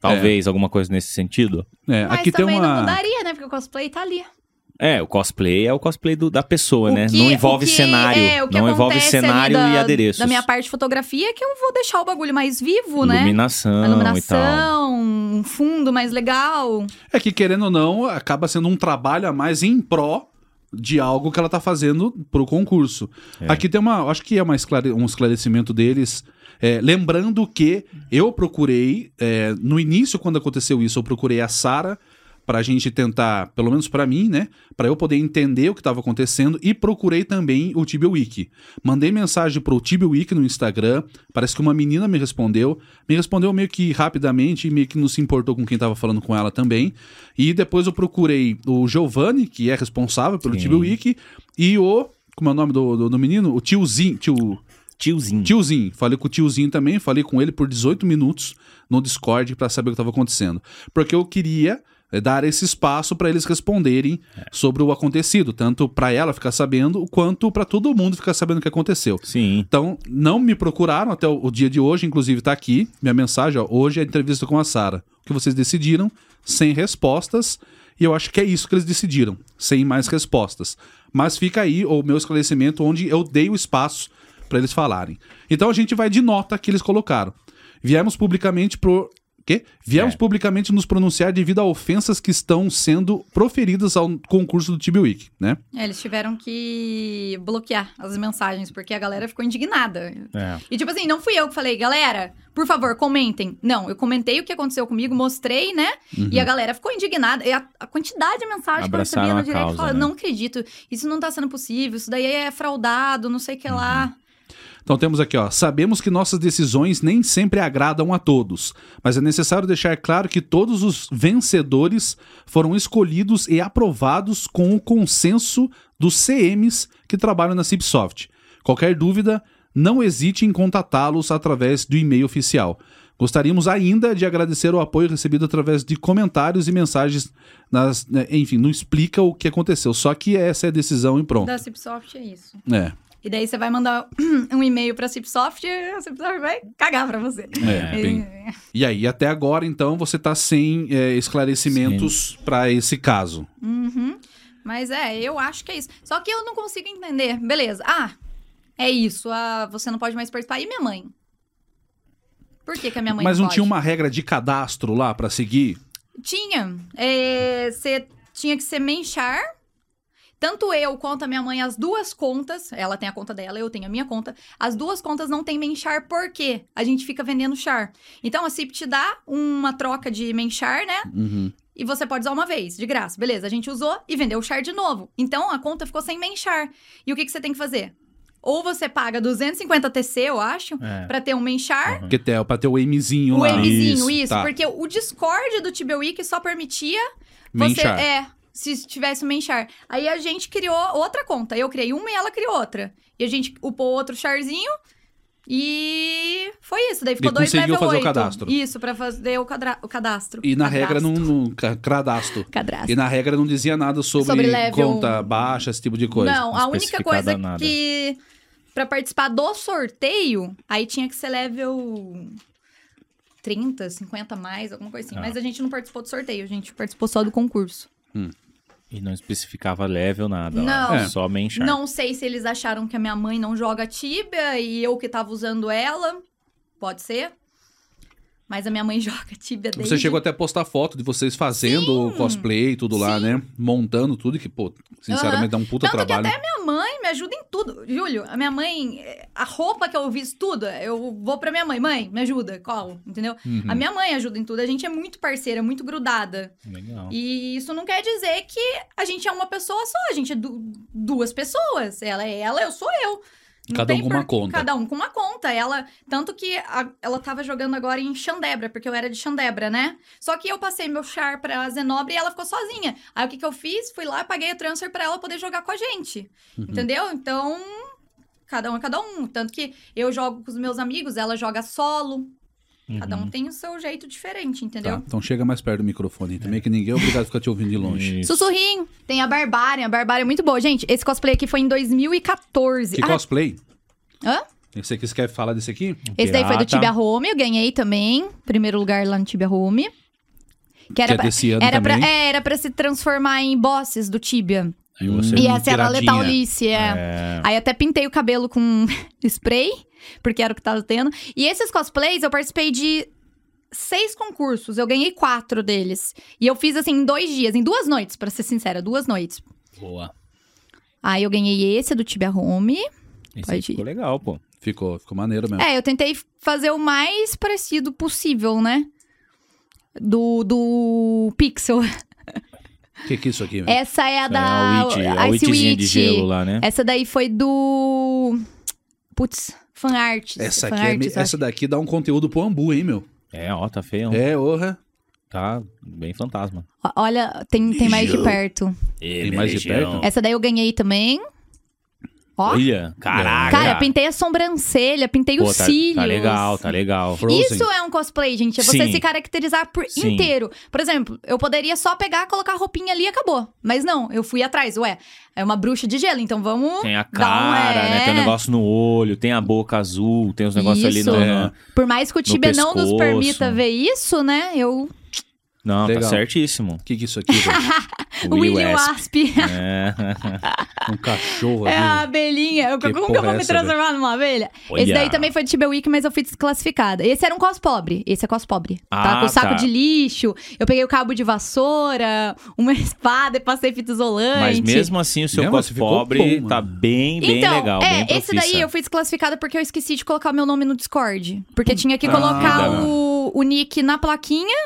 S4: Talvez alguma coisa nesse sentido.
S3: É,
S2: Mas
S3: aqui tem
S2: também não
S3: uma.
S2: mudaria, né? Porque o cosplay tá ali.
S4: É, o cosplay é o cosplay do- da pessoa,
S2: O
S4: né?
S2: que-
S4: não envolve
S2: o que-
S4: cenário.
S2: é, o que
S4: não envolve
S2: acontece ali
S4: cenário
S2: da-
S4: e adereços.
S2: Da minha parte de fotografia, é que eu vou deixar o bagulho mais vivo, né?
S4: Iluminação,
S2: A
S4: e tal.
S2: iluminação, um fundo mais legal.
S3: É que, querendo ou não, acaba sendo um trabalho a mais em pró de algo que ela tá fazendo pro concurso.
S4: É.
S3: Aqui tem uma. Acho que é uma esclare- um esclarecimento deles. É, lembrando que eu procurei, é, no início, quando aconteceu isso, eu procurei a Sara pra gente tentar, pelo menos pra mim, né, Pra eu poder entender o que tava acontecendo e procurei também o Tibia Wiki. Mandei mensagem pro Tibia Wiki no Instagram, parece que uma menina me respondeu, me respondeu meio que rapidamente e meio que não se importou com quem tava falando com ela também. E depois eu procurei o Giovanni, que é responsável pelo
S4: Sim.
S3: Tibia Wiki, e o como é o nome do, do, do menino? O tiozinho, tio,
S4: Tiozinho.
S3: Tiozinho, falei com o tiozinho também, falei com ele por 18 minutos no Discord pra saber o que tava acontecendo. Porque eu queria eh, dar esse espaço pra eles responderem sobre o acontecido, tanto pra ela ficar sabendo, quanto pra todo mundo ficar sabendo o que aconteceu.
S4: Sim.
S3: Então, não me procuraram até o o dia de hoje, inclusive tá aqui minha mensagem, ó, hoje é a entrevista com a Sara. O que vocês decidiram, sem respostas, e eu acho que é isso que eles decidiram, sem mais respostas. Mas fica aí o meu esclarecimento onde eu dei o espaço para eles falarem. Então a gente vai de nota que eles colocaram. Viemos publicamente pro quê? Viemos
S4: É.
S3: publicamente nos pronunciar devido a ofensas que estão sendo proferidas ao concurso do Tibiwik, né?
S2: É, eles tiveram que bloquear as mensagens, porque a galera ficou indignada.
S4: É.
S2: E tipo assim, não fui eu que falei, galera, por favor, comentem. Não, eu comentei o que aconteceu comigo, mostrei, né? E a galera ficou indignada. E a, a quantidade de mensagem que eu recebia
S4: Uhum. Abraçaram
S2: no
S4: a
S2: direct
S4: causa,
S2: falando,
S4: né?
S2: não acredito, isso não tá sendo possível, isso daí é fraudado, não sei o que lá.
S3: Então temos aqui, ó. Sabemos que nossas decisões nem sempre agradam a todos, mas é necessário deixar claro que todos os vencedores foram escolhidos e aprovados com o consenso dos CMs que trabalham na Cipsoft. Qualquer dúvida, não hesite em contatá-los através do e-mail oficial. Gostaríamos ainda de agradecer o apoio recebido através de comentários e mensagens nas, né, enfim, não explica o que aconteceu, só que essa é a decisão e
S4: Uhum.
S3: pronto.
S2: Da Cipsoft é isso.
S3: É.
S2: E daí você vai mandar um e-mail pra Cipsoft e a Cipsoft vai cagar pra você.
S3: É, bem- E aí, até agora, então, você tá sem é, esclarecimentos pra esse caso.
S2: Uhum. Mas é, eu acho que é isso. Só que eu não consigo entender. Beleza. Ah, é isso. Ah, você não pode mais participar. E minha mãe? Por que, que a minha mãe
S3: Mas não
S2: pode?
S3: tinha uma regra de cadastro lá pra seguir?
S2: Tinha. É, Você tinha que ser menchar. Tanto eu quanto a minha mãe, as duas contas, ela tem a conta dela, eu tenho a minha conta, as duas contas não têm menchar por quê? A gente fica vendendo char. Então a CIP te dá uma troca de menchar, né?
S4: Uhum.
S2: E você pode usar uma vez, de graça. Beleza, a gente usou e vendeu o char de novo. Então a conta ficou sem menchar. E o que, que você tem que fazer? Ou você paga 250 TC, eu acho,
S4: É.
S2: pra ter um menchar.
S3: Porque tem, pra ter o aimzinho
S2: O
S3: lá.
S2: Mzinho, isso.
S3: tá.
S2: Porque o Discord do Tibia Week só permitia você,
S3: Menchar.
S2: é, se tivesse um Menchar. Aí a gente criou outra conta. Eu criei uma e ela criou outra. E a gente upou outro charzinho e foi isso. Daí ficou
S3: E
S2: dois
S3: conseguiu
S2: level
S3: fazer o
S2: 8.
S3: cadastro.
S2: Isso, pra fazer o, cadra- o cadastro.
S3: E na
S2: Cadastro.
S3: regra não. não- ca- Cadastro.
S2: Cadastro.
S3: E na regra não dizia nada sobre,
S2: Sobre level. um.
S3: conta baixa, esse tipo de coisa.
S2: Não, a única
S4: especificada
S2: coisa
S4: nada.
S2: que... Pra participar do sorteio, aí tinha que ser level... 30, 50 mais, alguma coisa assim.
S4: Ah.
S2: Mas a gente não participou do sorteio, a gente participou só do concurso.
S4: E não especificava level, nada. lá.
S2: Não.
S4: É. Só menchar.
S2: Não sei se eles acharam que a minha mãe não joga Tibia e eu que tava usando ela. Pode ser. Mas a minha mãe joga Tibia desde...
S3: Você chegou até a postar foto de vocês fazendo o cosplay e tudo lá, né? Montando tudo, que, pô, sinceramente
S2: Aham.
S3: dá um puta
S2: Tanto
S3: trabalho.
S2: que até minha mãe me ajuda em tudo. Júlio, a minha mãe... eh, A roupa que eu visto tudo, eu vou pra minha mãe. Mãe, me ajuda. Qual? Entendeu?
S3: Uhum.
S2: A minha mãe ajuda em tudo. A gente é muito parceira, muito grudada.
S4: Legal.
S2: E isso não quer dizer que a gente é uma pessoa só. A gente é du- duas pessoas. Ela é ela, eu sou eu. Não
S3: Cada um
S2: tem
S3: com uma conta.
S2: Cada um com uma conta. Ela, tanto que a- ela tava jogando agora em Xandebra, porque eu era de Xandebra, né? Só que eu passei meu char pra Zenobre e ela ficou sozinha. Aí o que que eu fiz? Fui lá, paguei a transfer pra ela poder jogar com a gente.
S3: Uhum.
S2: Entendeu? Então, cada um é cada um. Tanto que eu jogo com os meus amigos, ela joga solo. Cada
S3: Uhum.
S2: um tem o seu jeito diferente, entendeu?
S3: Tá, então chega mais perto do microfone aí também, que ninguém é obrigado a ficar te ouvindo de longe.
S4: Isso.
S2: Sussurrinho. Tem a Barbária. A Barbária é muito boa. Gente, esse cosplay aqui foi em 2014.
S3: Que
S2: ah,
S3: cosplay?
S2: hã?
S3: Esse aqui, você quer falar desse aqui?
S2: Esse daí foi do
S3: Ah, tá.
S4: Pirata.
S2: Tibia Home. Eu ganhei também. Primeiro lugar lá no Tibia Home. Que
S3: Que
S2: era,
S3: é
S2: pra,
S3: desse ano
S2: era, pra,
S3: também.
S2: é, era pra se transformar em bosses do Tibia.
S4: Aí você
S2: e
S3: Hum,
S2: essa era é, a
S3: piradinha.
S2: Letalice, é. Aí até pintei o cabelo com spray, porque era o que tava tendo. E esses cosplays, eu participei de seis concursos. Eu ganhei quatro deles. E eu fiz, assim, em dois dias. Em duas noites, pra ser sincera. Duas noites.
S4: Boa.
S2: Aí eu ganhei esse do Tibia Home.
S4: Esse
S2: Pode
S4: aí
S2: ir.
S4: ficou legal, pô.
S3: Ficou, ficou maneiro
S4: Ah.
S3: mesmo.
S2: É, eu tentei fazer o mais parecido possível, né? Do, do Pixel.
S3: O que, que é isso aqui? velho?
S2: Essa é a
S4: É
S2: da
S4: a Witch,
S2: Ice
S4: a Witchzinha de gelo lá, né?
S2: Essa daí foi do. Putz, fanart.
S3: Essa, aqui é me- essa daqui dá um conteúdo pro Ambu, hein, meu?
S4: É, ó, tá feio.
S3: É, orra.
S4: Tá bem fantasma.
S2: Olha, tem, tem mais de perto.
S3: Tem mais de perto?
S2: Essa daí eu ganhei também. Ó.
S4: Olha, caraca.
S2: Cara, pintei a sobrancelha, pintei
S4: Pô,
S2: os
S4: tá,
S2: cílios.
S4: tá legal, tá legal.
S3: Frozen.
S2: Isso é um cosplay, gente. É você
S4: Sim.
S2: se caracterizar por
S4: Sim.
S2: inteiro. Por exemplo, eu poderia só pegar, colocar a roupinha ali e acabou. Mas não, eu fui atrás. Ué, é uma bruxa de gelo, então vamos.
S4: Tem a
S2: dar um-
S4: cara, né? Tem um
S2: é.
S4: negócio no olho, tem a boca azul, tem uns negócios ali
S2: Isso.
S4: no.
S3: É.
S2: Por mais que o Tibia não nos
S4: pescoço.
S2: permita ver isso, né? Eu.
S4: Não,
S3: Legal.
S4: tá certíssimo.
S3: O que, que é isso aqui, velho?
S2: Willy, Wasp.
S4: É.
S3: Um cachorro
S2: É a
S3: ali.
S2: abelhinha. Eu-
S3: Que
S2: como que eu
S3: porra
S2: vou
S3: é
S2: me
S3: essa, velho?
S2: transformar numa abelha? Esse
S4: Olha.
S2: daí também foi de Tibia Week, mas eu fui desclassificada. Esse era um cos pobre. Esse é cos pobre. tá
S4: Ah,
S2: com o saco
S4: tá.
S2: de lixo. Eu peguei o cabo de vassoura, uma espada e passei fita isolante.
S4: Mas mesmo assim, o seu
S3: Mesmo
S4: cos
S3: assim, ficou
S4: pobre
S3: bom, mano.
S4: tá bem, bem
S2: então,
S4: legal.
S2: é,
S4: bem
S2: esse daí
S4: profissa.
S2: eu fui desclassificada porque eu esqueci de colocar meu nome no Discord. Porque tinha que
S3: Ah.
S2: colocar
S4: tá.
S2: o, o nick na plaquinha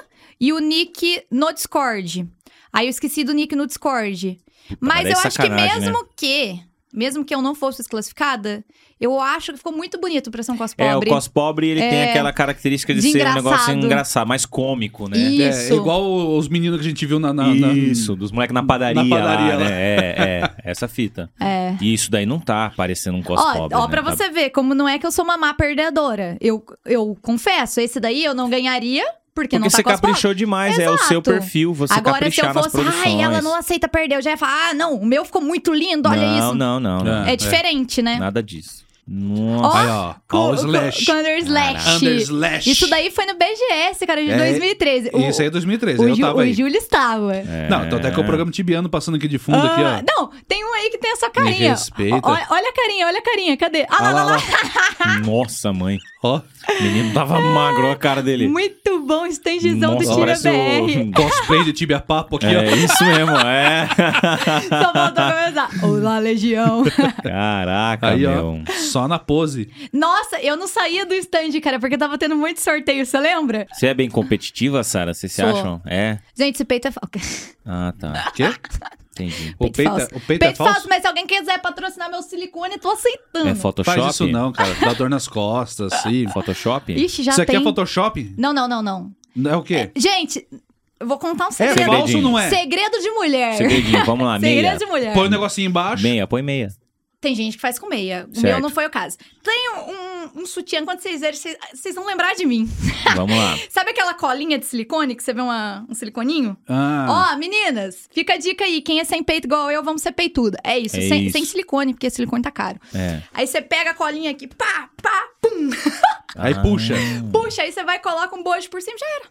S2: e o nick no Discord. Aí eu esqueci do nick no Discord. mas
S4: mas daí
S2: eu
S4: é
S2: acho que
S4: sacanagem,
S2: mesmo que. Mesmo que eu não fosse desclassificada, eu acho que ficou muito bonito pra ser um cos
S4: É, o
S2: pobre.
S4: cos pobre, ele tem
S2: É.
S4: aquela característica de,
S2: De
S4: ser um negócio
S2: engraçado.
S4: engraçado, mais cômico, né?
S2: E-
S3: É,
S2: Isso.
S3: igual os meninos que a gente viu na. na- na-
S4: Isso, dos moleques na padaria.
S3: Na padaria
S4: lá,
S3: lá.
S4: Né? É, é, essa fita.
S2: É.
S4: E isso daí não tá parecendo um cos
S2: Ó,
S4: pobre.
S2: ó
S4: né?
S2: pra
S4: Tá-
S2: você ver, como não é que eu sou uma má perdedora. Eu, eu confesso, esse daí eu não ganharia, porque,
S4: Porque
S2: não tá
S4: você
S2: cos pobre.
S4: caprichou demais, é o seu
S2: Exato.
S4: perfil, você
S2: Agora, se
S4: caprichar
S2: eu fosse,
S4: nas produções.
S2: ai, ela não aceita perder, eu já ia falar, ah, não, o meu ficou muito lindo, olha
S4: não,
S2: isso.
S4: Não, não, não.
S3: É,
S2: É diferente, né?
S4: Nada disso. Nossa.
S3: Aí, ó.
S2: Co-
S3: All
S2: co-
S3: slash.
S2: com Under Slash.
S3: Under slash.
S2: Isso daí foi no BGS, cara, de
S3: É,
S2: 2013. O,
S3: Isso aí é 2013,
S2: o,
S3: eu
S2: Ju-
S3: tava
S2: o
S3: aí.
S2: Júlio estava.
S4: É.
S3: Não, então até que é o programa tibiano passando aqui de fundo, aqui,
S2: Ah,
S3: ó.
S2: Não, tem um aí que tem essa carinha.
S3: respeita.
S2: Ó, Olha, olha a carinha, olha a carinha. Cadê? Ah, lá, lá, lá.
S4: Nossa, mãe.
S3: Ó,
S4: O menino tava magro olha a cara dele.
S2: Muito bom, Stanzizão do
S4: Nossa,
S2: Tira
S4: parece
S2: BR.
S4: o...
S3: cosplay de tibia papo aqui, ó.
S4: É isso mesmo, é.
S2: Só voltou a começar. Olá, Legião.
S4: Caraca,
S3: Aí, ó,
S4: meu.
S3: só na pose.
S2: Nossa, eu não saía do stand, cara, porque tava tendo muito sorteio, você lembra?
S4: Você é bem competitiva, Sara? Vocês se
S2: Sou.
S4: acham? É?
S2: Gente, esse peito é falso. Peito,
S4: Ah, tá.
S3: Quê?
S4: Entendi.
S3: O peito, é-
S2: falso.
S3: o peito é falso?
S2: mas se alguém quiser patrocinar meu silicone, eu tô aceitando.
S4: É Photoshop?
S3: Faz isso não, cara. Dá dor nas costas, assim.
S4: Photoshop?
S2: Ixi, já
S3: Isso aqui
S2: tem.
S3: é Photoshop?
S2: Não, não, não, não.
S3: É o quê?
S2: Gente, eu vou contar um
S3: É,
S2: segredo.
S3: falso ou não é?
S2: Segredo de mulher.
S4: Segredinho, vamos lá. Meia.
S2: Segredo de mulher.
S3: Põe o negocinho embaixo.
S4: Meia, põe meia.
S2: Tem gente que faz com meia. O
S4: Certo.
S2: meu não foi o caso. Tem um, um sutiã, quando vocês verem, vocês, vocês vão lembrar de mim.
S4: Vamos lá.
S2: Sabe aquela colinha de silicone que você vê uma- um siliconinho?
S3: Ah,
S2: Ó, meninas, fica a dica aí. Quem é sem peito igual eu, vamos ser peituda. É isso,
S4: É
S2: sem,
S4: isso.
S2: sem silicone, porque silicone tá caro.
S4: É.
S2: Aí você pega a colinha aqui, pá, pá,
S3: aí
S4: Ah,
S3: puxa.
S2: puxa, aí você vai e coloca um bojo por cima, já era.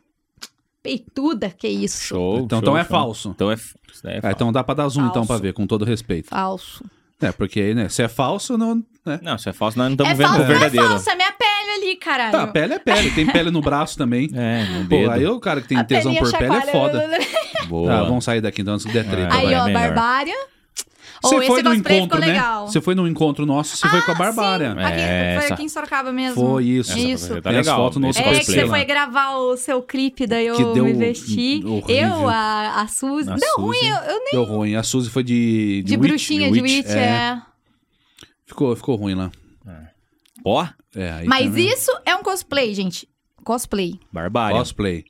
S2: Peituda, que isso.
S4: Show.
S3: Então,
S4: show,
S3: então é
S4: show.
S3: falso.
S4: Então é. f- isso daí é
S3: Ah,
S4: falso.
S3: então dá pra dar zoom então
S2: Falso.
S3: pra ver, com todo respeito.
S2: Falso.
S3: É, porque aí, né, se é falso, não... Né?
S4: Não, se é falso, nós não estamos
S2: é
S4: vendo
S2: falso,
S4: o
S2: não é
S4: verdadeiro.
S2: falso, é minha pele ali, caralho.
S3: Tá, pele é pele. Tem pele no braço também.
S4: É, no
S3: Pô,
S4: dedo.
S3: aí o cara que tem
S2: A
S3: tesão
S2: pelinha
S3: por pele é
S2: chacoalha.
S3: foda.
S4: Boa.
S3: Tá, vamos sair daqui então antes que der treta.
S4: Aí,
S2: Aí,
S4: vai,
S2: ó,
S4: é melhor.
S2: barbária. Ou esse
S3: foi no
S2: cosplay ficou
S3: encontro, né?
S2: legal. Ah,
S3: Você foi no encontro nosso, você foi com a Barbária.
S2: Sim, aqui,
S4: É,
S2: foi
S4: essa-
S2: aqui em Sorocaba mesmo.
S3: Foi isso.
S4: Essa
S2: Isso.
S4: coisa Tá
S3: Tem as
S4: legal.
S3: fotos no
S4: esse
S3: outro
S2: É que
S4: cosplay
S2: você
S3: lá.
S2: foi gravar o seu clipe, daí eu
S3: né? Que deu
S2: me vesti.
S3: horrível.
S2: Eu, a, a Suzy.
S4: A
S2: Deu
S4: Suzy.
S2: ruim, eu, eu nem.
S3: Deu ruim. A Suzy foi de.
S2: um De,
S3: witch,
S2: bruxinha, de witch,
S3: é.
S2: é.
S3: Ficou, ficou ruim lá.
S4: Ó,
S3: É, aí
S2: Mas
S3: também.
S2: isso é um cosplay, gente. Cosplay.
S4: barbárie.
S3: Cosplay.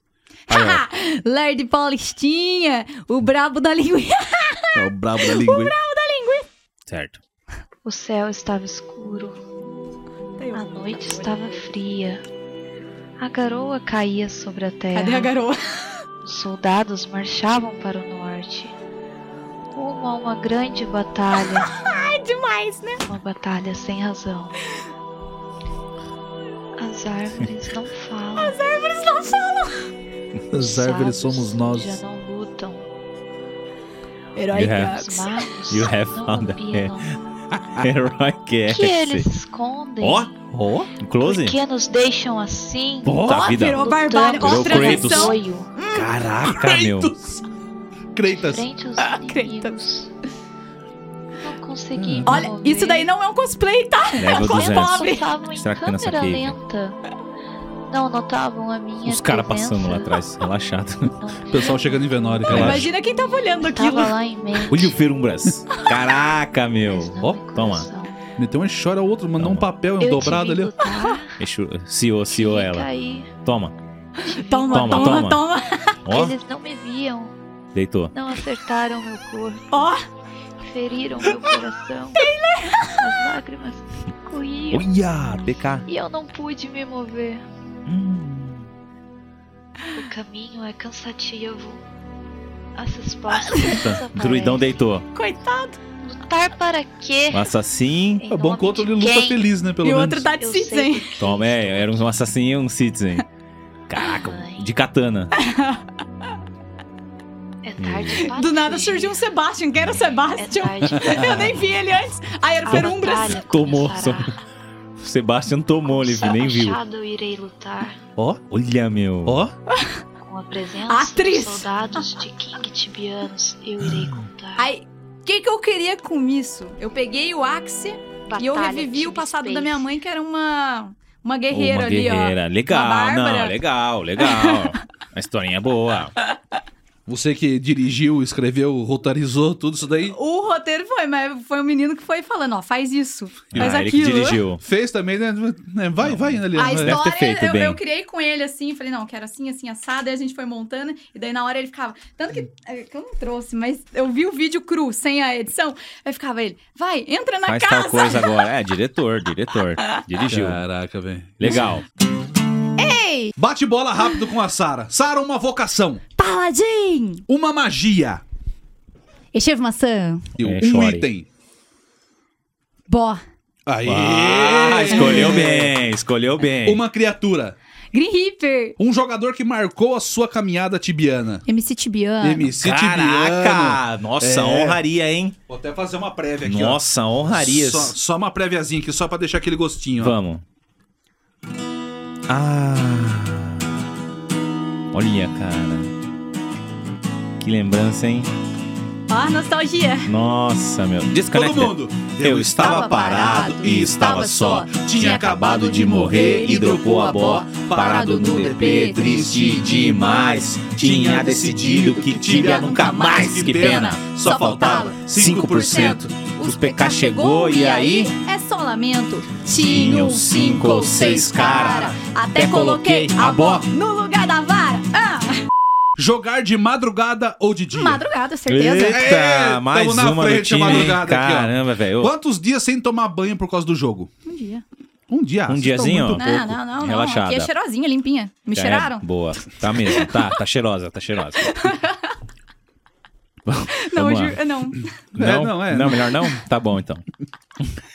S2: Lerd Paulistinha, o brabo da linguinha.
S3: É o brabo da língua.
S4: Certo.
S9: O céu estava escuro, a
S2: um
S9: noite estava fria. A garoa caía sobre a terra.
S2: Cadê a garoa?
S9: Os soldados marchavam para o norte, rumo a uma grande batalha,
S2: Demais, né?
S9: uma batalha sem razão. As árvores não falam. As árvores não falam. Os árvores somos nós. Já não lutam.
S2: Herói
S4: Yeah.
S9: Os magos
S4: You have
S9: não
S4: found a-
S9: opinam.
S4: Herói que é.
S9: Que eles escondem.
S4: Ó, ó, close.
S9: Por que nos deixam assim?
S4: Puta vida.
S2: virou barbária.
S9: Lutando
S2: Ó,
S4: Virou
S9: contra o
S4: Kratos.
S2: transição.
S9: apoio.
S4: Caraca, meu.
S2: tá
S3: Creitas.
S9: frente aos
S2: Kratos.
S9: inimigos. Não
S4: Hum.
S9: consegui.
S2: Olha, isso daí não é um cosplay, tá?
S4: Level
S2: Só
S4: 200.
S2: pobre.
S9: Estavam em
S4: é. Será que tem nessa
S9: câmera
S4: aqui?
S9: lenta. Não notavam a minha
S4: Os caras
S9: presença.
S4: passando lá atrás, relaxado.
S3: O pessoal chegando em Venório,
S4: Eu
S3: relaxa.
S2: Imagina quem tava olhando aquilo.
S9: Tava lá em mente.
S4: Olha o Ferumbras. Caraca, meu.
S9: mas não
S4: Ó,
S9: em
S4: toma.
S9: coração.
S3: Meteu um chora o outro, mandou um
S4: Toma.
S3: papel
S9: Eu
S3: dobrado
S9: tive
S3: ali.
S9: que
S3: ó.
S9: lutar,
S4: Exu, Ciou, ciou
S9: tive que
S4: ela.
S9: cair,
S4: Toma.
S9: tive
S2: Toma,
S9: que
S4: Toma,
S2: toma,
S4: toma.
S2: toma.
S4: Ó,
S9: Eles não me viam,
S4: deitou.
S9: não acertaram meu corpo,
S2: Ó,
S9: feriram meu coração. As lágrimas corriam
S4: Olha, BK.
S9: e eu não pude me mover.
S4: Hum.
S9: O caminho é cansativo. As
S2: Ah,
S9: respostas
S4: Tá,
S9: desaparecem.
S4: Druidão deitou.
S2: coitado.
S9: Lutar para quê?
S4: Um assassino.
S9: Em
S3: É bom
S9: nome
S3: que o outro
S9: de
S3: ele luta
S9: quem?
S3: feliz, né? Pelo
S2: e o
S3: menos.
S2: outro tá de
S9: Eu sei
S2: cinzento.
S9: que
S4: Toma, é, era um assassino e um citizen. Caraca,
S9: Ai.
S4: de katana.
S9: É tarde para
S2: Do nada
S9: fugir.
S2: surgiu um Sebastian. Quem era o
S9: É
S2: Sebastian?
S9: tarde para
S2: Eu nem vi ele antes. Aí era um o
S9: a
S2: Ferumbras.
S9: batalha
S4: Tomou,
S9: começará.
S4: O Sebastian tomou, ele nem viu.
S9: Machado eu irei lutar
S3: Ó,
S4: Olha, meu.
S3: ó.
S9: com a presença
S2: Atriz. Ah.
S9: dos soldados de King Tibianos. Eu irei contar.
S2: Aí, o que, que eu queria com isso? Eu peguei o Axe e eu
S9: Batalha
S2: revivi o
S9: King
S2: passado
S9: Space.
S2: da minha mãe, que era uma, uma
S4: Uma
S2: guerreira ali,
S4: guerreira. Legal,
S2: Uma
S4: não,
S2: Bárbara.
S4: legal, legal. Uma historinha boa.
S3: Você que dirigiu, escreveu, rotarizou tudo isso daí.
S2: ó. O roteiro foi, mas foi um menino que foi falando, ó, faz isso, faz
S4: ah, ele que
S2: aquilo.
S4: dirigiu.
S3: Fez também, né? Vai, vai, né,
S2: A
S3: Leandro?
S2: história,
S4: feito
S2: eu,
S4: bem.
S2: eu criei com ele assim, falei, não, quero assim, assim, assado, aí a gente foi montando, e daí na hora ele ficava. Tanto que, é, que eu não trouxe, mas eu vi o vídeo cru, sem a edição, aí ficava ele, vai, entra na
S4: Faz
S2: casa.
S4: tal coisa agora. É, diretor, diretor. Dirigiu.
S3: Caraca, velho.
S4: Legal.
S3: Bate bola rápido com a Sara. Sara, uma vocação,
S2: Paladin!
S3: uma magia,
S2: Enxerga maçã.
S3: e
S4: É,
S3: um
S4: chore.
S3: item.
S2: Bó.
S3: Aí.
S4: Ah, escolheu bem, escolheu bem.
S3: Uma criatura.
S1: Green Reaper.
S3: Um jogador que marcou a sua caminhada tibiana.
S1: MC Tibiano.
S3: MC Tibiano.
S4: Caraca! Nossa,
S3: É.
S4: honraria, hein?
S3: Vou até fazer uma prévia aqui, ó.
S4: Nossa, honraria.
S3: Só, só uma préviazinha aqui, só pra deixar aquele gostinho, ó.
S4: Vamos. Ah. Olha, cara. Que lembrança, hein?
S2: Ó, nostalgia.
S4: Nossa, meu.
S3: Todo
S4: Desconecta.
S3: mundo.
S4: Eu estava parado e estava só. Tinha acabado de morrer e dropou a bó. Parado no DP, triste demais. Tinha decidido que Tibia nunca mais. Que pena, só faltava 5%. Os PK chegou e aí
S2: É só lamento.
S4: tinham cinco ou seis cara.
S2: Até
S4: Até
S2: coloquei
S4: coloquei
S2: a
S4: a bó.
S2: bó no lugar da vara. Ah,
S3: Jogar de madrugada ou de dia?
S2: madrugada, certeza.
S3: Eita,
S4: Tá,
S3: mais uma do time, hein? Caramba,
S4: Caramba, velho.
S3: Quantos dias sem tomar banho por causa do jogo?
S2: Um dia.
S3: Um dia.
S4: Um
S3: vocês
S4: diazinho,
S3: tão
S4: ó.
S3: muito-
S2: Não,
S4: pouco.
S2: não, não, não.
S4: Relaxada.
S2: Aqui é cheirosinha, limpinha. Me
S4: É,
S2: cheiraram.
S4: boa. Tá mesmo. Tá, tá cheirosa, tá cheirosa.
S2: Não, eu
S4: Vamos lá.
S2: juro, não.
S4: Não,
S3: É, não, é.
S4: Não, melhor não? Tá bom, então.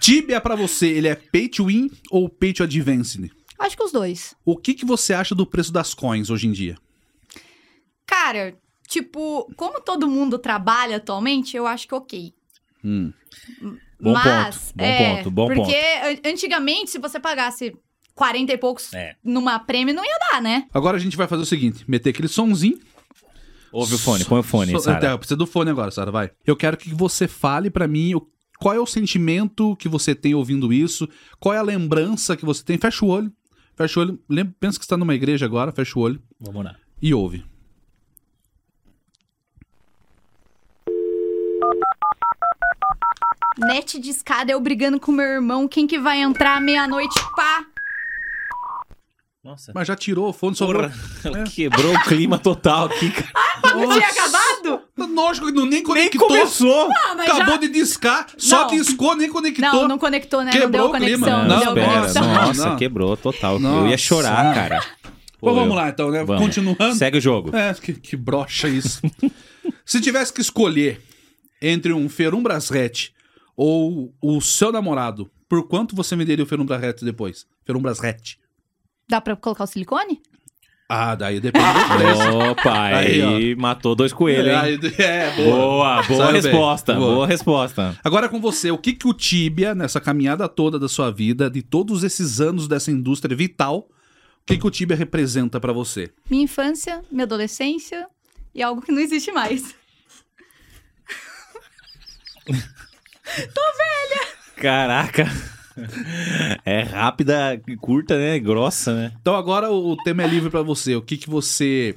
S3: Tibia pra você, ele é pay to win ou pay to advance?
S2: Acho que os dois.
S3: O que, que você acha do preço das coins hoje em dia?
S2: Cara, tipo, como todo mundo trabalha atualmente, eu acho que ok.
S3: Hum.
S4: Bom
S2: Mas,
S4: ponto, bom
S2: é,
S4: ponto, bom
S2: porque
S4: ponto.
S2: an- antigamente, se você pagasse 40 e poucos
S4: É.
S2: numa prêmio, não ia dar, né?
S3: Agora a gente vai fazer o seguinte: meter aquele sonzinho.
S4: Ouve o fone, põe o fone,
S3: So-
S4: Sara.
S3: Tá, eu preciso do fone agora, Sara, vai. Eu quero que você fale pra mim o- qual é o sentimento que você tem ouvindo isso, qual é a lembrança que você tem. Fecha o olho. Fecha o olho. Lembra, pensa que você tá numa igreja agora, fecha o olho
S4: Vamos lá.
S3: e ouve.
S2: Net de escada, eu brigando com meu irmão, quem que vai entrar meia-noite, pá.
S4: Nossa.
S3: Mas É. já tirou o fone, sobrou.
S4: Porra, quebrou o clima total aqui, cara.
S2: Não tinha acabado?
S3: Tá Lógico que não nem Ah, conectou.
S4: Começou!
S2: mas
S3: acabou de discar, só
S2: Não.
S3: discou, nem conectou.
S2: Não, não conectou, né? não
S3: Quebrou
S2: deu
S3: o clima.
S2: conexão.
S3: Não,
S2: deu
S3: pera,
S2: conexão.
S3: não.
S4: Nossa, quebrou total. Eu
S3: Nossa.
S4: ia chorar, cara.
S3: Pô,
S4: Pô,
S3: vamos
S4: eu-
S3: lá então, né?
S4: Vamos.
S3: Continuando.
S4: Segue o jogo.
S3: É, que, que brocha isso. Se tivesse que escolher entre um Ferum Brasret ou o seu namorado, por quanto você venderia o Ferum Brasret depois? Ferum Brasret.
S2: Dá pra colocar o silicone?
S3: Ah, daí depende do preço.
S4: Opa,
S3: Aí,
S4: aí, matou dois coelhos, hein?
S3: Aí- é, boa.
S4: Boa, boa
S3: Saiu bem.
S4: resposta,
S3: Boa.
S4: boa. resposta.
S3: Agora é com você, o que, que o Tibia, nessa caminhada toda da sua vida, de todos esses anos dessa indústria vital, o que, que o Tibia representa pra você?
S2: Minha infância, minha adolescência e algo que não existe mais.
S4: Caraca. É rápida, curta, né? Grossa, né?
S3: Então agora o o tema é livre pra você. O que, que você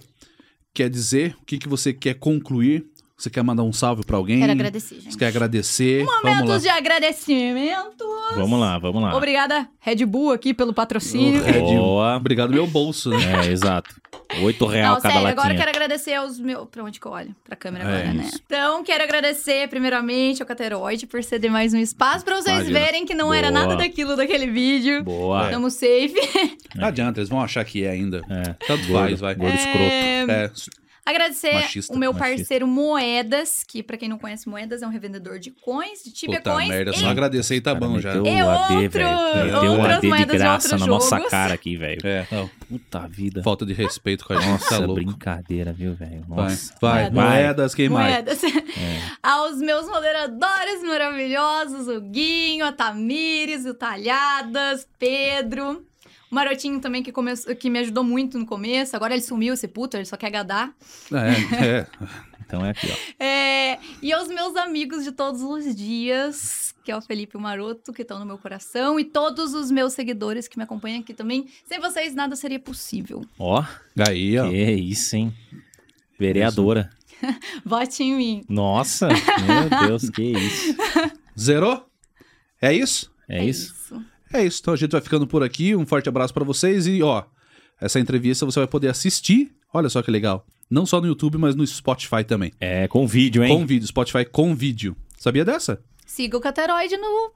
S3: quer dizer? O que, que você quer concluir? Você quer mandar um salve pra alguém?
S2: Quero agradecer, gente.
S3: Você quer agradecer? Vamos lá.
S2: Momentos de agradecimento.
S4: Vamos lá, vamos lá.
S2: Obrigada, Red Bull, aqui pelo patrocínio.
S3: Red Bull.
S4: Boa.
S3: É um Obrigado meu bolso, né?
S4: É, exato. Oito real
S2: Não,
S4: cada
S2: sério,
S4: latinha.
S2: agora quero agradecer aos meus. Pra onde que eu olho? Pra câmera
S4: É,
S2: agora, né?
S4: isso.
S2: Então, quero agradecer primeiramente ao Cateroide por ceder mais um espaço pra vocês
S3: Imagina.
S2: verem que não era
S4: Boa. É.
S2: nada daquilo daquele vídeo.
S4: Boa.
S2: Tamo safe.
S3: Não adianta, eles vão achar que é ainda.
S4: É.
S3: Tanto
S4: Gordo,
S3: faz, vai.
S4: gordo escroto.
S3: É,
S2: Agradecer
S3: Machista,
S2: o meu
S4: machista.
S2: parceiro Moedas, que pra quem não conhece Moedas, é um revendedor de coins, de Tibia
S3: puta
S2: Coins.
S3: merda,
S2: e
S3: só agradecer e tá
S4: Cara,
S3: bom já.
S4: meteu
S2: É
S4: o AD,
S2: outro-
S4: velho. Meteu o
S2: outras
S4: AD de
S2: moedas de
S4: graça
S2: outros
S4: na nossa
S2: jogos.
S4: cara aqui, velho.
S3: É, não,
S4: Puta vida.
S3: falta de respeito com a gente, tá
S4: Nossa,
S3: louco.
S4: brincadeira, viu, velho?
S3: Vai,
S4: Nossa.
S3: vai, moedas, quem mais?
S2: Moedas. Aos meus moderadores maravilhosos, o Guinho, a Tamires, o Talhadas, Pedro. O Marotinho também, que, começou, que me ajudou muito no começo. Agora ele sumiu, esse puto, ele só quer gadar.
S3: É, é.
S4: Então é aqui, ó.
S2: É, e aos meus amigos de todos os dias, que é o Felipe e o Maroto, que estão no meu coração. E todos os meus seguidores que me acompanham aqui também. Sem vocês, nada seria possível.
S4: Ó,
S3: é. Aí, ó.
S4: que isso, hein? Vereadora.
S2: Vote em mim.
S4: Nossa, meu Deus, que isso.
S3: Zerou? É isso?
S4: É isso?
S3: É isso, então a gente vai ficando por aqui. Um forte abraço pra vocês e ó, essa entrevista você vai poder assistir. Olha só que legal. Não só no YouTube, mas no Spotify também.
S4: É, com vídeo, hein?
S3: Com vídeo, Spotify com vídeo. Sabia dessa?
S2: Siga o Cateroide no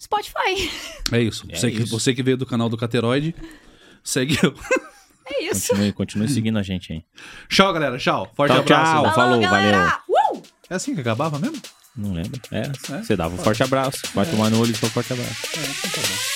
S2: Spotify.
S3: É isso.
S4: É
S3: você, Que,
S4: isso.
S3: você que veio do canal do Cateroide, segue eu.
S2: É isso.
S4: Continue, continue seguindo a gente, hein?
S3: tchau, galera. Tchau. Forte
S4: Tchau,
S3: abraço.
S4: tchau. Falou,
S2: galera. Uh!
S3: É assim que acabava mesmo?
S4: Não lembro. É, você dava um forte abraço. Vai tomar no olho e só um forte abraço.
S3: É, então tá bom.